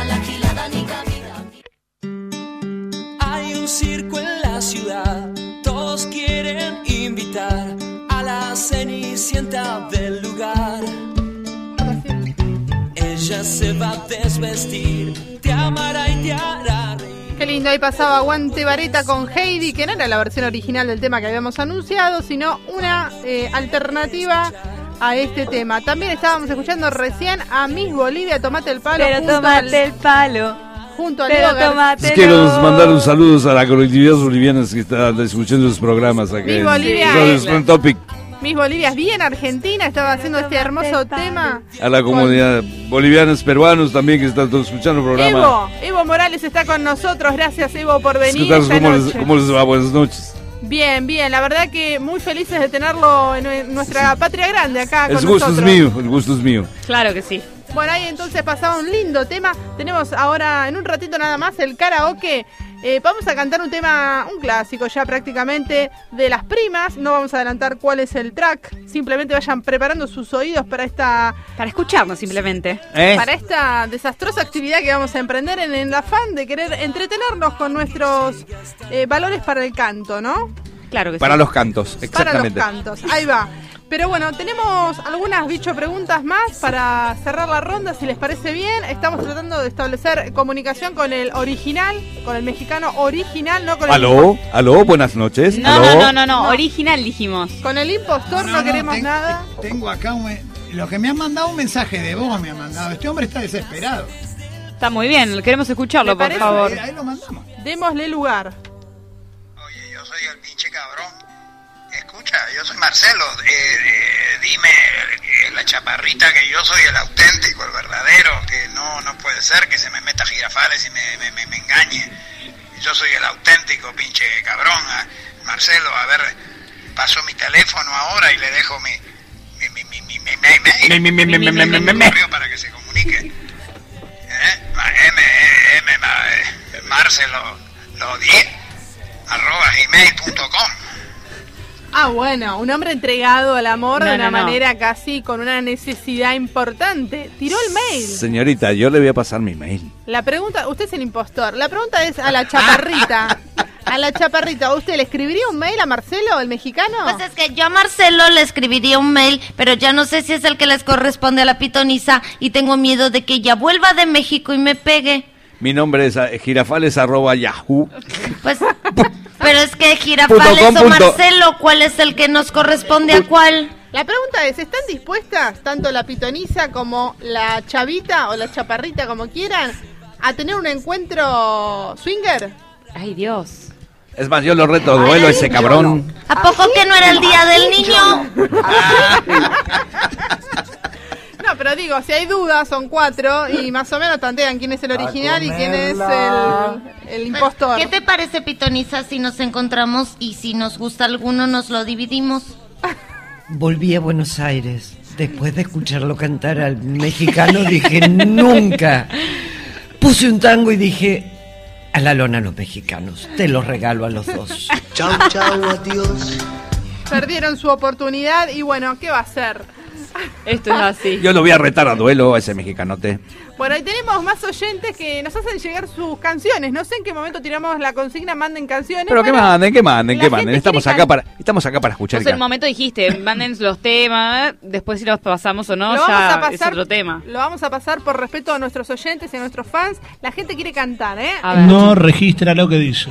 a la gilada ni cabida.
Hay un circo en la ciudad, todos quieren invitar a la cenicienta del lugar. Ella se va a desvestir, te amará y te hará reír.
Qué lindo, ahí pasaba Guante Vareta con Heidi, que no era la versión original del tema que habíamos anunciado, sino una eh, alternativa a este tema. También estábamos escuchando recién a Miss Bolivia, Tomate el Palo.
Pero
junto
tomate
al-
el palo.
Junto a
Pero
Leo Gar-
tomate
Quiero mandar un saludos a la colectividad boliviana que está escuchando los programas acá.
Viva
en
Bolivia.
Radio Spring Topic,
Miss Bolivia es bien argentina, estaba haciendo este hermoso tema.
a la comunidad bolivianos, peruanos también que están todos escuchando el programa.
Evo, Evo Morales está con nosotros, gracias Evo por venir.
Escuchar
esta
cómo les,
noche.
cómo les va, buenas noches.
Bien, bien, la verdad que muy felices de tenerlo en- en nuestra patria grande acá
El
con
gusto
nosotros.
es mío, el gusto es mío.
Claro que sí. Bueno, ahí entonces pasaba un lindo tema. Tenemos ahora, en un ratito nada más, el karaoke. Eh, vamos a cantar un tema, un clásico ya prácticamente de las primas. No vamos a adelantar cuál es el track. Simplemente vayan preparando sus oídos para esta.
Para escucharnos simplemente.
Eh. Para esta desastrosa actividad que vamos a emprender en el afán de querer entretenernos con nuestros eh, valores para el canto, ¿no? Claro que
Para los cantos,
para los
exactamente.
cantos. Ahí va. Pero bueno, tenemos algunas bicho preguntas más para cerrar la ronda, si les parece bien. Estamos tratando de establecer comunicación con el original, con el mexicano original, no con el
Aló, aló, buenas noches.
No,
aló.
no, no, no, no. Original dijimos.
Con el impostor no, queremos nada.
Tengo acá un, eh, lo que me han mandado un mensaje de vos, me han mandado. Este hombre está desesperado.
Está muy bien, queremos escucharlo,
¿Le
por
parece?
favor.
Ahí lo mandamos.
Démosle lugar.
Escucha, yo soy Marcelo. eh, eh, dime, eh, la chaparrita, que yo soy el auténtico, el verdadero, que no no puede ser que se me meta girafales y me, me- me- me engañe. Yo soy el auténtico, pinche cabrón. ah. Marcelo, a ver, paso mi teléfono ahora y le dejo mi... mi- mi- mi- mi- mi- mi- mi-
Mi- mi- mi- mi- mi- mi- mi- mi- mi-
correo para que se comunique. ¿Eh? Ma- M, eh, M, ma- eh, Marcelo, lo 10, arroba gmail.com.
Ah, Ah, bueno, un hombre entregado al amor
No,
de una
no, no.
manera casi con una necesidad importante. Tiró el mail.
Señorita, yo le voy a pasar mi mail.
La pregunta, usted es el impostor. La pregunta es a la chaparrita. A la chaparrita, ¿usted le escribiría un mail a Marcelo, el mexicano?
Pues es que yo a Marcelo le escribiría un mail, pero ya no sé si es el que les corresponde a la pitonisa y tengo miedo de que ella vuelva de México y me pegue.
Mi nombre es eh, girafales arroba yahoo.
Pues, pero es que Girafales
Punto
o
com, punto.
Marcelo, ¿cuál es el que nos corresponde a cuál?
La pregunta es, ¿están dispuestas, tanto la pitoniza como la chavita o la chaparrita, como quieran, a tener un encuentro swinger?
Ay, Dios.
Es más, yo lo reto a duelo a ese cabrón.
¿A poco que no era el día del niño?
No, pero digo, si hay dudas, son cuatro y más o menos tantean quién es el original y quién es
comerla.
el, el impostor.
Pues, ¿Qué te parece, Pitonisa, si nos encontramos y si nos gusta alguno nos lo dividimos?
Volví a Buenos Aires. Después de escucharlo cantar al mexicano, dije nunca. Puse un tango y dije a la lona a los mexicanos. Te los regalo a los dos.
Chau, chau, adiós. Perdieron su oportunidad y bueno, ¿qué va a hacer?
Esto es así.
Yo lo voy a retar a duelo a ese mexicanote.
Bueno, ahí tenemos más oyentes que nos hacen llegar sus canciones. No sé en qué momento tiramos la consigna, manden canciones.
Pero que
Bueno,
manden, que manden,
la
que
gente
manden. Estamos
quiere
acá para, estamos acá para escuchar.
Vos en un momento dijiste, manden los temas, después si los pasamos o no,
Lo vamos
ya
a
es
pasar-
otro tema.
Lo vamos a pasar por respeto a nuestros oyentes y a nuestros fans. La gente quiere cantar, ¿eh?
No registra lo que dice.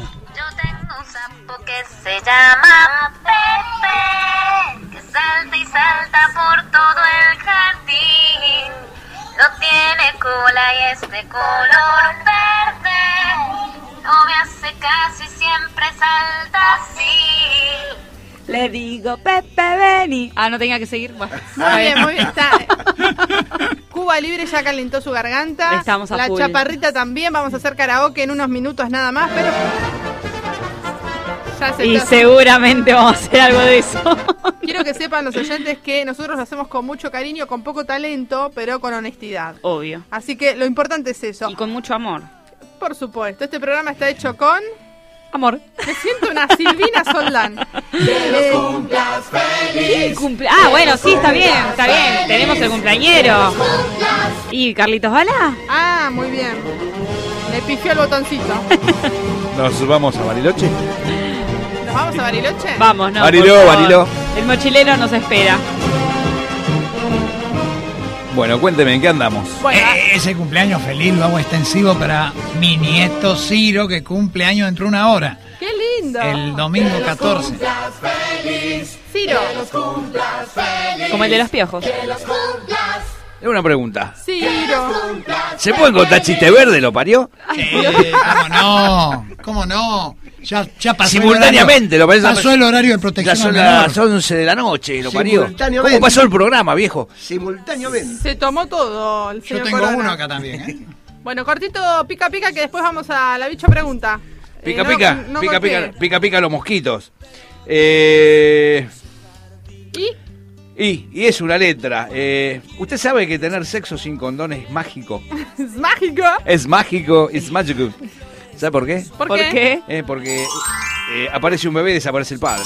se llama Pepe, que salta y salta por todo el jardín. No tiene cola y es de color verde. No me hace caso y siempre salta así.
Le digo, Pepe, vení. Ah, no tenía que seguir. Bueno,
Muy bien, muy bien. Está. Cuba Libre ya calentó su garganta.
Estamos a
La
full.
chaparrita también. Vamos a hacer karaoke en unos minutos nada más, pero. Ya se
Y
está-
seguramente vamos a hacer algo de eso.
Quiero que sepan los oyentes que nosotros lo hacemos con mucho cariño, con poco talento, pero con honestidad.
Obvio.
Así que lo importante es eso. Y
con mucho amor.
Por supuesto. Este programa está hecho con.
Amor.
Me siento una Silvina Soldán.
cumplas
¿Quién cumple? Ah, bueno, sí, está bien, está bien. Tenemos el cumpleañero. ¿Y Carlitos Bala?
Ah, muy bien. Le pifió el botoncito.
Nos vamos a Bariloche.
¿Nos vamos a Bariloche?
Vamos, no.
Bariló,
por favor.
Bariló.
El mochilero nos espera.
Bueno, cuénteme, ¿en qué andamos?
Eh, ese cumpleaños feliz lo hago extensivo para mi nieto Ciro, que cumple años dentro de una hora.
¡Qué lindo!
El domingo
Que los
14.
cumplas feliz, Ciro.
Como el de los piojos.
Tengo una pregunta.
Ciro.
¿Se puede contar chiste verde, lo parió?
Eh, ¿Cómo no? ¿Cómo no? Ya, ya pasó
Simultáneamente,
el
lo parece.
horario. Pasó el horario de protección
Ya son
al menor.
las 11 de la noche, lo parió.
Simultáneamente.
¿Cómo pasó el programa, viejo?
Simultáneamente.
Se tomó todo el
Yo
señor
tengo
Corona.
uno acá también. ¿eh?
Bueno, cortito, pica pica, que después vamos a la bicho pregunta. Eh,
Pica,
no-
pica,
no
pica,
golpeé.
pica, pica, pica los mosquitos. Eh, y, y es una letra. Eh, ¿Usted sabe que tener sexo sin condón es mágico?
Es mágico.
Es mágico, es mágico. ¿Sabe por qué?
¿Por ¿Por qué? qué?
Eh, porque eh, aparece un bebé y desaparece el padre.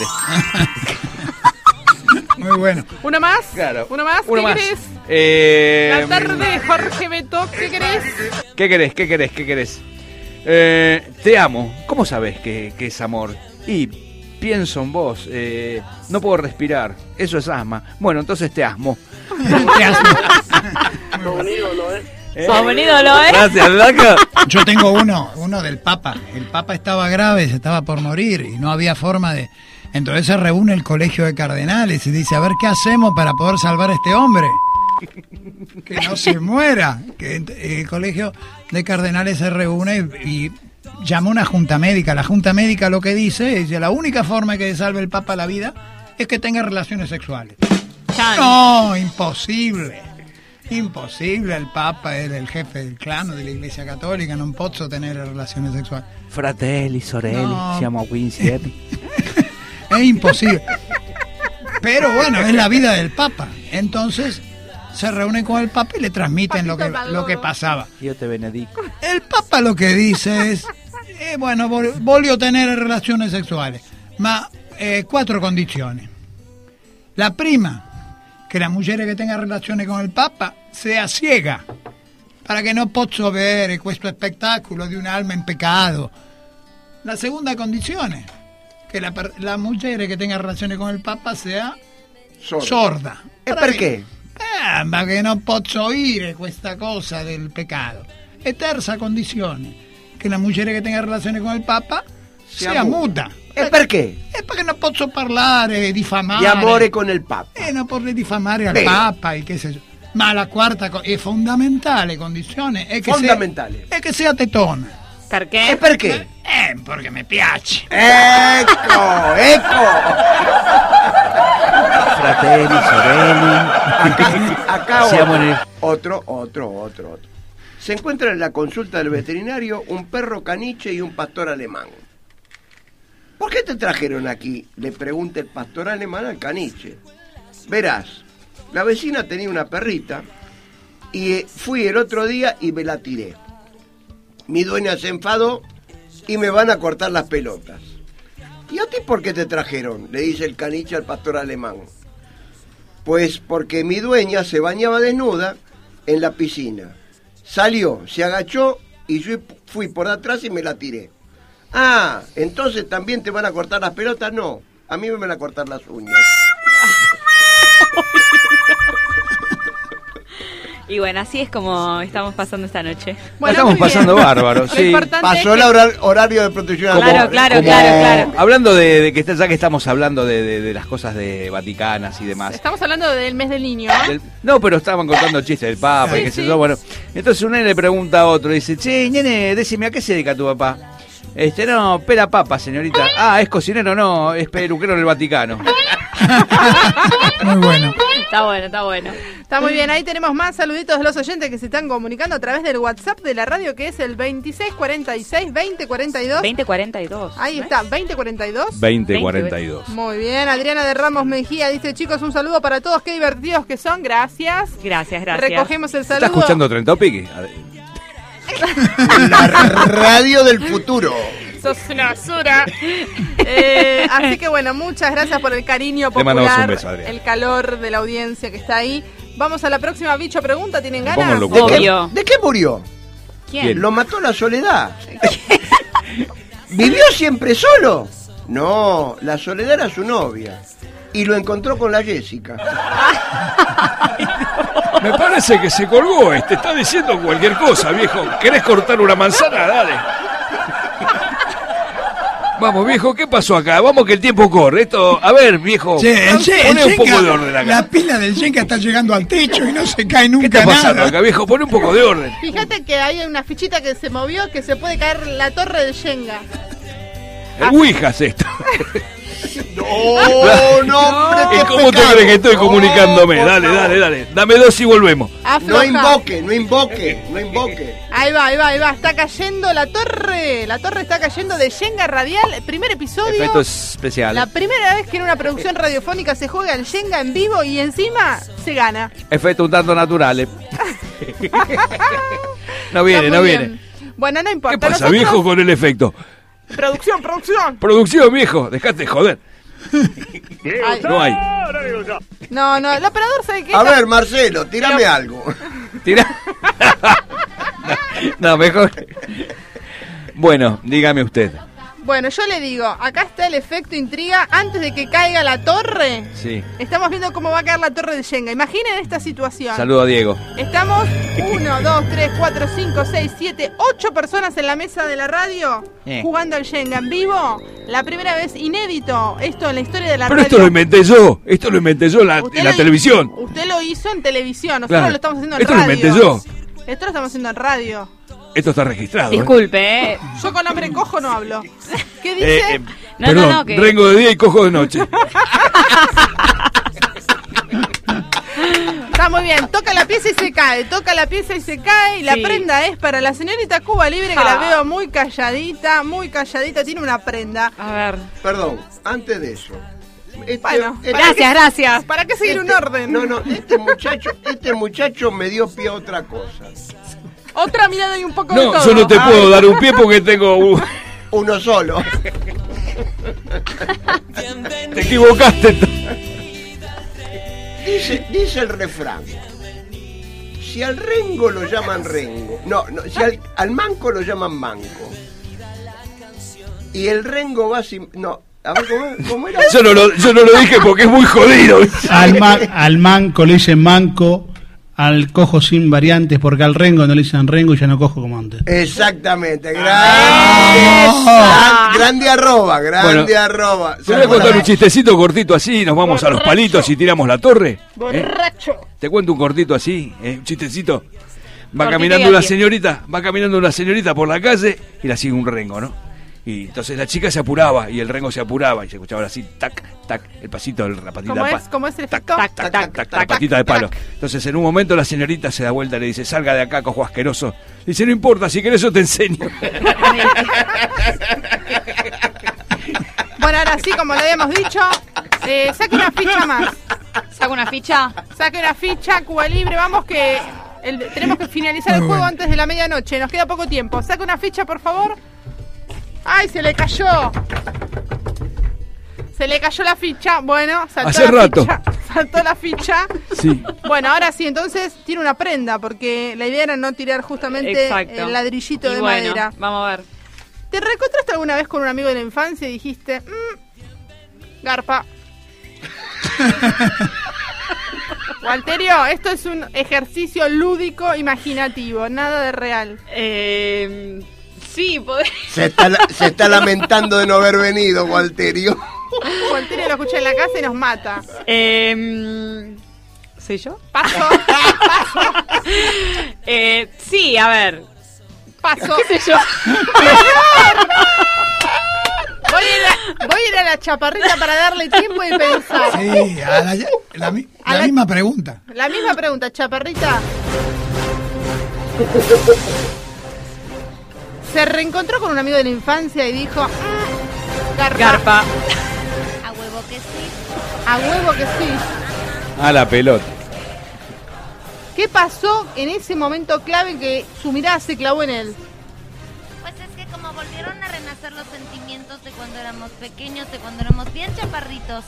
Muy bueno.
¿Uno más?
Claro.
¿Uno más?
Uno
¿Qué
más.
querés?
Eh,
La tarde, Jorge Beto, ¿qué querés?
¿Qué querés? ¿Qué querés? ¿Qué querés? Eh, te amo. ¿Cómo sabes que, que es amor? Y pienso en vos. eh, no puedo respirar. Eso es asma. Bueno, entonces te asmo. te asmo.
Sos un ídolo, ¿eh?
Gracias, Blanca.
Yo tengo uno, uno del Papa. El Papa estaba grave, se estaba por morir y no había forma de. Entonces se reúne el colegio de cardenales y dice: A ver, ¿qué hacemos para poder salvar a este hombre? Que no se muera. Que ent- el colegio de cardenales se reúne y, y llama a una junta médica. La junta médica lo que dice es: que La única forma que salve el Papa la vida es que tenga relaciones sexuales. No, imposible. Imposible, el Papa era el jefe del clan o de la Iglesia Católica, no posso tener relaciones sexuales.
Fratelli, sorelli,
No.
siamo qui insieme.
Es imposible. Pero bueno, es la vida del Papa. Entonces se reúnen con el Papa y le transmiten lo que, lo que pasaba.
Yo te benedico.
El Papa lo que dice es, eh, bueno, vol- volvió a tener relaciones sexuales, ma eh, cuatro condiciones. La prima, que las mujeres que tengan relaciones con el Papa sea ciega, para che non posso vedere questo spettacolo di un'alma in peccato. La seconda condizione, che la, per- la mujer che tenga relazione con il Papa sia sorda.
E perché?
Eh, ma che non posso oire questa cosa del peccato. E terza condizione, che la mujer che tenga relazione con il Papa sia,
Sia muta.
muta.
E perché?
E perché non posso parlare, eh, diffamare.
Di amore con il Papa.
E non posso diffamare al
Bene.
Papa e che se Ma la quarta co- e fondamentale condizione è che
Fondamentale.
sia, è che sia tetona.
Perché?
E perché?
Eh, perché mi piace.
Eh.
Ecco, ecco.
Fratelli, sorelli.
Acá
Siamo
otro,
nel-
otro, otro, otro, otro. Se encuentran en la consulta del veterinario un perro caniche y un pastor alemán. ¿Por qué te trajeron aquí? Le pregunta el pastor alemán al caniche. Verás, la vecina tenía una perrita y eh, fui el otro día y me la tiré. Mi dueña se enfadó y me van a cortar las pelotas. ¿Y a ti por qué te trajeron? Le dice el caniche al pastor alemán. Pues porque mi dueña se bañaba desnuda en la piscina. Salió, se agachó y yo fui por atrás y me la tiré. Ah, entonces también te van a cortar las pelotas. No, a mí me van a cortar las uñas.
Y bueno, así es como estamos pasando esta noche.
Estamos pasando bárbaro,
Lo
sí.
importante Pasó es
el que- hora- horario de protección
Claro, animal. claro, claro, claro.
Hablando de, de que está- ya que estamos hablando de, de- de las cosas de vaticanas y demás.
Estamos hablando del mes del niño. ¿eh?
Del- no, pero estaban contando chistes del Papa y
Sí,
qué sé
sí.
yo. Bueno, entonces un nene le pregunta a otro, dice, che, nene, decime, ¿a qué se dedica tu papá? Este, no, pela papa, señorita. Ah, es cocinero, no, es peluquero en el Vaticano.
Muy bueno.
Está bueno, está bueno.
Está muy bien, ahí tenemos más saluditos de los oyentes que se están comunicando a través del WhatsApp de la radio que es el 2646 2042.
2042.
Ahí está, 2042.
2042.
Muy bien, Adriana de Ramos Mejía dice, chicos, un saludo para todos, qué divertidos que son, gracias.
Gracias,
gracias.
Recogemos el
¿Está
saludo.
escuchando Tren Topic? A ver,
Radio del futuro.
Sos una basura. Eh, así que bueno, muchas gracias por el cariño
Te mandamos
popular,
un beso, Adrián.
el calor de la audiencia que está ahí. Vamos a la próxima bicho pregunta, ¿tienen ganas?
¿De qué,
¿eh?
de qué murió?
¿Quién?
Lo mató la soledad. ¿Vivió siempre solo? No, la soledad era su novia. Y lo encontró con la Jessica.
Me parece que se colgó este. Está diciendo cualquier cosa, viejo. ¿Querés cortar una manzana? Dale. Vamos, viejo, ¿qué pasó acá? Vamos que el tiempo corre. Esto, a ver, viejo.
Che, el Ye-
poné
el
un poco
Yenka-
de orden acá.
La pila del Yenka está llegando al techo y no se cae nunca
¿Qué está pasando
nada.
acá, viejo? Poné un poco de orden.
Fíjate que hay una fichita que se movió que se puede caer la torre de Shenga. Ah.
El Ouija es esto.
Oh, No, no,
Ah.
hombre,
¿Y
qué
cómo te
pecado.
crees que estoy
No,
comunicándome?
por
Dale,
favor.
dale, dale. Dame dos y volvemos.
No invoque, no invoque, no invoque.
Ahí va, ahí va, ahí va. Está cayendo la torre. La torre está cayendo de Shenga Radial. Primer episodio.
Efecto especial.
La primera vez que en una producción radiofónica se juega el Shenga en vivo y encima se gana.
Efecto un tanto naturales. no viene,
Está
no
muy
viene.
Bueno, no importa.
¿Qué pasa,
Nosotros-
viejo, con el efecto?
Producción, producción.
Producción, viejo, dejate de joder.
Ay.
No hay.
No, no, el operador sabe que.
A ver, Marcelo, tírame algo.
Tira. no, mejor. Bueno, dígame usted.
Bueno, yo le digo, acá está el efecto intriga antes de que caiga la torre.
Sí.
Estamos viendo cómo va a caer la torre de Shenga. Imaginen esta situación.
Saludo a Diego.
Estamos 1, 2, 3, 4, 5, 6, 7, 8 personas en la mesa de la radio
Eh.
jugando al Shenga en vivo. La primera vez inédito. Esto en la historia de la
Pero
radio.
esto lo inventé yo. Esto lo inventé yo en la,
Usted
en la
lo-
televisión.
Usted lo hizo en televisión. Nosotros
Claro.
lo estamos haciendo en
Esto lo
radio.
inventé yo.
Esto lo estamos haciendo en radio.
Esto está registrado. ¿eh?
Disculpe, ¿eh?
Yo con hombre cojo no hablo. ¿Qué dice?
Eh, eh, perdón, rengo de día y cojo de noche.
Está muy bien, toca la pieza y se cae, toca la pieza y se cae. Y La
Sí.
prenda es para la señorita Cuba Libre, que la
Ah.
veo muy calladita, muy calladita, tiene una prenda.
A ver.
Perdón, antes de eso. Este-
Bueno,
este-
gracias. ¿Para qué seguir
Este,
un orden?
No, no, este muchacho, este muchacho me dio pie a otra cosa.
Otra mirada y un poco de
No,
todo.
yo no te
Ah.
puedo dar un pie porque tengo.
uh.
un-
Uno solo.
Te equivocaste.
Dice, dice el refrán. Si al rengo lo llaman rengo. No, no, si al, al manco lo llaman manco. Y el rengo va sin. No, a ver cómo, cómo era.
Yo no, lo, yo no lo dije porque es muy jodido. ¿viste?
Al, ma- al manco le dicen manco, al cojo sin variantes, porque al rengo no le dicen rengo y ya no cojo como antes.
Exactamente, grande, gran- grande arroba, grande
Ah. Bueno,
arroba.
¿Te voy a contar un chistecito cortito así? Nos vamos a los palitos y tiramos la torre.
Borracho.
Te cuento un cortito así, eh, un chistecito. Va
Cortito
caminando
y
una
al pie.
señorita, va caminando una señorita por la calle y la sigue un rengo, ¿no? Y entonces la chica se apuraba y el rengo se apuraba y se escuchaba así, tac, tac, el pasito de la patita.
¿Cómo
pa-
es? ¿Cómo es el efecto? Tac, tac, tac,
tac, tac, patita de palo. Entonces, en un momento la señorita se da vuelta y le dice, salga de acá, cojo asqueroso. Dice, no importa, si querés yo te enseño.
Bueno, ahora sí, como lo habíamos dicho, eh, saque una ficha más. ¿Saca una ficha? Saque una ficha, Cuba Libre, vamos que el- tenemos que finalizar el
Muy
juego
bueno.
antes de la medianoche, nos queda poco tiempo. Saque una ficha, por favor. ¡Ay, se le cayó! Se le cayó la ficha, bueno, saltó
Hace
la
rato.
ficha. Saltó la ficha.
Sí.
Bueno, ahora sí, entonces tiene una prenda, porque la idea era no tirar justamente
Exacto.
el ladrillito
Y
de
bueno,
madera.
Vamos a ver.
¿Te reencontraste alguna vez con un amigo de la infancia y dijiste, "Mm, garpa? Walterio, esto es un ejercicio lúdico imaginativo, nada de real.
Em, sí, podés.
Se está, la- se está lamentando de no haber venido, Walterio.
Walterio lo escucha en la casa y nos mata.
Em, ¿Soy yo?
Paso,
Eh, sí, a ver.
paso.
¿Qué sé yo?
Voy a, ir a- voy a ir a la chaparrita para darle tiempo de pensar.
Sí, a la, la mi- la misma pregunta.
La misma pregunta, chaparrita. Se reencontró con un amigo de la infancia y dijo, "Mm, garpa.
Garpa.
A huevo que sí. A huevo que sí.
A la pelota.
¿Qué pasó en ese momento clave que su mirada se clavó en él?
Pues es que como volvieron a renacer los sentimientos de cuando éramos pequeños, de cuando éramos bien chaparritos.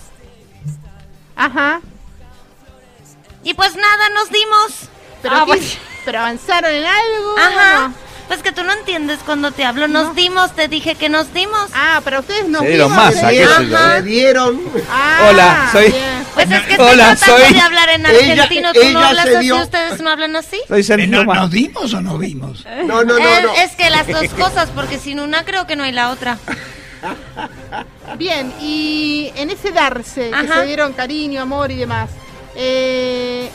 Ajá.
Y pues nada, nos dimos.
Pero
Ah,
qué-
bueno.
pero avanzaron en algo.
Ajá.
¿no?
Pues que tú no entiendes cuando te hablo. Nos dimos, te dije que nos dimos.
Ah, pero ustedes
no
Se dieron dimos, masa, se qué sé yo.
Se dieron.
Hola, soy.
Pues es Ah, que estoy
Hola,
tratando
soy.
de hablar en
Ella-
argentino. ¿Tú no
ella
hablas
se
así?
dio-
¿Ustedes no hablan así?
Soy Sergio Ma-
¿Nos dimos o Eh, no vimos?
No, no, no,
Eh,
no.
Es que las dos cosas, porque sin una creo que no hay la otra.
Bien, y en ese darse que
Ajá.
se dieron cariño, amor y demás, eh,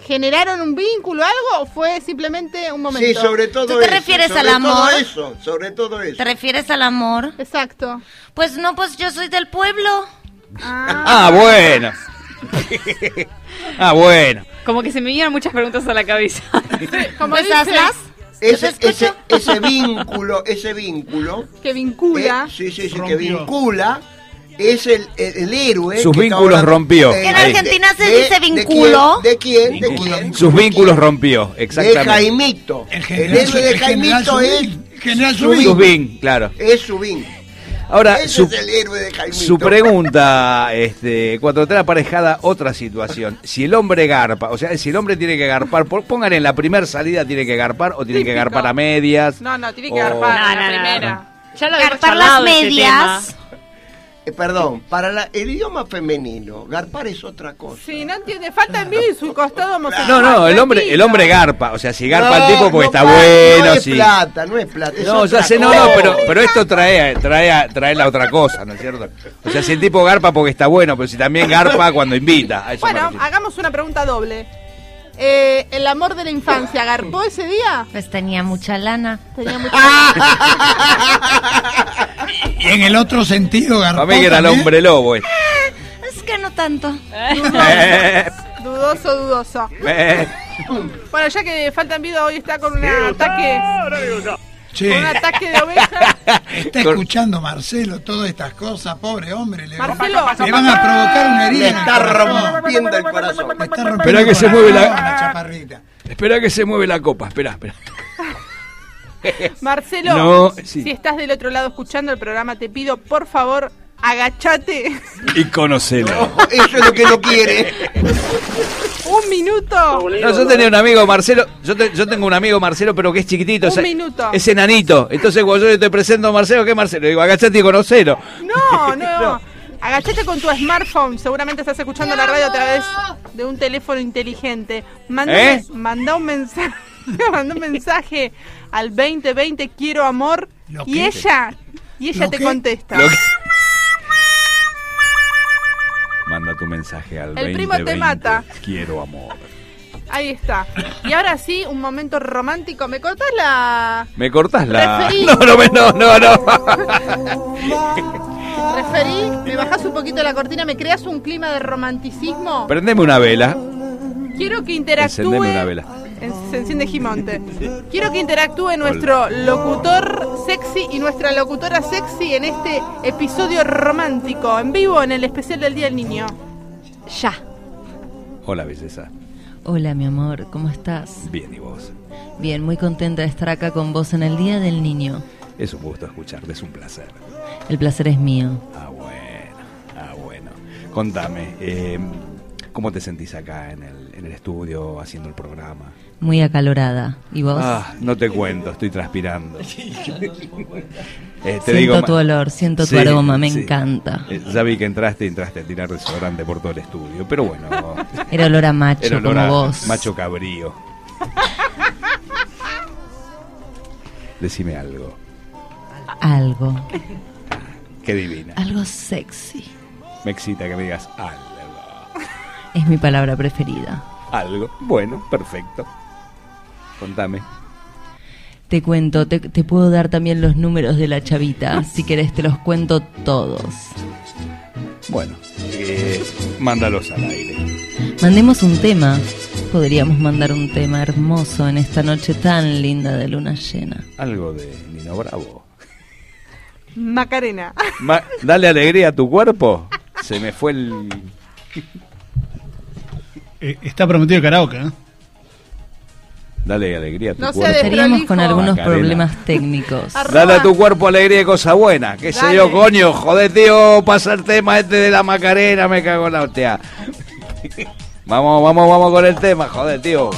¿generaron un vínculo, algo o fue simplemente un momento?
Sí, sobre todo
¿Tú te
eso,
refieres
sobre
al
todo
amor?
eso, sobre todo eso.
¿Te refieres al amor?
Exacto.
Pues no, pues yo soy del pueblo.
Ah, bueno. Ah, bueno.
Como que se me vinieron muchas preguntas a la cabeza.
Como
Pues
dice,
hazlas.
Ese, ese, ese vínculo, ese vínculo.
Que vincula.
eh, sí, sí, sí, que
Rompió.
vincula. Es el, el, el héroe.
Sus
que
vínculos
estaba-
rompió.
eh,
Que en Argentina
se dice vinculó.
¿De quién? ¿De quién?
Sus vínculos rompió,
De, quién? de
exactamente.
Jaimito. El,
general
héroe
Su-
de
el general
Jaimito es.
Subín.
General
Sus vin, claro.
Es Subín.
Ahora,
Ese
su,
es el héroe de Jaimito.
su pregunta, este, cuando trae aparejada otra situación, si el hombre garpa, o sea, si el hombre tiene que garpar, por- pongan en la primera salida tiene que garpar o tiene que garpar a medias.
No, no, tiene
que Oh. garpar
a la
No, no, no,
primera. este
no.
Ya lo
Garpar las medias.
Eh, perdón, para la- el idioma femenino, garpar es otra cosa.
Sí, no entiende, falta en mí y su costado homosexual.
No, no, el hombre, el hombre garpa, o sea, si garpa al tipo porque
no
está
pa-
bueno,
No es
si-
plata, no es plata. es
No, ya
otra
sé, no,
cosa.
no, pero, pero esto trae, trae, trae la otra cosa, ¿no es cierto? O sea, si el tipo garpa porque está bueno, pero si también garpa cuando invita. a eso me
Bueno,
refiero.
hagamos una pregunta doble. Eh, ¿El amor de la infancia garpó ese día?
Pues tenía mucha lana.
Tenía mucha
Y en el otro sentido,
Para
Garpón.
mí que era el
también.
hombre lobo. eh.
Es que no tanto.
Eh,
Dudoso, dudoso.
eh.
Bueno, ya que Falta en Vida hoy está con un ataque.
Che.
Con un ataque de oveja.
Está escuchando Marcelo todas estas cosas, pobre hombre. Le,
Marcelo.
le van a provocar una herida.
Le
en el
está
corazón.
rompiendo el corazón.
Le está rompiendo
Esperá
el
que se
corazón
mueve
a
la.
chaparrita.
Esperá que se mueve la copa. Esperá, esperá.
Marcelo,
No, sí.
si estás del otro lado escuchando el programa, te pido por favor agachate.
Y conocelo.
Oh, Eso es lo que no quiere.
Un minuto.
No, yo tenía un amigo, Marcelo. Yo, te- yo tengo un amigo, Marcelo, pero que es chiquitito.
Un
es-
minuto.
Es enanito. Entonces, cuando yo te presento a Marcelo, ¿qué es Marcelo? Digo, agachate y conocelo.
No, no. Agachate con tu smartphone. Seguramente estás escuchando la radio a través de un teléfono inteligente. Manda, un-
¿Eh?
manda un mensaje. manda un mensaje al 2020 quiero amor y
qué?
ella y ella
¿Lo
te
qué?
contesta.
Lo que- Manda tu mensaje al
El primo te
2020.
mata.
Quiero amor.
Ahí está. Y ahora sí, un momento romántico. ¿Me cortás la
¿Me cortás la.?
Referí.
No, no, me- no, no. no.
referí? ¿Me bajás un poquito la cortina? ¿Me creas un clima de romanticismo?
Prendeme una vela.
Quiero que
Encendeme una
interactúe.
vela.
En- se enciende Gimonte. Quiero que interactúe nuestro locutor sexy y nuestra locutora sexy en este episodio romántico, en vivo, en el especial del Día del Niño.
Ya.
Hola, belleza.
Hola, mi amor, ¿cómo estás?
Bien, ¿y vos?
Bien, muy contenta de estar acá con vos en el Día del Niño.
Es un gusto escucharte, es un placer.
El placer es mío.
Ah, bueno, ah, bueno. Contame, eh, ¿cómo te sentís acá en el, en el estudio haciendo el programa?
Muy acalorada. ¿Y vos?
Ah, no te cuento, estoy transpirando. Eh,
Siento tu olor, siento tu aroma, me encanta.
Eh, ya vi que entraste y entraste a tirar desodorante por todo el estudio, pero bueno.
Era olor a macho,
Era olor
como
a
vos.
Macho cabrío. Decime algo,
Algo.
qué divina.
Algo sexy.
Me excita que me digas algo.
Es mi palabra preferida.
Algo. Bueno, perfecto. Contame.
Te cuento, te, te puedo dar también los números de la chavita. Si querés, te los cuento todos.
Bueno, eh, mándalos al aire.
Mandemos un tema. Podríamos mandar un tema hermoso en esta noche tan linda de luna llena.
Algo de Nino Bravo.
Macarena.
Ma- dale alegría a tu cuerpo. Se me fue el.
Eh, está prometido karaoke, ¿eh?
Dale alegría a tu
No sea
cuerpo.
Estaríamos con algunos
Macarena.
problemas técnicos.
Dale a tu cuerpo alegría y cosa buena. Que se
Dale.
yo, coño. Joder, tío. Pasa el tema este de la Macarena. Me cago en la hostia. Vamos, vamos, vamos con el tema. Joder, tío.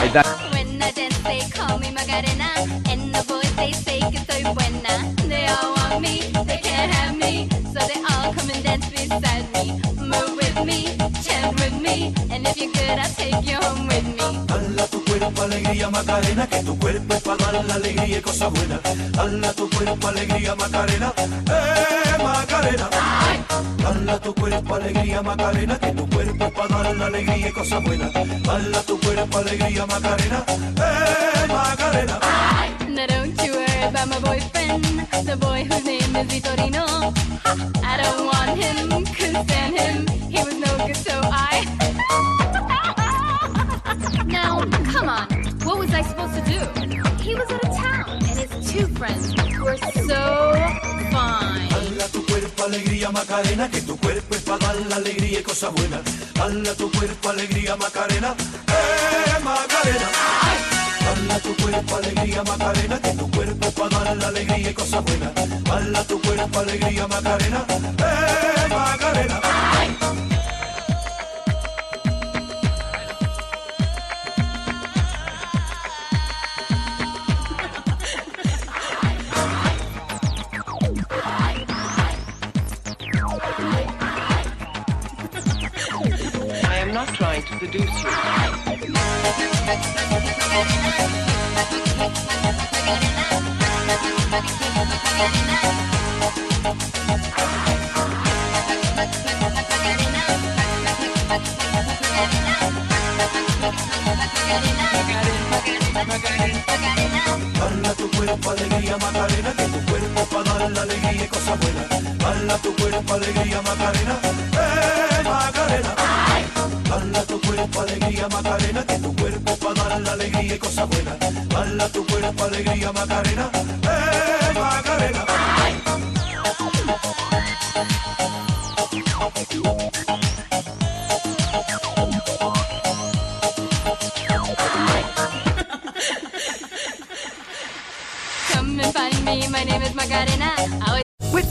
Ahí está.
When I dance, they call me Macarena. And the boys, they say que soy buena. They all want me, they can't have me. So they all come and dance beside me. Move with me, chant with me. And if you're good, I'll take you home with me.
Hala tu cuerpo, alegría, Macarena, que tu cuerpo es para dar la alegría y cosa buena. Hala tu cuerpo, alegría, Macarena, eh, Macarena. Hala tu cuerpo, alegría, Macarena, que tu cuerpo es para dar la alegría y cosa buena. Hala tu cuerpo, alegría, Macarena, eh, Macarena.
Now don't you worry about my boyfriend, the boy whose name is Vitorino. Ha, I don't want him, couldn't stand him. He was no good, so I. now, come on, what was I supposed to do? He was out of town, and his two friends were so fine.
Hala tu cuerpo, alegría, Macarena, que tu cuerpo es para dar la alegría y cosa buena. Hala tu cuerpo, alegría, Macarena, eh, Macarena. Hala tu cuerpo, alegría, Macarena, que tu cuerpo es para dar la alegría y cosa buena. Hala tu cuerpo, alegría, Macarena, eh, Macarena.
I am not trying to seduce you.
Hala tu cuerpo, alegría, Macarena, que tu cuerpo es para dar la alegría y cosa buena. Hala tu cuerpo, alegría, Macarena, eh, Macarena. Hala tu cuerpo, alegría, Macarena, que tu cuerpo es para dar la alegría y cosa buena. Hala tu cuerpo, alegría, Macarena, eh, Macarena.
Come and find me, my name is Macarena. I always
With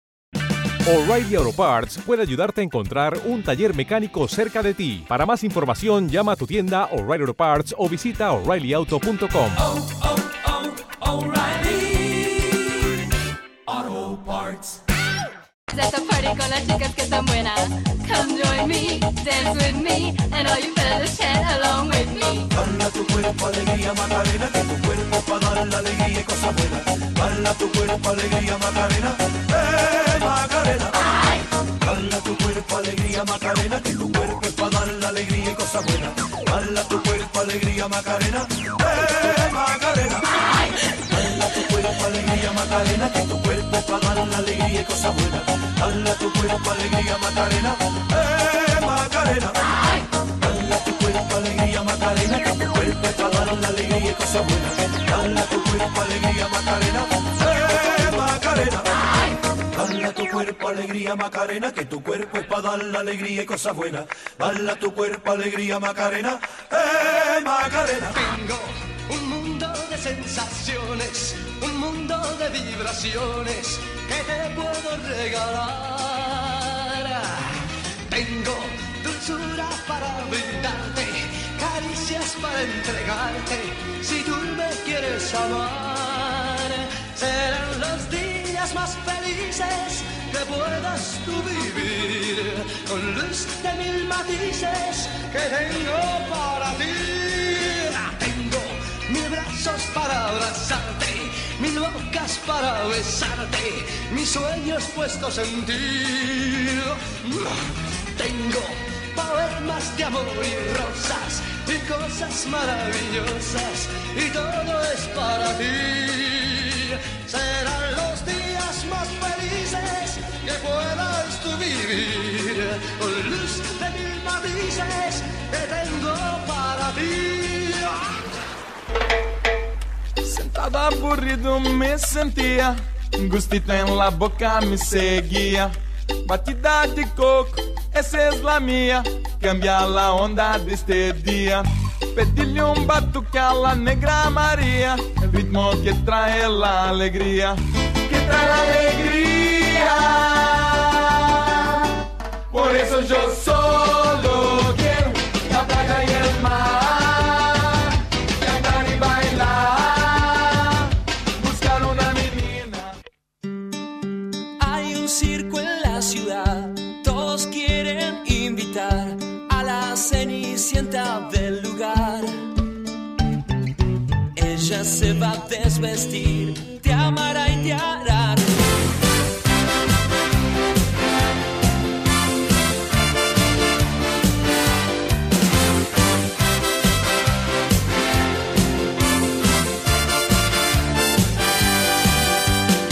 O'Reilly Auto Parts puede ayudarte a encontrar un taller mecánico cerca de ti. Para más información, llama a tu tienda O'Reilly Auto Parts o visita oreillyauto.com.
O'Reilly Auto Parts.
There's a party con las chicas que están buenas. Come join me, dance with me, and all you fellas chant along with me.
Baila tu cuerpo, alegría, Macarena, que tu cuerpo para dar la alegría y cosas buenas. Baila tu cuerpo, alegría, Macarena, eh, Macarena. Baila tu cuerpo, alegría, Macarena, que tu cuerpo es para dar la alegría y cosas buenas. Baila tu cuerpo, alegría, Macarena, eh, Macarena. Baila tu cuerpo, alegría, Macarena, que tu cuerpo es para dar la alegría y cosas buenas. Baila tu cuerpo, alegría, Macarena, eh, Macarena. Baila tu cuerpo, alegría, Macarena, que tu cuerpo es para dar la alegría y cosas buenas. Baila tu cuerpo, alegría, Macarena, eh, Macarena. Baila tu cuerpo, alegría, Macarena, que tu cuerpo es para dar la alegría y cosas buenas. Baila tu cuerpo, alegría, Macarena, eh, Macarena.
Un mundo de sensaciones, un mundo de vibraciones que te puedo regalar. Tengo dulzura para brindarte, caricias para entregarte. Si tú me quieres amar, serán los días más felices que puedas tú vivir con luz de mil matices que tengo para ti. Ah, Tengo mil brazos para abrazarte, mil bocas para besarte, mis sueños puestos en ti. Tengo poemas de amor y rosas y cosas maravillosas y todo es para ti. Serán los días más felices que puedas tú vivir con luz de mil matices que tengo para ti.
Sentada aburrido me sentia, um gustito em la boca me seguia. Batida de coco, essa é la minha, cambia a onda deste dia. Pedi-lhe um batuque a la negra Maria, ritmo que trae la alegria, que trae la alegria. Por isso eu solo quero la praia e el mar, cantar e bailar, buscar uma menina.
Hay un circo en la ciudad, todos quieren invitar a la cenicienta del lugar. Ella se va a desvestir, te amará y te hará.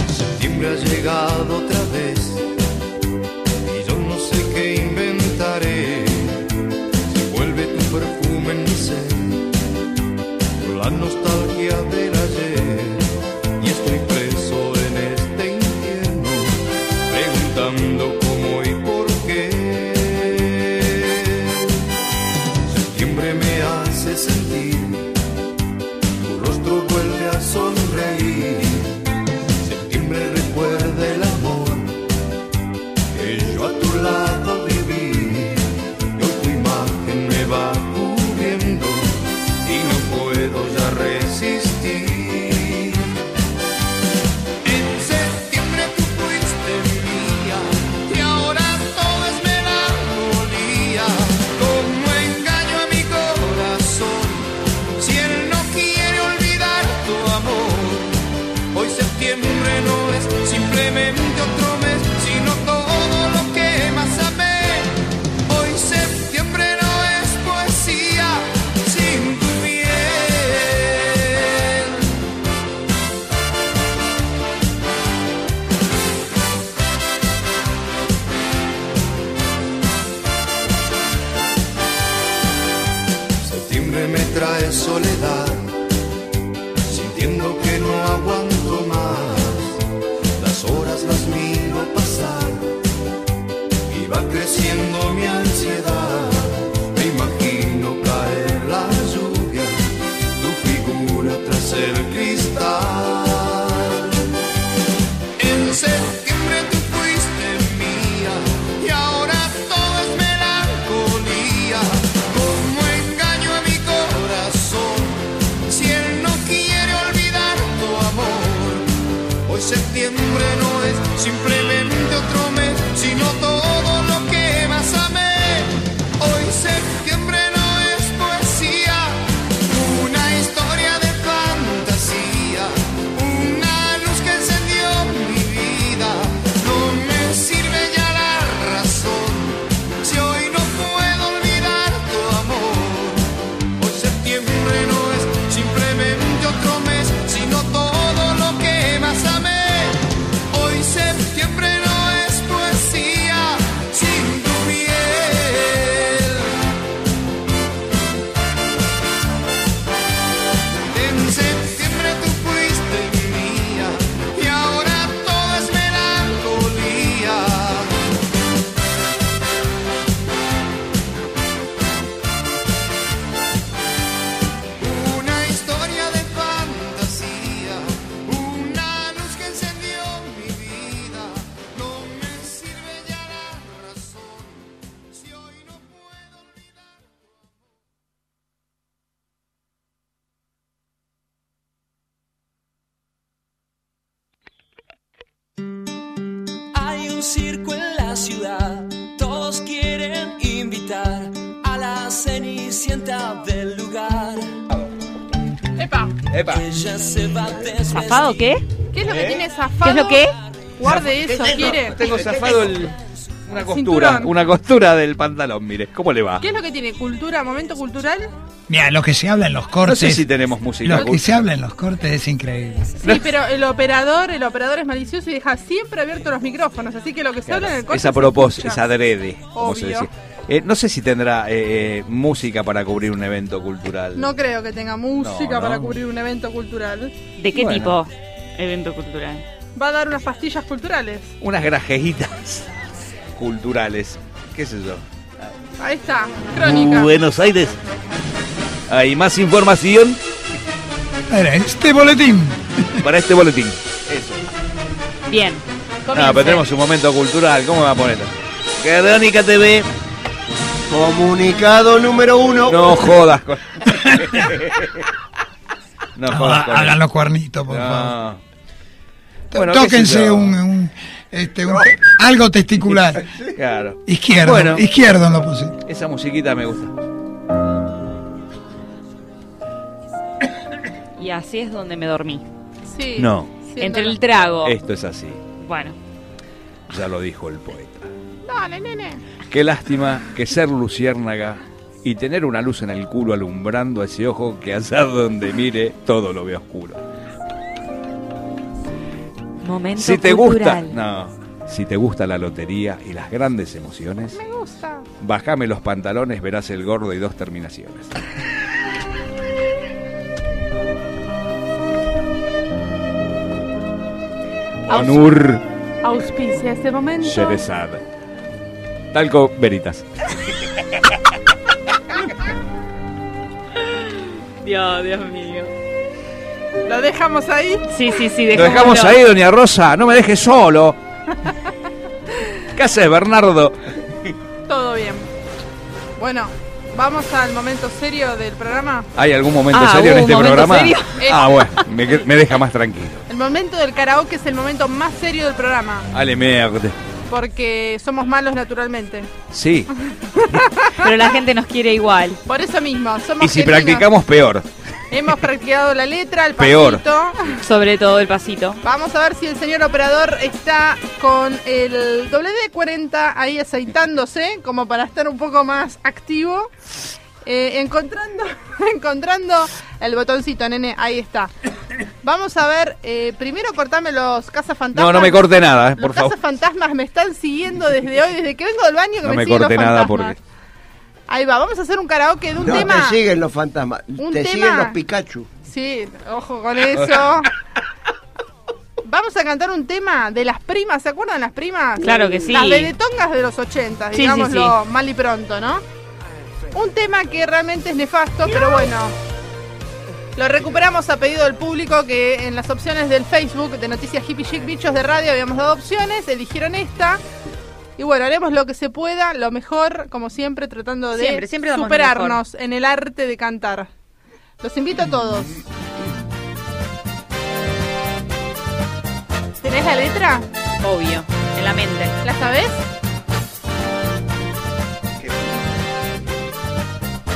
Septiembre ha llegado otra vez y yo no sé qué inventaré. Se vuelve tu perfume en mi ser, con la nostalgia del ayer. Y estoy preso en este infierno, preguntando cómo y por qué. Septiembre me hace sentir, tu rostro vuelve a sonreír. Septiembre recuerda el amor que yo a tu lado viví. Yo tu imagen me va cubriendo y no puedo ya resistir. En septiembre tú fuiste mía y ahora todo es melancolía. Como engaño a mi corazón, si él no quiere olvidar tu amor. Hoy septiembre no es simplemente otro mes, sino todo lo que más amé. Hoy septiembre no es poesía sin tu piel. simplemente otro mes, sino todo lo que más amé. Hoy septiembre no es poesía, una historia de fantasía, una luz que encendió mi vida. No me sirve ya la razón, si hoy no puedo olvidar tu amor. Hoy septiembre no es simplemente otro mes, sino todo lo que más amé. Hoy septiembre no es poesía sin tu miel. En septiembre tú fuiste mía y ahora todo es melancolía. Una historia de fantasía, una luz que encendió mi vida. No me sirve ya la razón si hoy no puedo olvidar.
Hay un circo en la ciudad, todos quieren invitar a la cenicienta del lugar. ¡Epa!
¡Epa!
Ella se va a desvestir.
¿Zafado qué?
¿Qué es lo que
¿Eh?
tiene zafado?
¿Qué es lo que?
Guarde eso,
Tengo-
quiere.
Tengo zafado el- una costura,
Cinturón.
una costura del pantalón, mire, ¿cómo le va?
¿Qué es lo que tiene? ¿Cultura? ¿Momento cultural?
Mira, lo que se habla en los
No
cortes.
sé si tenemos música.
lo que se habla en los cortes es increíble.
Sí, pero el operador, el operador es malicioso y deja siempre abiertos los micrófonos, así que lo que se habla en el corte
Esa
se
propósito,
escucha.
es adrede, como se
Obvio.
decía. Eh, no sé si tendrá eh, eh, música para cubrir un evento cultural.
No creo que tenga música
No, no.
para cubrir un evento cultural.
¿De qué
Bueno.
tipo? Evento cultural.
Va a dar unas pastillas culturales.
Unas grajejitas culturales. ¿Qué es eso?
Ahí está, crónica.
Buenos Aires. Hay más información
Para este boletín.
para este boletín. Eso.
Bien.
Ah, pero tenemos un momento cultural. ¿Cómo va a poner? Crónica TV.
Comunicado número uno.
No jodas. con- no
No,
jodas. con-
háganlo cuernito, por
No.
favor.
Bueno, qué sé
Tóquense
yo.
un, un- este, un- algo testicular.
Claro.
Izquierdo,
Bueno,
izquierdo lo puse.
esa musiquita me gusta.
Y así es donde me dormí.
Sí.
No.
Entre el trago.
Esto es así.
Bueno.
Ya lo dijo el poeta.
Dale, nene.
Qué lástima que ser luciérnaga y tener una luz en el culo alumbrando ese ojo que allá donde mire todo lo ve oscuro.
Momento
Si te gusta,
cultural.
no, si te gusta la lotería y las grandes emociones,
Me gusta.
bajame los pantalones, verás el gordo y dos terminaciones. Onur
Auspicia este momento.
Sherezad. Talco Veritas.
Dios, Dios mío.
¿Lo dejamos ahí?
Sí, sí, sí,
Lo dejamos ahí, doña Rosa, no me dejes solo. ¿Qué haces, Bernardo?
Todo bien. Bueno, vamos al momento serio del programa.
¿Hay algún momento
Ah,
serio en
¿hubo un
este
momento
programa?
serio?
Ah, bueno, me, que- me deja más tranquilo.
El momento del karaoke es el momento más serio del programa,
Ale, merde.
porque somos malos naturalmente.
Sí,
Pero la gente nos quiere igual.
Por eso mismo, somos
y si
genuinos.
practicamos, peor.
Hemos practicado la letra, el
Peor.
pasito.
Sobre todo el pasito.
Vamos a ver si el señor operador está con el WD40 ahí aceitándose, como para estar un poco más activo. Eh, encontrando, encontrando el botoncito, nene, ahí está. Vamos a ver, eh, primero cortame los cazafantasmas.
No, no me corte nada, eh,
Los
por favor.
cazafantasmas me están siguiendo desde hoy, desde que vengo del baño que
No me
siguen
corte
los
nada
fantasmas.
porque.
Ahí va, vamos a hacer un karaoke de un
No,
tema.
te siguen los fantasmas.
Un
te
tema.
siguen los Pikachu.
Sí, ojo con eso. Vamos a cantar un tema de las primas, ¿se acuerdan las primas?
Claro que sí.
Las vedetongas de los 80,
Sí, sí,
digámoslo mal y pronto, ¿no? Un tema que realmente es nefasto, pero bueno. Lo recuperamos a pedido del público que en las opciones del Facebook de Noticias Hippie Chic Bichos de Radio habíamos dado opciones, eligieron esta. Y bueno, haremos lo que se pueda, lo mejor, como siempre, tratando de
Siempre, siempre damos lo
superarnos en el arte de cantar. Los invito a todos. ¿Tenés la letra?
Obvio. En la mente.
¿La sabes?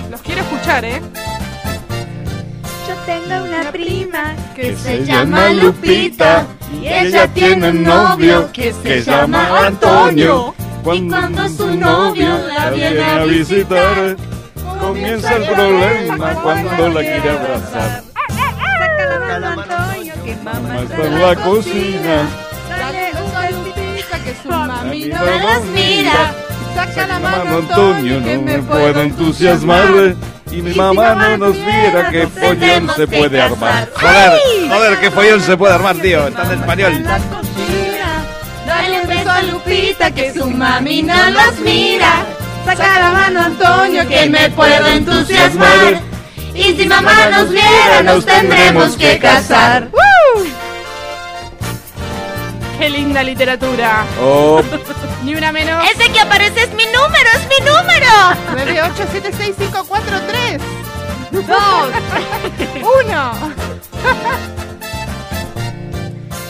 Los quiero escuchar, ¿eh?
Yo tengo una prima que se
llama Lupita y ella tiene un novio que se llama Antonio. Cuando, su novio la viene a visitar, comienza el problema cuando la quiere abrazar.
Saca la mano, Antonio, que mamá
Más por la cocina,
Dale un golpita que su mami no
no
las
las
mira. Saca la mano,
mano
Antonio.
Antonio, no me puedo entusiasmar. Y mi mamá no nos viera que follón se puede armar.
Joder, joder, qué follón se puede armar, tío. Está en español.
Dale un beso a Lupita que su mami no las mira. Saca la mano, Antonio, que me puedo entusiasmar.
Y si mamá nos viera, nos tendremos que casar.
¡Woo! ¡Qué linda literatura!
Oh,
Ni una menos.
Ese que aparece es mi número, es mi número.
9876543. Dos. Uno.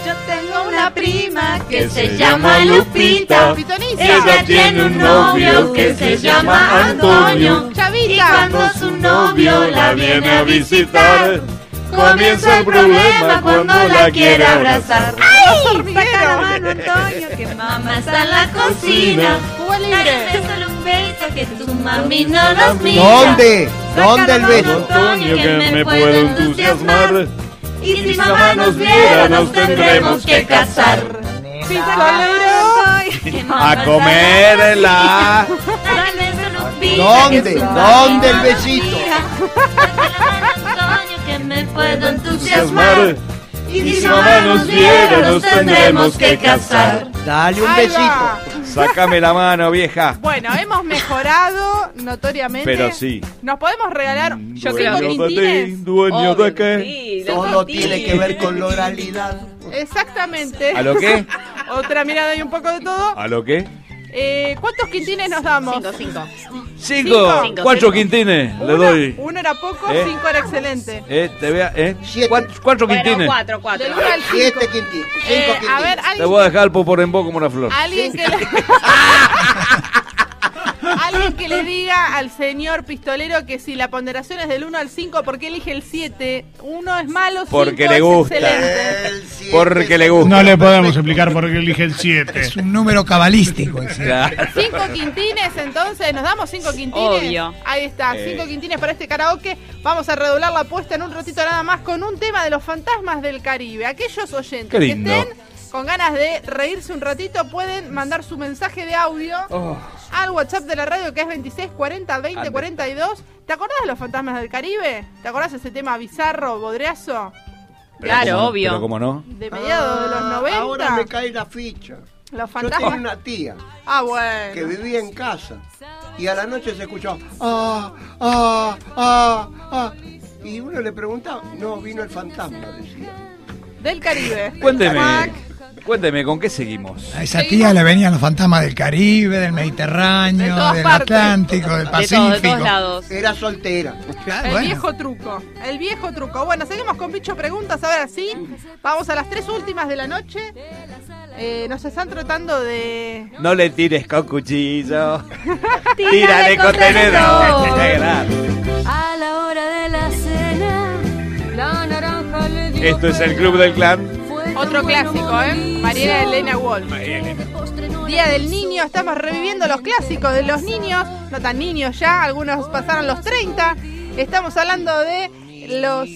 Yo tengo una prima
que se llama Lupita. Ella tiene un novio que se llama Antonio.
Chavita. Y cuando su
novio la viene a visitar. Comienza el problema cuando la quiere abrazar.
¡Ay! Saca la mano, Antonio, que mamá está en la cocina. Dale un beso, un beso, que tu mami no nos mira.
¿Dónde? ¿Dónde el beso?
Antonio que me puedo entusiasmar.
Y si mamá nos viera, nos tendremos que casar.
a comerla.
¿Dónde? ¿Dónde el besito?
Que me puedo entusiasmar.
Entusiasmar. Y si mamá nos viera, nos tendremos que casar.
Dale un
Ahí
besito.
va.
Sácame la mano, vieja.
Bueno, hemos mejorado notoriamente.
Pero sí.
Nos podemos regalar yo
creo que-
tintines.
Dueño de qué.
Todo
Tiene que ver con la oralidad.
Exactamente.
¿A lo qué?
Otra mirada y un poco de todo.
¿A lo qué?
Eh, ¿Cuántos quintines nos damos? Cinco, cinco.
Cinco, cuatro quintines le doy.
Uno era poco,
Eh.
cinco era excelente.
Eh, te vea, eh. Cuatro, cuatro quintines.
cuatro. Del uno al cinco.
Siete quintines.
Eh, a ver,
Te
alguien,
voy a dejar el poporembó como una flor.
alguien que le... Alguien que le diga al señor pistolero que si la ponderación es del 1 al 5, ¿por qué elige el 7? Uno es malo, cinco
Porque le
es
gusta.
excelente.
Porque le gusta.
No le podemos explicar por qué elige el 7. Es
un número cabalístico.
Claro.
Cinco quintines, entonces, nos damos cinco quintines.
Obvio.
Ahí está,
Eh.
cinco quintines para este karaoke. Vamos a redoblar la apuesta en un ratito nada más con un tema de los fantasmas del Caribe. Aquellos oyentes
Qué
que
lindo.
estén con ganas de reírse un ratito pueden mandar su mensaje de audio
Oh.
al WhatsApp de la radio que es 2640 2042. ¿Te acordás de los fantasmas del Caribe? ¿Te acordás ese tema bizarro, bodreazo?
Pero
Claro,
cómo no,
obvio.
Pero cómo no.
De mediados de los 90.
Ah, Ahora me cae la ficha.
Los
Yo tenía
fantasmas.
una tía
Ah, bueno.
que vivía en casa y a la noche se escuchó ah, ah, ah, ah. Y uno le preguntaba, no, vino el fantasma, decía.
Del Caribe.
Cuénteme. Cuénteme, ¿con qué seguimos?
A esa tía le venían los fantasmas del Caribe, del Mediterráneo, del Atlántico, del Pacífico.
lados.
Era soltera.
El viejo truco, el viejo truco. Bueno, seguimos con bicho preguntas ahora sí. Vamos a las tres últimas de la noche. Eh, nos están tratando de.
No le tires con cuchillo.
Tírale con tenedor.
Qué grande.
A la hora de la cena, la naranja le dio
Esto es el club del clan.
Otro clásico, ¿eh? Mariana Elena Wolf. Día del niño, estamos reviviendo los clásicos de los niños. No tan niños ya, algunos pasaron los 30. Estamos hablando de los.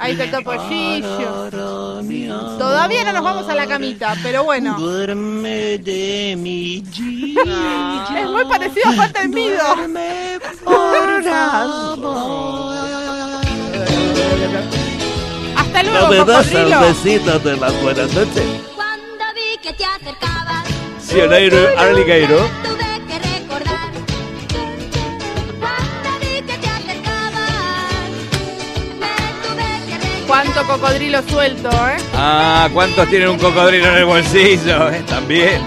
Ahí está el topollillo. Todavía no nos vamos a la camita, pero bueno.
Duerme de mi
Es muy parecido a Falta en Mido. Hasta
No me
luego,
das
cocodrilo.
cervecitas de las buenas noches.
Sioneiro, alligator.
Cuánto cocodrilo suelto, ¿eh?
Ah, ¿cuántos tienen un cocodrilo en el bolsillo? eh? También.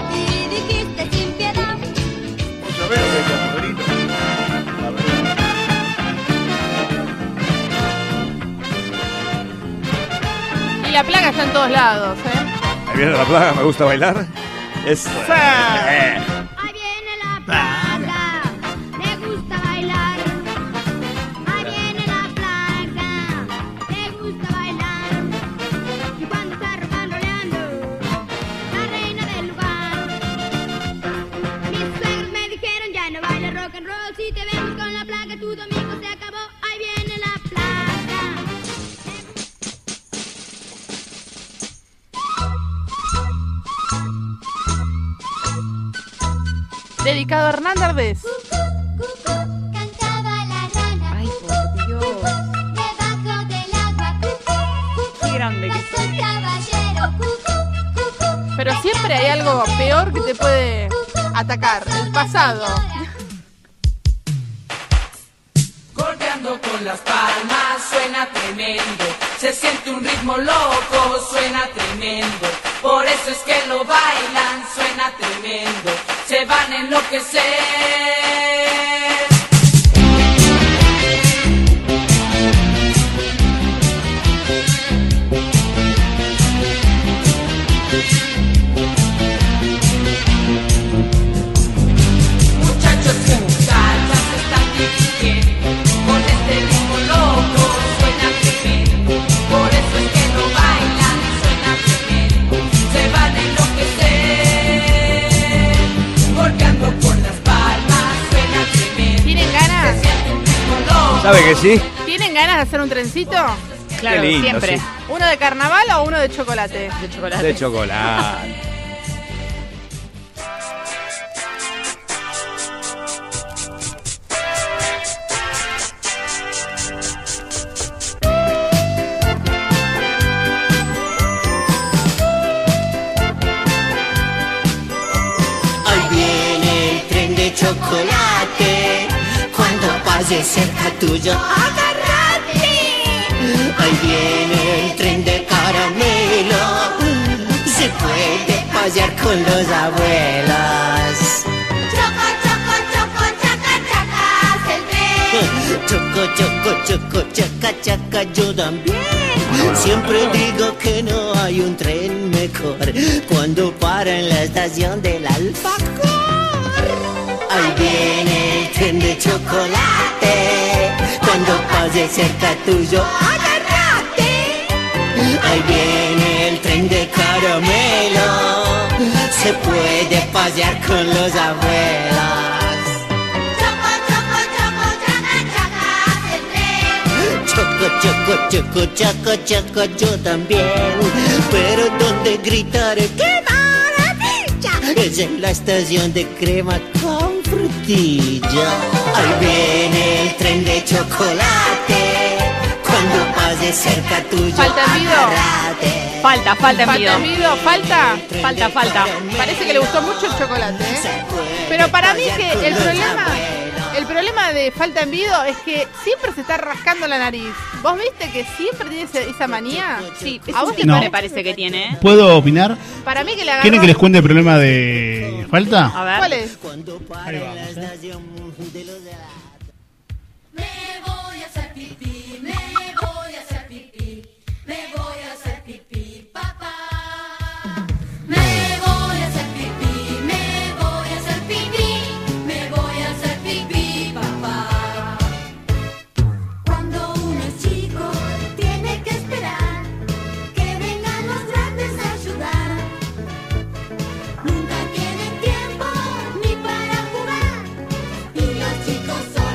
Y la plaga está en todos lados, ¿eh?
Viene la plaga, me gusta bailar. Es. eh,
Ahí viene la plaga, me gusta bailar. Ahí viene la plaga, me gusta bailar. Y cuando está romanroleando, la reina del lugar. Mis suegros me dijeron ya no baila rock and roll. Si te vemos con la plaga, tu domingo se acabó. Ahí viene la plaga.
Dedicado a Hernán Dardés.
Debajo del agua,
Qué grande que
soy caballero,
Pero siempre hay algo peor que te puede atacar. El pasado.
Golpeando con las palmas suena tremendo. Se siente un ritmo loco, suena tremendo. Por eso es que lo bailan, suena tremendo. Se van a enloquecer. Muchachos y muchachas están divirtiendo. Con este ritmo loco suena tremendo. Por eso es que no bailan, suena tremendo. Se van a enloquecer. Golpeando con las palmas suena tremendo.
¿Tienen ganas?
¿Sabe que sí?
¿Tienen ganas de hacer un trencito?
Claro, Qué lindo, siempre. sí.
¿Uno de carnaval o uno de chocolate? De chocolate.
De chocolate.
Hoy viene el tren de chocolate. Cuando pase cerca tuyo, agárrate. Hoy viene el tren de caramelo. Se puede pasear con los abuelos.
Choco, choco, choco, chaca, chacas el tren.
Choco, choco, choco, chaca, chaca, yo también. Siempre digo que no hay un tren mejor cuando para en la estación del alfajor. Ahí viene el tren de chocolate cuando pase cerca tuyo. Agárrate. Ahí viene el tren de caramelo. Se puede pasear con los abuelos.
Choco, choco, choco, chaca, chacas el tren.
Choco, choco, choco, choco, choco, yo también. Pero donde gritaré, ¡qué maravilla! Es en la estación de crema con frutilla. Ahí viene el tren de chocolate. Cuando pase cerca tuyo,
Falta Guido.
agárrate.
Falta, falta envido.
Falta Mido, falta. Falta, falta. Parece que le gustó mucho el chocolate. ¿eh? Pero para mí que el problema, el problema de falta envido es que siempre se está rascando la nariz. ¿Vos viste que siempre tiene ese- esa manía? Sí,
es
a
un
vos te
tipo
No.
me parece que tiene. ¿eh?
¿Puedo opinar?
Para mí que le agarró...
¿Quieren que les cuente el problema de falta?
ver.
¿Cuál es? ¿eh?
Me voy a hacer pipí, me voy a hacer pipí, me voy a hacer pipí, papá. Me voy a hacer pipí, me voy a hacer pipí, me voy a hacer pipí, papá. Cuando uno es chico, tiene que esperar que vengan los grandes a ayudar. Nunca tiene tiempo ni para jugar. Y los chicos son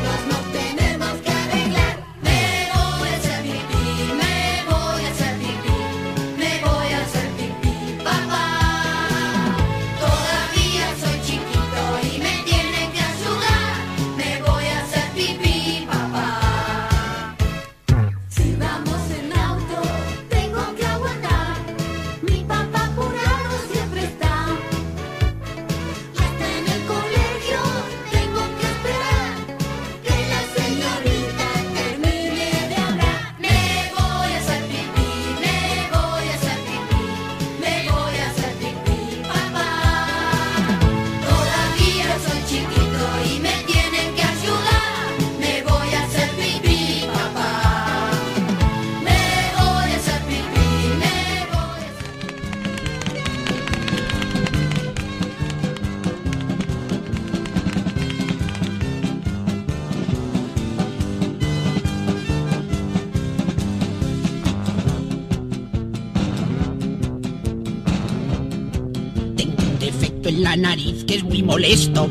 en la nariz, que es muy molesto.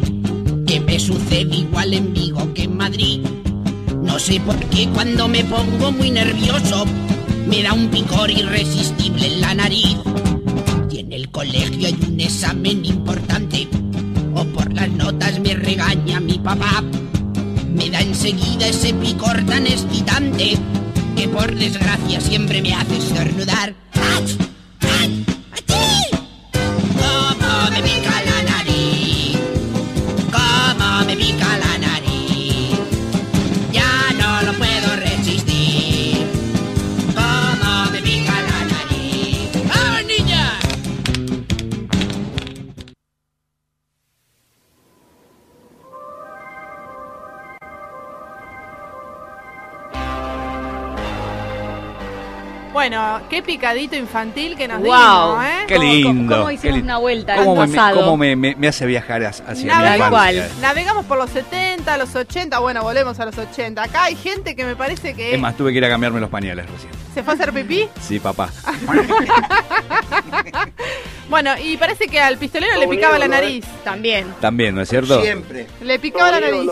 Que me sucede igual en Vigo que en Madrid. No sé por qué cuando me pongo muy nervioso, me da un picor irresistible en la nariz. Y en el colegio hay un examen importante, o por las notas me regaña mi papá. Me da enseguida ese picor tan excitante, que por desgracia siempre me hace estornudar. ¡Ach! ¿Cómo me pica la nariz? ¿Cómo me pica la nariz? Ya no lo puedo resistir. ¿Cómo me pica la nariz? ¡Vamos, niña!
Bueno, qué picadito infantil que nos
Wow.
dimos, ¿eh?
Qué lindo.
cómo hicimos
qué lindo.
una vuelta al
¿Cómo, me,
pasado?
cómo me- me- me hace viajar as- hacia mi
Navegamos,
infancia?
navegamos por los 70, los 80, bueno, volvemos a los 80. Acá hay gente que me parece que
Es más, tuve que ir a cambiarme los pañales recién.
se fue a hacer pipí.
Sí, papá.
Bueno, y parece que al pistolero le picaba la nariz. También.
También, ¿no es cierto?
Siempre.
Le picaba la nariz.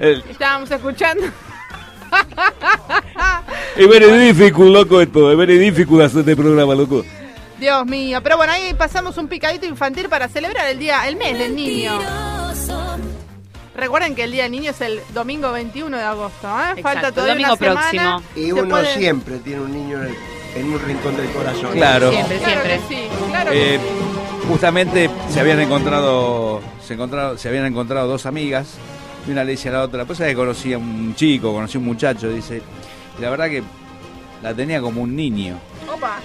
El-
Estábamos escuchando.
Es very difficult, loco, esto. Es very difficult hacer este programa, loco.
Dios mío. Pero bueno, ahí pasamos un picadito infantil para celebrar el día, el mes del niño. Recuerden que el Día del Niño es el domingo 21 de agosto, ¿eh? Falta todavía una semana.
Y
Se
uno
puede-
siempre tiene un niño en, el- en un rincón del corazón.
Claro.
Claro que sí, claro que
Eh, justamente se habían encontrado se, encontrado, se habían encontrado dos amigas y una le dice a la otra, pues sabés que conocí a un chico, conocí a un muchacho, dice, y la verdad que la tenía como un niño.
sí. Opa.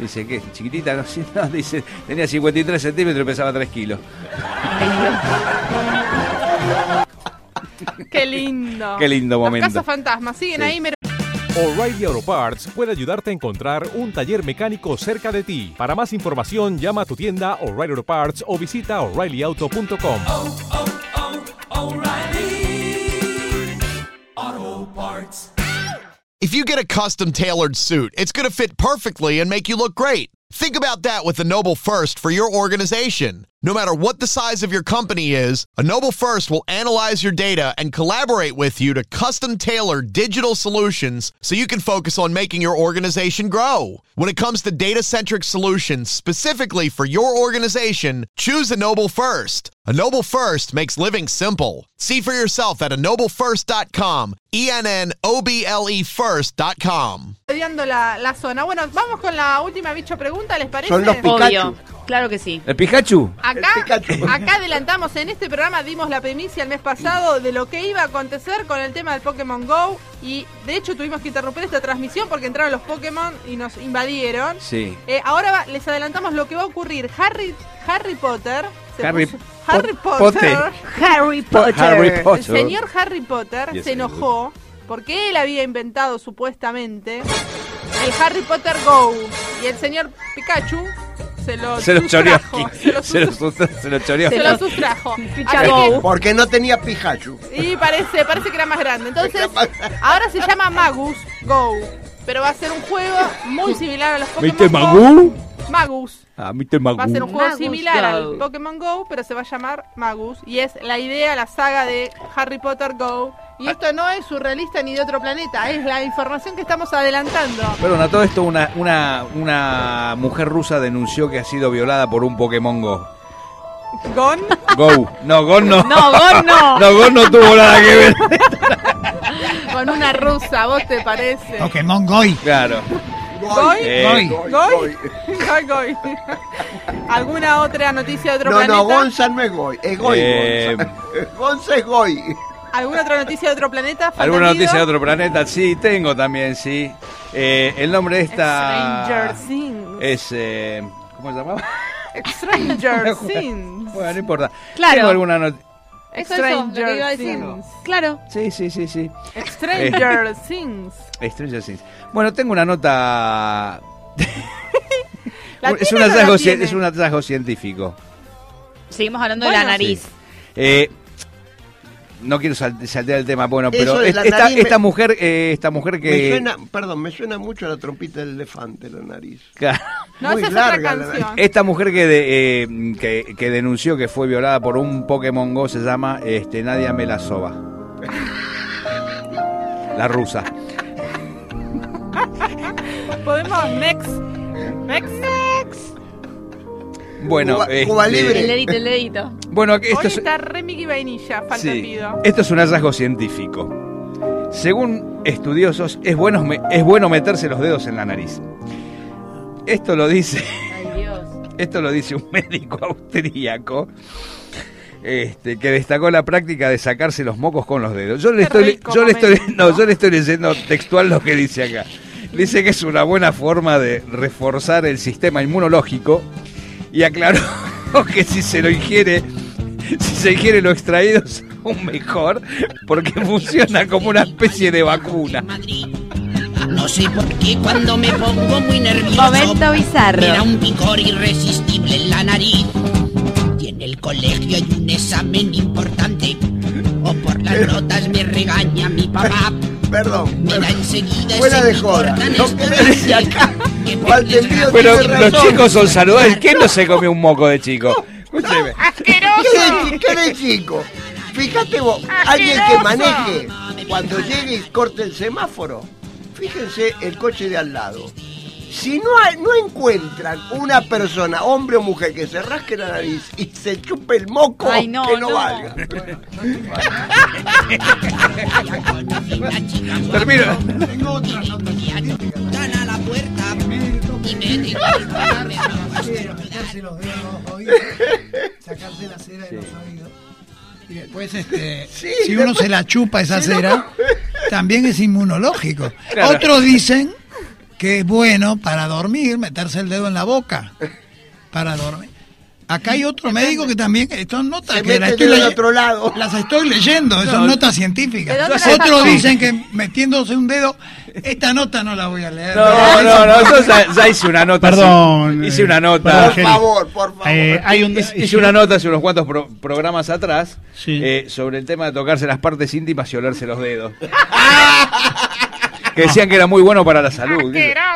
Dice, ¿qué? Chiquitita, no, Sí, no, dice, tenía 53 centímetros y pesaba 3 kilos.
Qué lindo.
Qué lindo momento.
Los casos fantasmas siguen
Sí.
ahí. mira.
O'Reilly Auto Parts puede ayudarte a encontrar un taller mecánico cerca de ti. Para más información, llama a tu tienda O'Reilly Auto Parts o visita oreillyauto.com.
Auto parts.
If you get a custom tailored suit, it's going to fit perfectly and make you look great. Think about that with a Noble First for your organization. No matter what the size of your company is, a Noble First will analyze your data and collaborate with you to custom tailor digital solutions so you can focus on making your organization grow. When it comes to data centric solutions specifically for your organization, choose a Noble First. A Noble First makes living simple. See for yourself at ennoblefirst.com, E N N O B L E first.com.
Odiando la, la zona. Bueno, vamos con la última bicho pregunta, ¿les parece?
Son los Pikachu. Obvio,
Claro que sí.
¿El Pikachu?
Acá, acá adelantamos, en este programa dimos la primicia el mes pasado de lo que iba a acontecer con el tema del Pokémon GO y de hecho tuvimos que interrumpir esta transmisión porque entraron los Pokémon y nos invadieron.
Sí.
Eh, ahora va- les adelantamos lo que va a ocurrir. Harry, Harry Potter. se
Harry
puso- Harry
Pot-
Potter.
Potter.
Harry
Potter. Harry Potter.
El señor Harry Potter
Yes,
se
I do.
enojó porque él había inventado supuestamente el Harry Potter Go y el señor Pikachu se lo,
Se lo choreó.
sustrajo, se lo
Se lo, sustra- se lo choreó.
se lo sustrajo. Así que-
Porque no tenía Pikachu.
y parece, parece que era más grande. Entonces, ahora se llama Magus Go. Pero va a ser un juego muy similar a los Pokémon
¿Viste
Go.
Magú?
Magus.
Ah, ¿viste Magú?
Va a ser un juego
Magus
similar al
Go.
Pokémon Go, pero se va a llamar Magus. Y es la idea, la saga de Harry Potter Go. Y esto no es surrealista ni de otro planeta, es la información que estamos adelantando.
Perdón, a todo esto una, una, una mujer rusa denunció que ha sido violada por un Pokémon Go.
¿Gon?
Go. No, Gon no.
No, Gon no.
No, Gon no tuvo nada que ver.
Con una rusa, ¿vos te parece?
Pokémon Goy. Claro.
Goy.
Eh,
Goy. Goy. Goy, goy. ¿Alguna otra noticia de otro
No,
planeta?
no, Gonza no es Goy, es Goy.
Eh,
Gonza. Gonza es Goy.
¿Alguna otra noticia de otro planeta?
¿Alguna
Fandanguido?
noticia de otro planeta? Sí, tengo también, sí. Eh, el nombre de esta
Stranger Things.
es... eh, ¿Cómo se llamaba?
Stranger Things.
Bueno, no importa.
Claro.
Tengo alguna noticia.
Eso, eso, lo que iba a decir. Claro.
Sí, sí, sí, sí.
Stranger Things.
Stranger Things. Bueno, tengo una nota...
¿La
es, un
tiene o no la
hallazgo, cien-
tiene?
es un hallazgo científico.
Seguimos hablando de la
Bueno.
nariz.
Eh, no quiero sal- saltear el tema, bueno,
Eso
pero
de
es-
la
esta,
nariz me-
esta mujer, eh, esta mujer
Me
que
suena, perdón, me suena mucho a la trompita del elefante la nariz.
Claro.
No,
Muy
esa es
larga
otra
la-
canción.
Esta mujer que, de- eh, que, que denunció que fue violada por un Pokémon Go se llama este, Nadia Melasova. La rusa.
Podemos next. Next.
Bueno, este,
El dedito, el dedito.
Bueno, aquí
Hoy
esto es,
está re Mickey Vainilla, falta
sí,
el pido.
esto es un hallazgo científico. Según estudiosos, es bueno, me- es bueno meterse los dedos en la nariz. Esto lo dice. Esto lo dice un médico austríaco. Este, que destacó la práctica de sacarse los mocos con los dedos. Yo le
Qué
estoy, le-
rico
yo le estoy,
momento.
no, yo le estoy leyendo textual lo que dice acá. Dice que es una buena forma de reforzar el sistema inmunológico y aclaró que si se lo ingiere, si se ingiere lo extraído es aún mejor porque funciona como una especie de vacuna.
No sé por qué cuando me pongo muy nervioso.
Momento bizarro.
Me da un picor irresistible en la nariz. Y en el colegio hay un examen importante. O por las notas me regaña mi papá.
Perdón.
Me da enseguida
Fuera
ese
de
picor
joda.
tan
Lo que me dice acá. Valtemiro
Pero
tiene
los
razón.
chicos son saludables. ¿Quién no se comió un moco de chico? Escúcheme.
¿Qué de, qué de chico? Fíjate vos, alguien que maneje cuando llegue y corte el semáforo. Fíjense el coche de al lado. Si no, hay- no encuentran una persona, hombre o mujer, que se rasque la nariz y se chupe el moco,
Ay, no,
que no,
no.
valga.
Termino.
Tan a la puerta. Y me
Meterse los dedos en los oídos, sacarse la cera de los oídos. Y después, este,
Sí,
si uno
después-
se la chupa esa
si no-
cera, también es inmunológico.
Claro.
Otros dicen que es bueno para dormir meterse el dedo en la boca para dormir. Acá hay otro médico que también, estas notas
Se
que las
mete
estoy,
del
leye-
otro lado.
las estoy leyendo,
No,
son notas científicas.
¿De dónde las
Otros
sacó?
dicen que metiéndose un dedo, esta nota no la voy a leer.
No, no, no, yo ya, ya hice una nota.
Perdón,
hice una
eh,
nota.
perdón, Por Jenny. favor, por favor. Eh, hay un-
hice, hice una nota hace unos cuantos pro- programas atrás eh, sobre el tema de tocarse las partes íntimas y olerse los dedos. que decían que era muy bueno para la salud.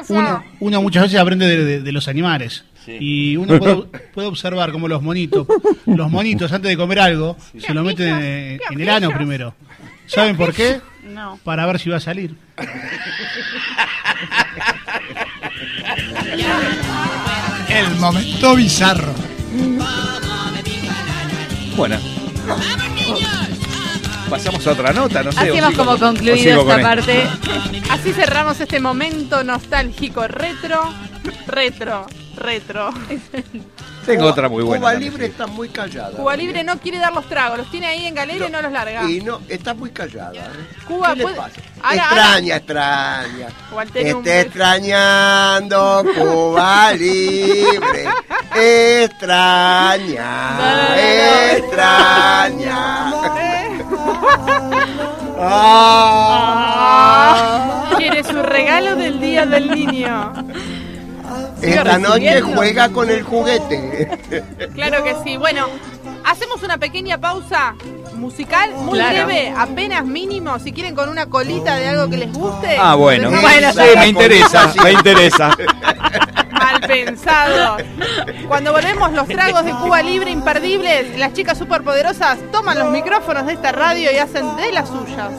Uno, uno muchas veces aprende de, de- de los animales. Y uno puede, puede observar como los monitos, los monitos antes de comer algo, se lo meten en, en el ano primero. ¿Saben por qué?
No.
Para ver si va a salir.
El momento bizarro.
Bueno. Pasamos a otra nota, no sé. o
Hacemos
sigo
como
con- o
concluido
sigo
esta
con esto.
parte.
Así cerramos este momento nostálgico retro, retro, retro.
Tengo otra muy buena.
Cuba
también.
Libre está muy callada.
Cuba Libre no quiere dar los tragos, los tiene ahí en galera y no los larga.
Y no, está muy callada. ¿eh?
Cuba puede... Haga-
extraña, extraña.
Walter,
Te
un
está
Este
extrañando Cuba Libre. Extraña, extraña. Ah.
Ah. Quiere su regalo del día del niño.
Esta noche
recibiendo.
juega con el juguete.
Claro que sí. Bueno, hacemos una pequeña pausa musical, muy
Claro.
breve, apenas mínimo. Si quieren con una colita de algo que les guste.
Ah, bueno.
Nos vamos a la
Sí,
tanda.
me interesa, me interesa.
Mal pensado. Cuando volvemos los tragos de Cuba Libre imperdibles, las chicas superpoderosas toman los micrófonos de esta radio y hacen de las suyas.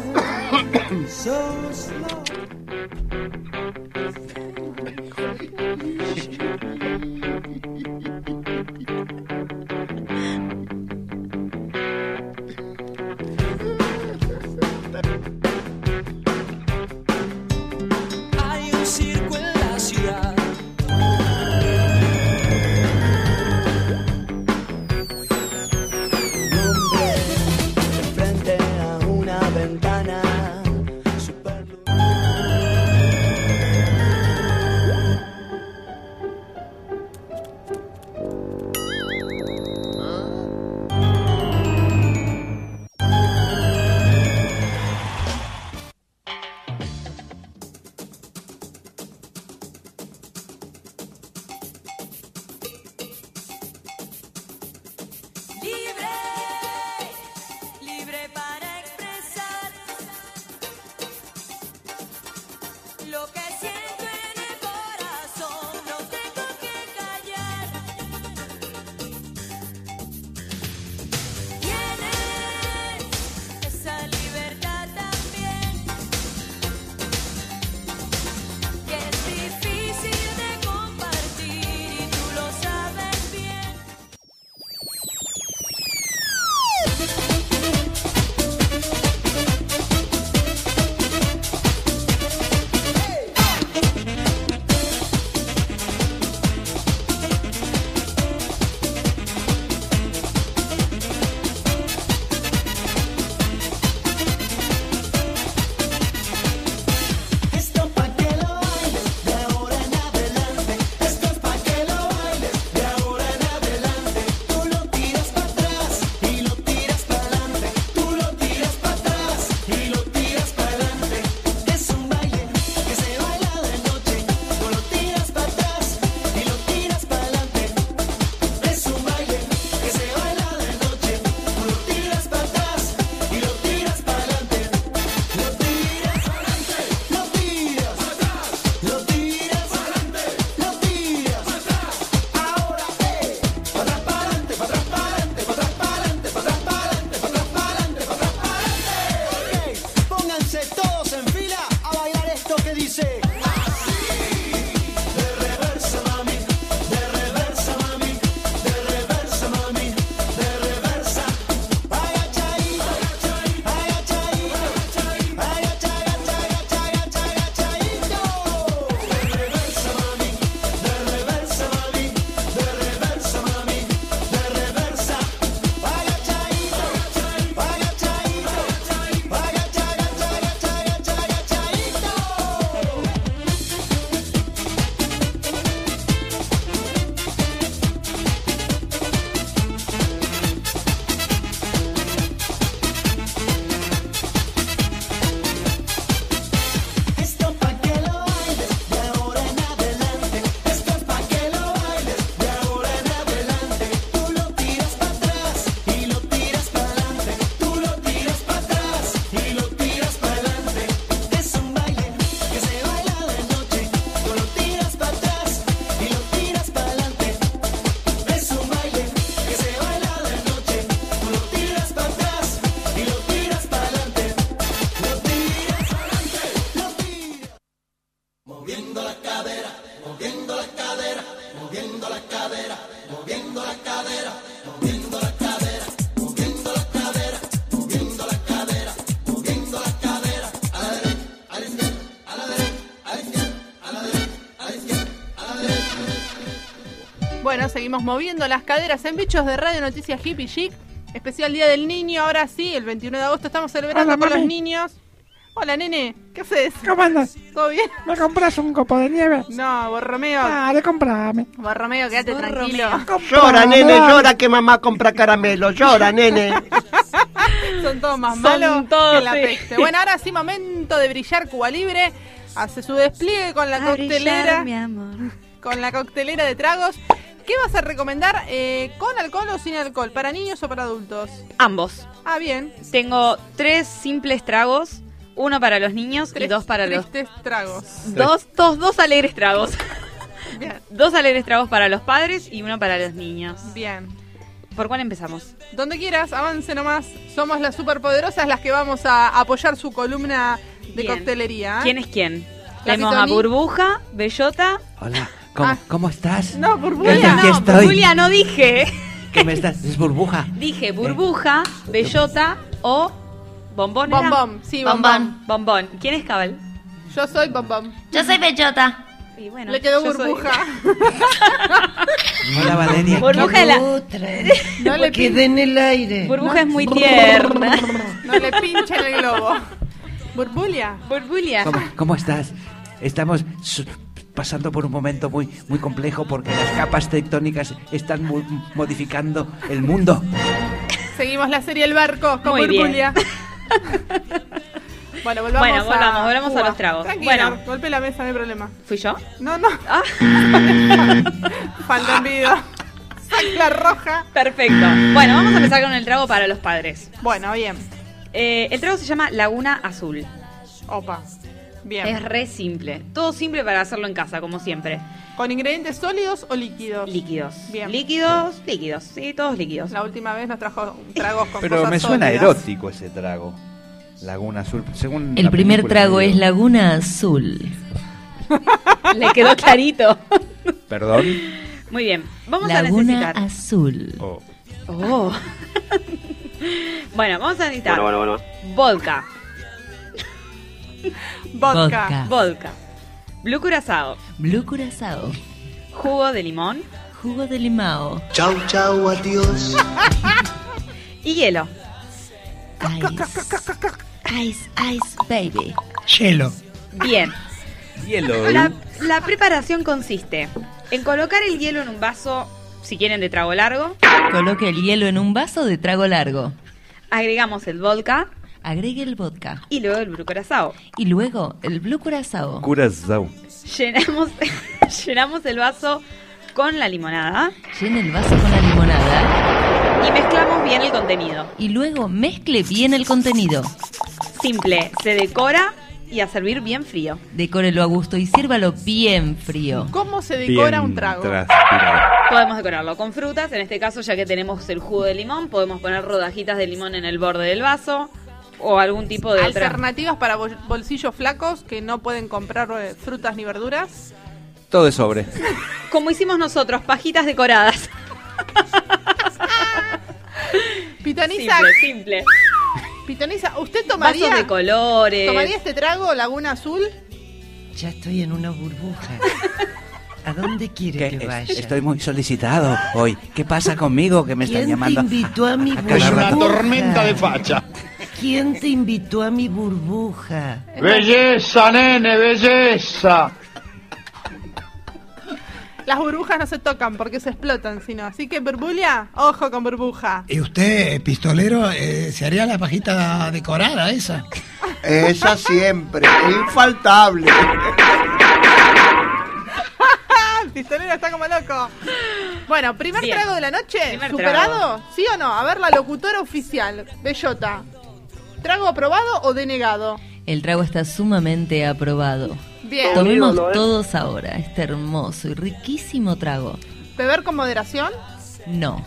Hay un circo en la ciudad.
frente a una ventana.
Libre, libre para expresar lo que siento en el corazón. No tengo que
eh, me dice así. De reversa mami, de reversa mami, de reversa mami, de reversa. Ay achaíta, ay achaíta, ay achaíta, ay achaíta, De reversa mami, de reversa mami, de reversa mami, de reversa. Ay achaíta, ay achaíta, ay Esto es pa' que lo bailes de ahora en adelante. Esto es pa' que lo bailes de ahora en adelante. Tú lo tiras para atrás y lo tiras para adelante. Tú lo tiras para atrás y lo tiras para adelante. Es un baile que se baila de noche. Tú lo tiras para atrás y lo tiras para adelante. Es un baile que se baila de noche. Tú lo tiras para atrás y lo tiras para adelante. Lo tiras para adelante. Moviendo la cadera, moviendo la cadera, moviendo la cadera, moviendo la cadera, moviendo la cadera, moviendo la cadera, moviendo la cadera, moviendo la cadera, a la derecha, a la izquierda, a la derecha, a la izquierda, a la derecha, a la izquierda, a la derecha.
Bueno, seguimos moviendo las caderas en bichos de Radio Noticias Hippie Chic. Especial Día del Niño, ahora sí, el 21 de agosto estamos celebrando
Hola,
con los
mami.
niños. Hola, nene, ¿qué haces?
¿Cómo andas?
¿Todo bien?
¿Me compras un copo de nieve? Ah,
No, Borromeo.
Dale, comprame.
Borromeo, quédate tranquilo. Ah.
Llora, nene, llora que mamá compra caramelo. Llora, nene.
Son todos más
Son
malos
todos,
que la
sí.
peste. Bueno, ahora sí, momento de brillar Cuba Libre. Hace su despliegue con la
A
coctelera.
brillar, mi
Con la coctelera de tragos. ¿Qué vas a recomendar? eh, ¿Con alcohol o sin alcohol? ¿Para niños o para adultos?
Ambos.
Ah, bien.
Tengo tres simples tragos. Uno para los niños y dos para los...
Tristes tragos.
Dos, dos, dos alegres tragos. dos alegres tragos para los padres y uno para los niños.
Bien.
¿Por cuál empezamos?
Donde quieras, avance nomás. Somos las superpoderosas las que vamos a apoyar su columna de
Bien.
coctelería. ¿eh?
¿Quién es quién?
La
Tenemos a
Titoni.
Burbuja, Bellota...
Hola, ¿cómo, cómo estás?
Ah. No,
Desde
Burbuja,
aquí
no,
estoy.
Burbuja no dije.
¿Qué me estás? Es burbuja.
Dije burbuja, bellota o bombón. ¿era?
Bombón, sí,
bombón. Bombón. ¿Quién es Cabal?
Yo soy bombón.
Yo soy bellota. Y bueno,
Le quedó
yo soy-
burbuja.
Hola, Valeria.
Burbuja es la-
No le
Quedé en el aire.
Burbuja es muy tierna.
No le pinchen el globo. Burbulia.
Burbulia.
¿Cómo, cómo estás? Estamos su- pasando por un momento muy, muy complejo porque las capas tectónicas están mu- modificando el mundo.
Seguimos la serie El Barco con
Muy bien.
Burbulia. bueno, volvamos,
Bueno,
a
volvamos, volvamos a
Cuba.
los tragos.
Tranquilo,
Bueno. Ah.
golpe la mesa, no hay problema.
¿Fui yo?
No, no. Falta envido.
Ah,
La roja.
Perfecto. Bueno, vamos a empezar con el trago para los padres. Eh,
Bueno, bien.
el trago se llama Laguna Azul.
Opa. Bien.
Es re simple. Todo simple para hacerlo en casa, como siempre.
¿Con ingredientes sólidos o líquidos?
Líquidos.
Bien.
Líquidos, líquidos. Sí, todos líquidos.
La última vez nos trajo tragos con
Pero
cosas
me suena
sólidas.
erótico ese trago. Laguna Azul. Según
El
la
primer
película
trago
que
es
vi.
Laguna Azul.
Le quedó clarito.
Perdón.
Muy bien. Vamos a
Laguna
necesitar.
Azul.
Oh. bueno, vamos a necesitar
Bueno, bueno,
vodka.
Vodka.
Vodka. Blue curazao.
Blue Curazao.
Jugo de limón.
Jugo de limao.
Chau, chau, adiós.
Y hielo.
Ice, ice, baby.
Hielo.
Bien.
Hielo.
La, la preparación consiste en colocar el hielo en un vaso, si quieren, de trago largo.
Coloque el hielo en un vaso de trago largo.
Agregamos el vodka
Agregue el vodka.
y luego el blue curazao.
Y luego el Blue Curazao.
Curazao.
Llenamos, llenamos el vaso con la limonada
Llene el vaso con la limonada.
y mezclamos bien el contenido.
Y luego mezcle bien el contenido.
Simple, se decora y a servir bien frío.
Decórelo a gusto y sírvalo bien frío.
¿Cómo se
decora un trago?
transpirado.
Podemos decorarlo con frutas, en este caso ya que tenemos el jugo de limón, podemos poner rodajitas de limón en el borde del vaso. o algún tipo de otra.
Alternativas para bol- bolsillos flacos que no pueden comprar eh, frutas ni verduras.
Todo es sobre.
Como hicimos nosotros, pajitas decoradas.
Pitoniza.
Simple, simple.
Pitoniza, ¿usted tomaría,
Vasos de colores.
tomaría este trago, Laguna Azul?
Ya estoy en una burbuja. ¿A dónde
Que
quiere que
es-
vaya?
estoy muy solicitado hoy. ¿Qué pasa conmigo que me están
¿Quién
llamando?
te invitó a mi
a cada
burbuja?
rato.
facha. ¿Quién te invitó a mi burbuja?
Belleza, nene, belleza.
Las burbujas no se tocan porque se explotan, sino. Así que, burbulia, ojo con burbuja.
¿Y usted, pistolero, eh, se haría la pajita decorada esa?
Esa siempre, infaltable.
El pistolero está como loco. Bueno, primer
Bien.
trago de la noche,
Primer
¿superado? ¿Sí o no? A ver, la locutora oficial, Bellota. ¿Trago aprobado o denegado?
El trago está sumamente aprobado.
Bien.
Tomemos
Olvídalo, eh.
todos ahora este hermoso y riquísimo trago.
¿Beber con moderación?
No.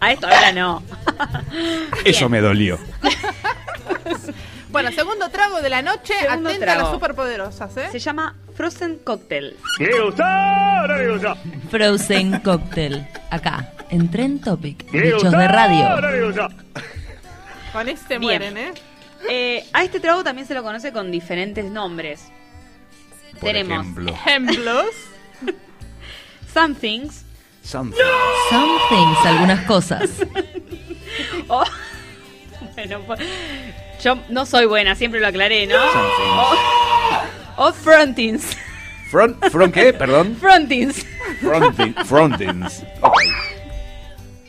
A esto ahora no.
Eso me dolió.
Bueno, segundo trago de la noche,
Segundo
atenta a
trago.
las superpoderosas, ¿eh?
Se llama Frozen Cocktail.
Frozen Cocktail. Acá, en Trend Topic.
¿Quiere
Bichos de
gustar?
radio.
Con este
Bien.
mueren, ¿eh?
Eh, a este trago también se lo conoce con diferentes nombres.
Por
Tenemos
ejemplo.
ejemplos.
Some things.
Something.
Some things, algunas cosas.
o- Oh. bueno, po- yo no soy buena, siempre lo aclaré, ¿no? Oh, O, o frontings.
Front, front qué, perdón.
Frontings.
Frontin, frontins. Ok.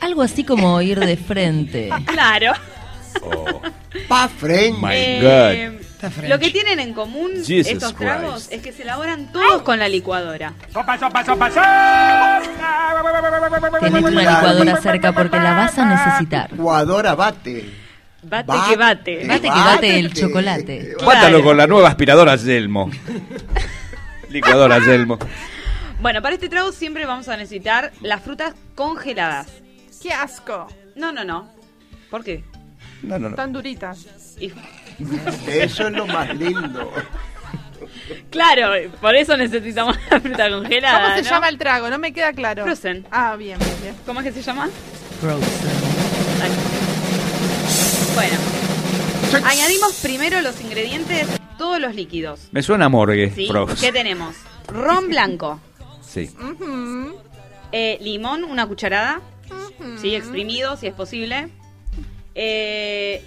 Algo así como ir de frente.
Claro.
Oh.
Pa French.
My
Eh,
God.
Lo que tienen en común
Jesus
estos
Christ.
tragos es que se elaboran todos con la licuadora.
Tenés una licuadora cerca porque la vas a necesitar.
Licuadora bate.
Bate que bate.
Bate que bate el chocolate.
Bátalo con la nueva aspiradora Zelmo. Licuadora Zelmo.
Bueno, para este trago siempre vamos a necesitar las frutas congeladas.
¡Qué asco!
No, no, no. ¿Por qué?
No, no, no.
Tan duritas.
Y-
Eso es lo más lindo.
Claro, por eso necesitamos la fruta congelada.
¿Cómo se
¿no?
llama el trago? No me queda claro.
Frozen.
Ah, bien, bien, bien.
¿Cómo es que se llama?
Frozen.
Bueno. Añadimos primero los ingredientes, todos los líquidos.
Me suena a morgue,
¿sí?
Frogs.
¿Qué tenemos? Ron blanco,
Sí.
Ujú,
eh, limón, una cucharada,
ujú.
¿sí? exprimido si es posible. Eh,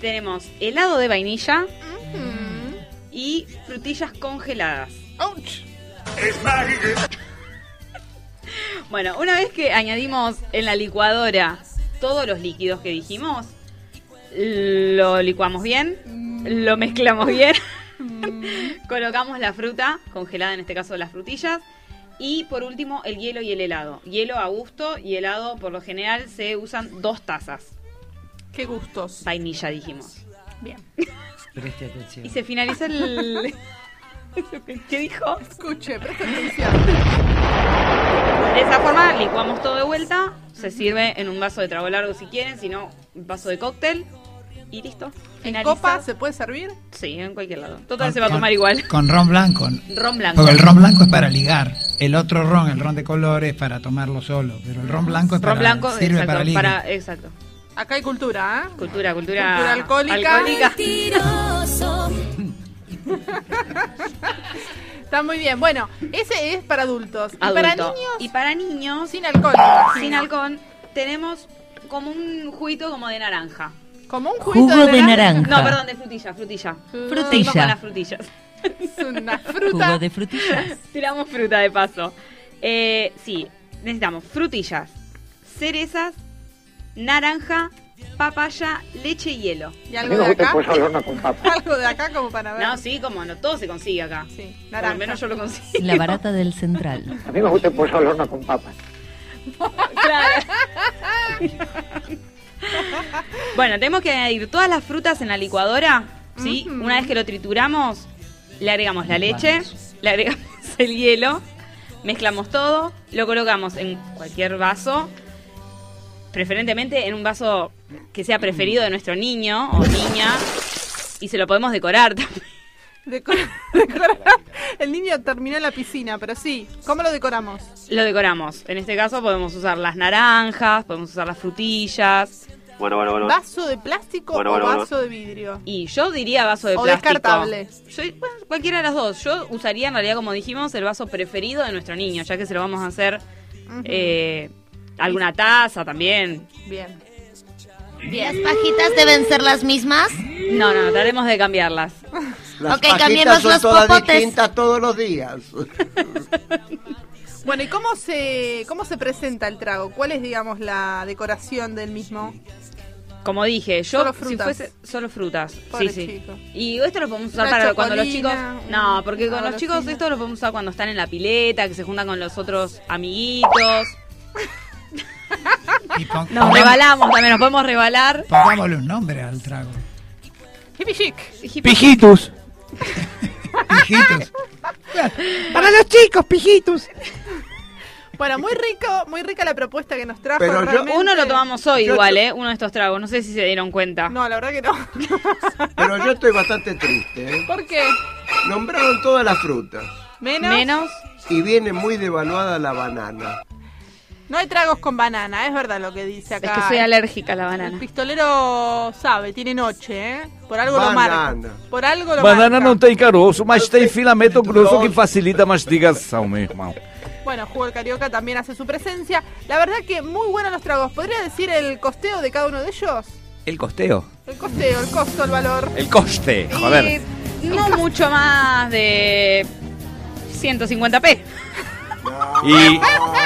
tenemos helado de vainilla
Hmm.
y frutillas congeladas.
¡Auch!
Es Bueno, una vez que añadimos en la licuadora todos los líquidos que dijimos, lo licuamos bien,
Mm.
lo mezclamos bien, colocamos la fruta, congelada en este caso las frutillas, y por último el hielo y el helado. Hielo a gusto y helado por lo general se usan dos tazas.
¿Qué gustos?
Vainilla dijimos.
Bien.
Preste atención.
Y se finaliza el... ¿Qué dijo?
Escuche, presta atención.
De esa forma licuamos todo de vuelta, se sirve en un vaso de trago largo si quieren, si no, un vaso de cóctel y listo.
¿En
Finaliza.
copa se puede servir?
Sí, en cualquier lado. Total se va a tomar igual.
Con ron blanco.
Ron blanco.
Porque el ron blanco es para ligar. El otro ron, el ron de colores, es para tomarlo solo. Pero el ron blanco es
Ron
para,
blanco,
sirve
exacto,
para ligar.
para- exacto.
Acá hay cultura, ¿eh?
Cultura, cultura,
Cultura alcohólica. Está muy bien. Bueno, ese es para adultos. Y para
Adulto.
niños,
Y para niños
sin alcohol.
sin alcohol tenemos como un juguito como de naranja.
Como un
Jugo
juguito
de naranja.
No, perdón, de frutilla, frutilla.
Frutilla.
Seguimos con las frutillas.
Es una
Jugo
fruta.
de frutillas.
Tiramos fruta de paso. Eh, sí, necesitamos frutillas, cerezas, naranja, papaya, leche y hielo.
¿Y algo de acá? Algo de acá como para ver.
No, sí, como no, todo se consigue acá. Sí,
naranja.
Al menos yo lo consigo.
La barata del central.
A mí me gusta el pollo al horno con papas.
Claro. bueno, tenemos que añadir todas las frutas en la licuadora, ¿sí? Una vez que lo trituramos, le agregamos la leche, le agregamos el hielo, mezclamos todo, lo colocamos en cualquier vaso, preferentemente en un vaso que sea preferido de nuestro niño o niña y se lo podemos decorar también.
Decor- decorar- El niño terminó en la piscina, pero sí. ¿Cómo lo decoramos?
Lo decoramos. En este caso podemos usar las naranjas, podemos usar las frutillas.
Bueno, bueno, bueno.
¿Vaso de plástico
Bueno,
o
bueno, bueno.
vaso de vidrio?
Y yo diría vaso de
O
plástico.
descartable.
Yo, bueno, cualquiera de las dos. Yo usaría en realidad, como dijimos, el vaso preferido de nuestro niño, ya que se lo vamos a hacer
Ujú.
eh, alguna taza también.
Bien.
¿Las pajitas deben ser las mismas?
No, no, trataremos de cambiarlas.
Las
Ok,
pajitas
cambiemos
son
los
todas
popotes.
distintas todos los días.
Bueno, ¿y cómo se, cómo se presenta el trago? ¿Cuál es, digamos, la decoración del mismo?
Como dije, yo
Solo
si
frutas.
fuese solo frutas,
Pobre
sí, sí.
chico.
Y esto lo podemos usar
Una
para cuando los chicos,
chocolina,
no,
un-
porque con
una
los chicos
golosina.
esto lo podemos usar cuando están en la pileta, que se juntan con los otros amiguitos. Nos rebalamos, también nos podemos rebalar.
Pongámosle un nombre al trago.
Hippie chic.
Pijitos. Pijitos.
Para los chicos, pijitos.
Bueno, muy rico, muy rica la propuesta que nos trajo. realmente.
uno lo tomamos hoy
Yo-
igual, ¿eh? Uno de estos tragos, no sé si se dieron cuenta.
No, la verdad que no.
Pero yo estoy bastante triste. ¿eh?
¿Por qué?
Nombraron todas las frutas
Menos.
y viene muy devaluada la banana.
No hay tragos con banana, es verdad lo que dice acá. eh.
que soy alérgica a la banana.
El pistolero sabe, tiene noche, ¿eh? Por algo lo
Banana.
marca. Por algo lo
Banana
marca.
não tem caroço, mas tem filamento grosso que facilita a mastigação, meu irmão.
Bueno, Jugo el Carioca también hace su presencia. La verdad que muy buenos los tragos. ¿Podría decir el costeo de cada uno de ellos?
El costeo.
El costeo, el costo, el valor.
El coste, joder.
Y no mucho más de 150p.
Y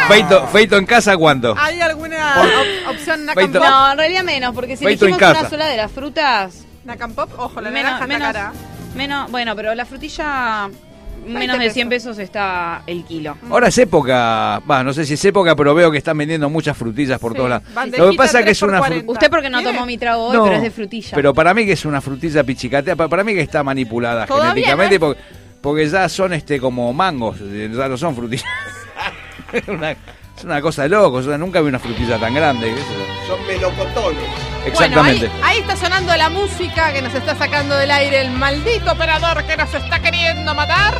feito, feito en casa cuánto?
¿Hay alguna op- opción Nakam
Feito.
Pop?
No, en realidad menos, porque si
Feito en
elegimos una
casa.
sola de las frutas,
Nakam Pop, ojo, la
menos,
naranja
menos-
está cara.
menos- bueno, pero la frutilla menos de 100 pesos está el kilo.
Ahora es época, va, no sé si es época, pero veo que están vendiendo muchas frutillas por todos lados. Lo que pasa es que es una frutilla.
Usted porque no tomó mi trago hoy,
No,
pero es de frutilla.
Pero para mí que es una frutilla pichicatea, pa- para mí que está manipulada
Todavía
genéticamente
no
porque, porque ya son este como mangos, eh, ya no son frutillas. es, una, es una cosa de locos, o sea, nunca vi una frutilla tan grande. qué sé yo.
Son melocotones.
Exactamente.
Bueno, ahí, ahí está sonando la música que nos está sacando del aire el maldito operador que nos está queriendo matar.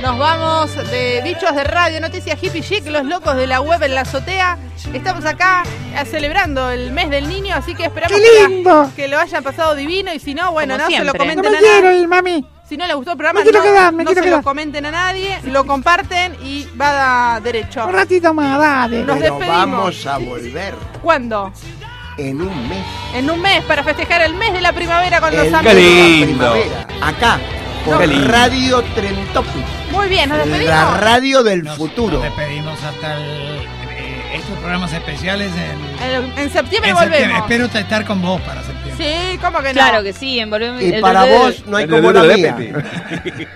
Nos vamos de bichos de radio, noticias hippie chic, los locos de la web en la azotea. Estamos acá eh, celebrando el mes del niño, así que esperamos
¡Qué
que la-
lindo!
Que, lo hayan pasado divino y si no, bueno,
Como
no se lo
siempre.
comenten
No me
a nadie.
quiero ir, mami.
Si no les gustó el programa,
Me quiero
no,
quedar, me
no
quiero
se lo
quedar.
comenten a nadie, lo comparten y va a derecho.
Un ratito más, dale.
Nos
Pero
despedimos.
vamos a volver
¿Cuándo?
en un mes.
En un mes para festejar el mes de la primavera con los
El
amigos.
mes de la primavera, Acá,
Qué
por
lindo.
Radio Trentopic,
Muy bien, nos despedimos.
la radio del futuro.
Nos despedimos hasta el- eh, estos programas especiales en,
En, en septiembre
en septiembre.
volvemos.
Espero estar con vos para septiembre.
Sí, ¿cómo que no?
Claro que sí, envolvemos.
Y
el
para
dedo-
vos no hay El como dedo la de mía.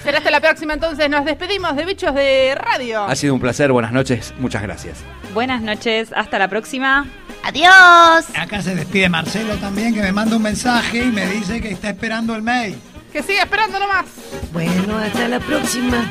Será hasta la próxima entonces. Nos despedimos de Bichos de Radio.
Ha sido un placer, buenas noches, muchas gracias.
Buenas noches, hasta la próxima.
Adiós.
Acá se despide Marcelo también, que me manda un mensaje y me dice que está esperando el mail.
Que siga esperando nomás.
Bueno, hasta la próxima.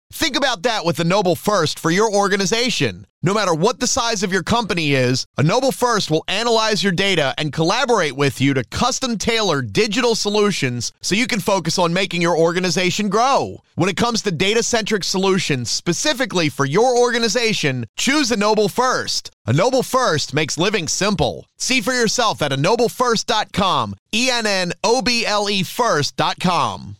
Think about that with a Noble First for your organization. No matter what the size of your company is, a Noble First will analyze your data and collaborate with you to custom tailor digital solutions so you can focus on making your organization grow. When it comes to data centric solutions specifically for your organization, choose a Noble First. A Noble First makes living simple. See for yourself at ennoblefirst.com, E N N O B L E first.com.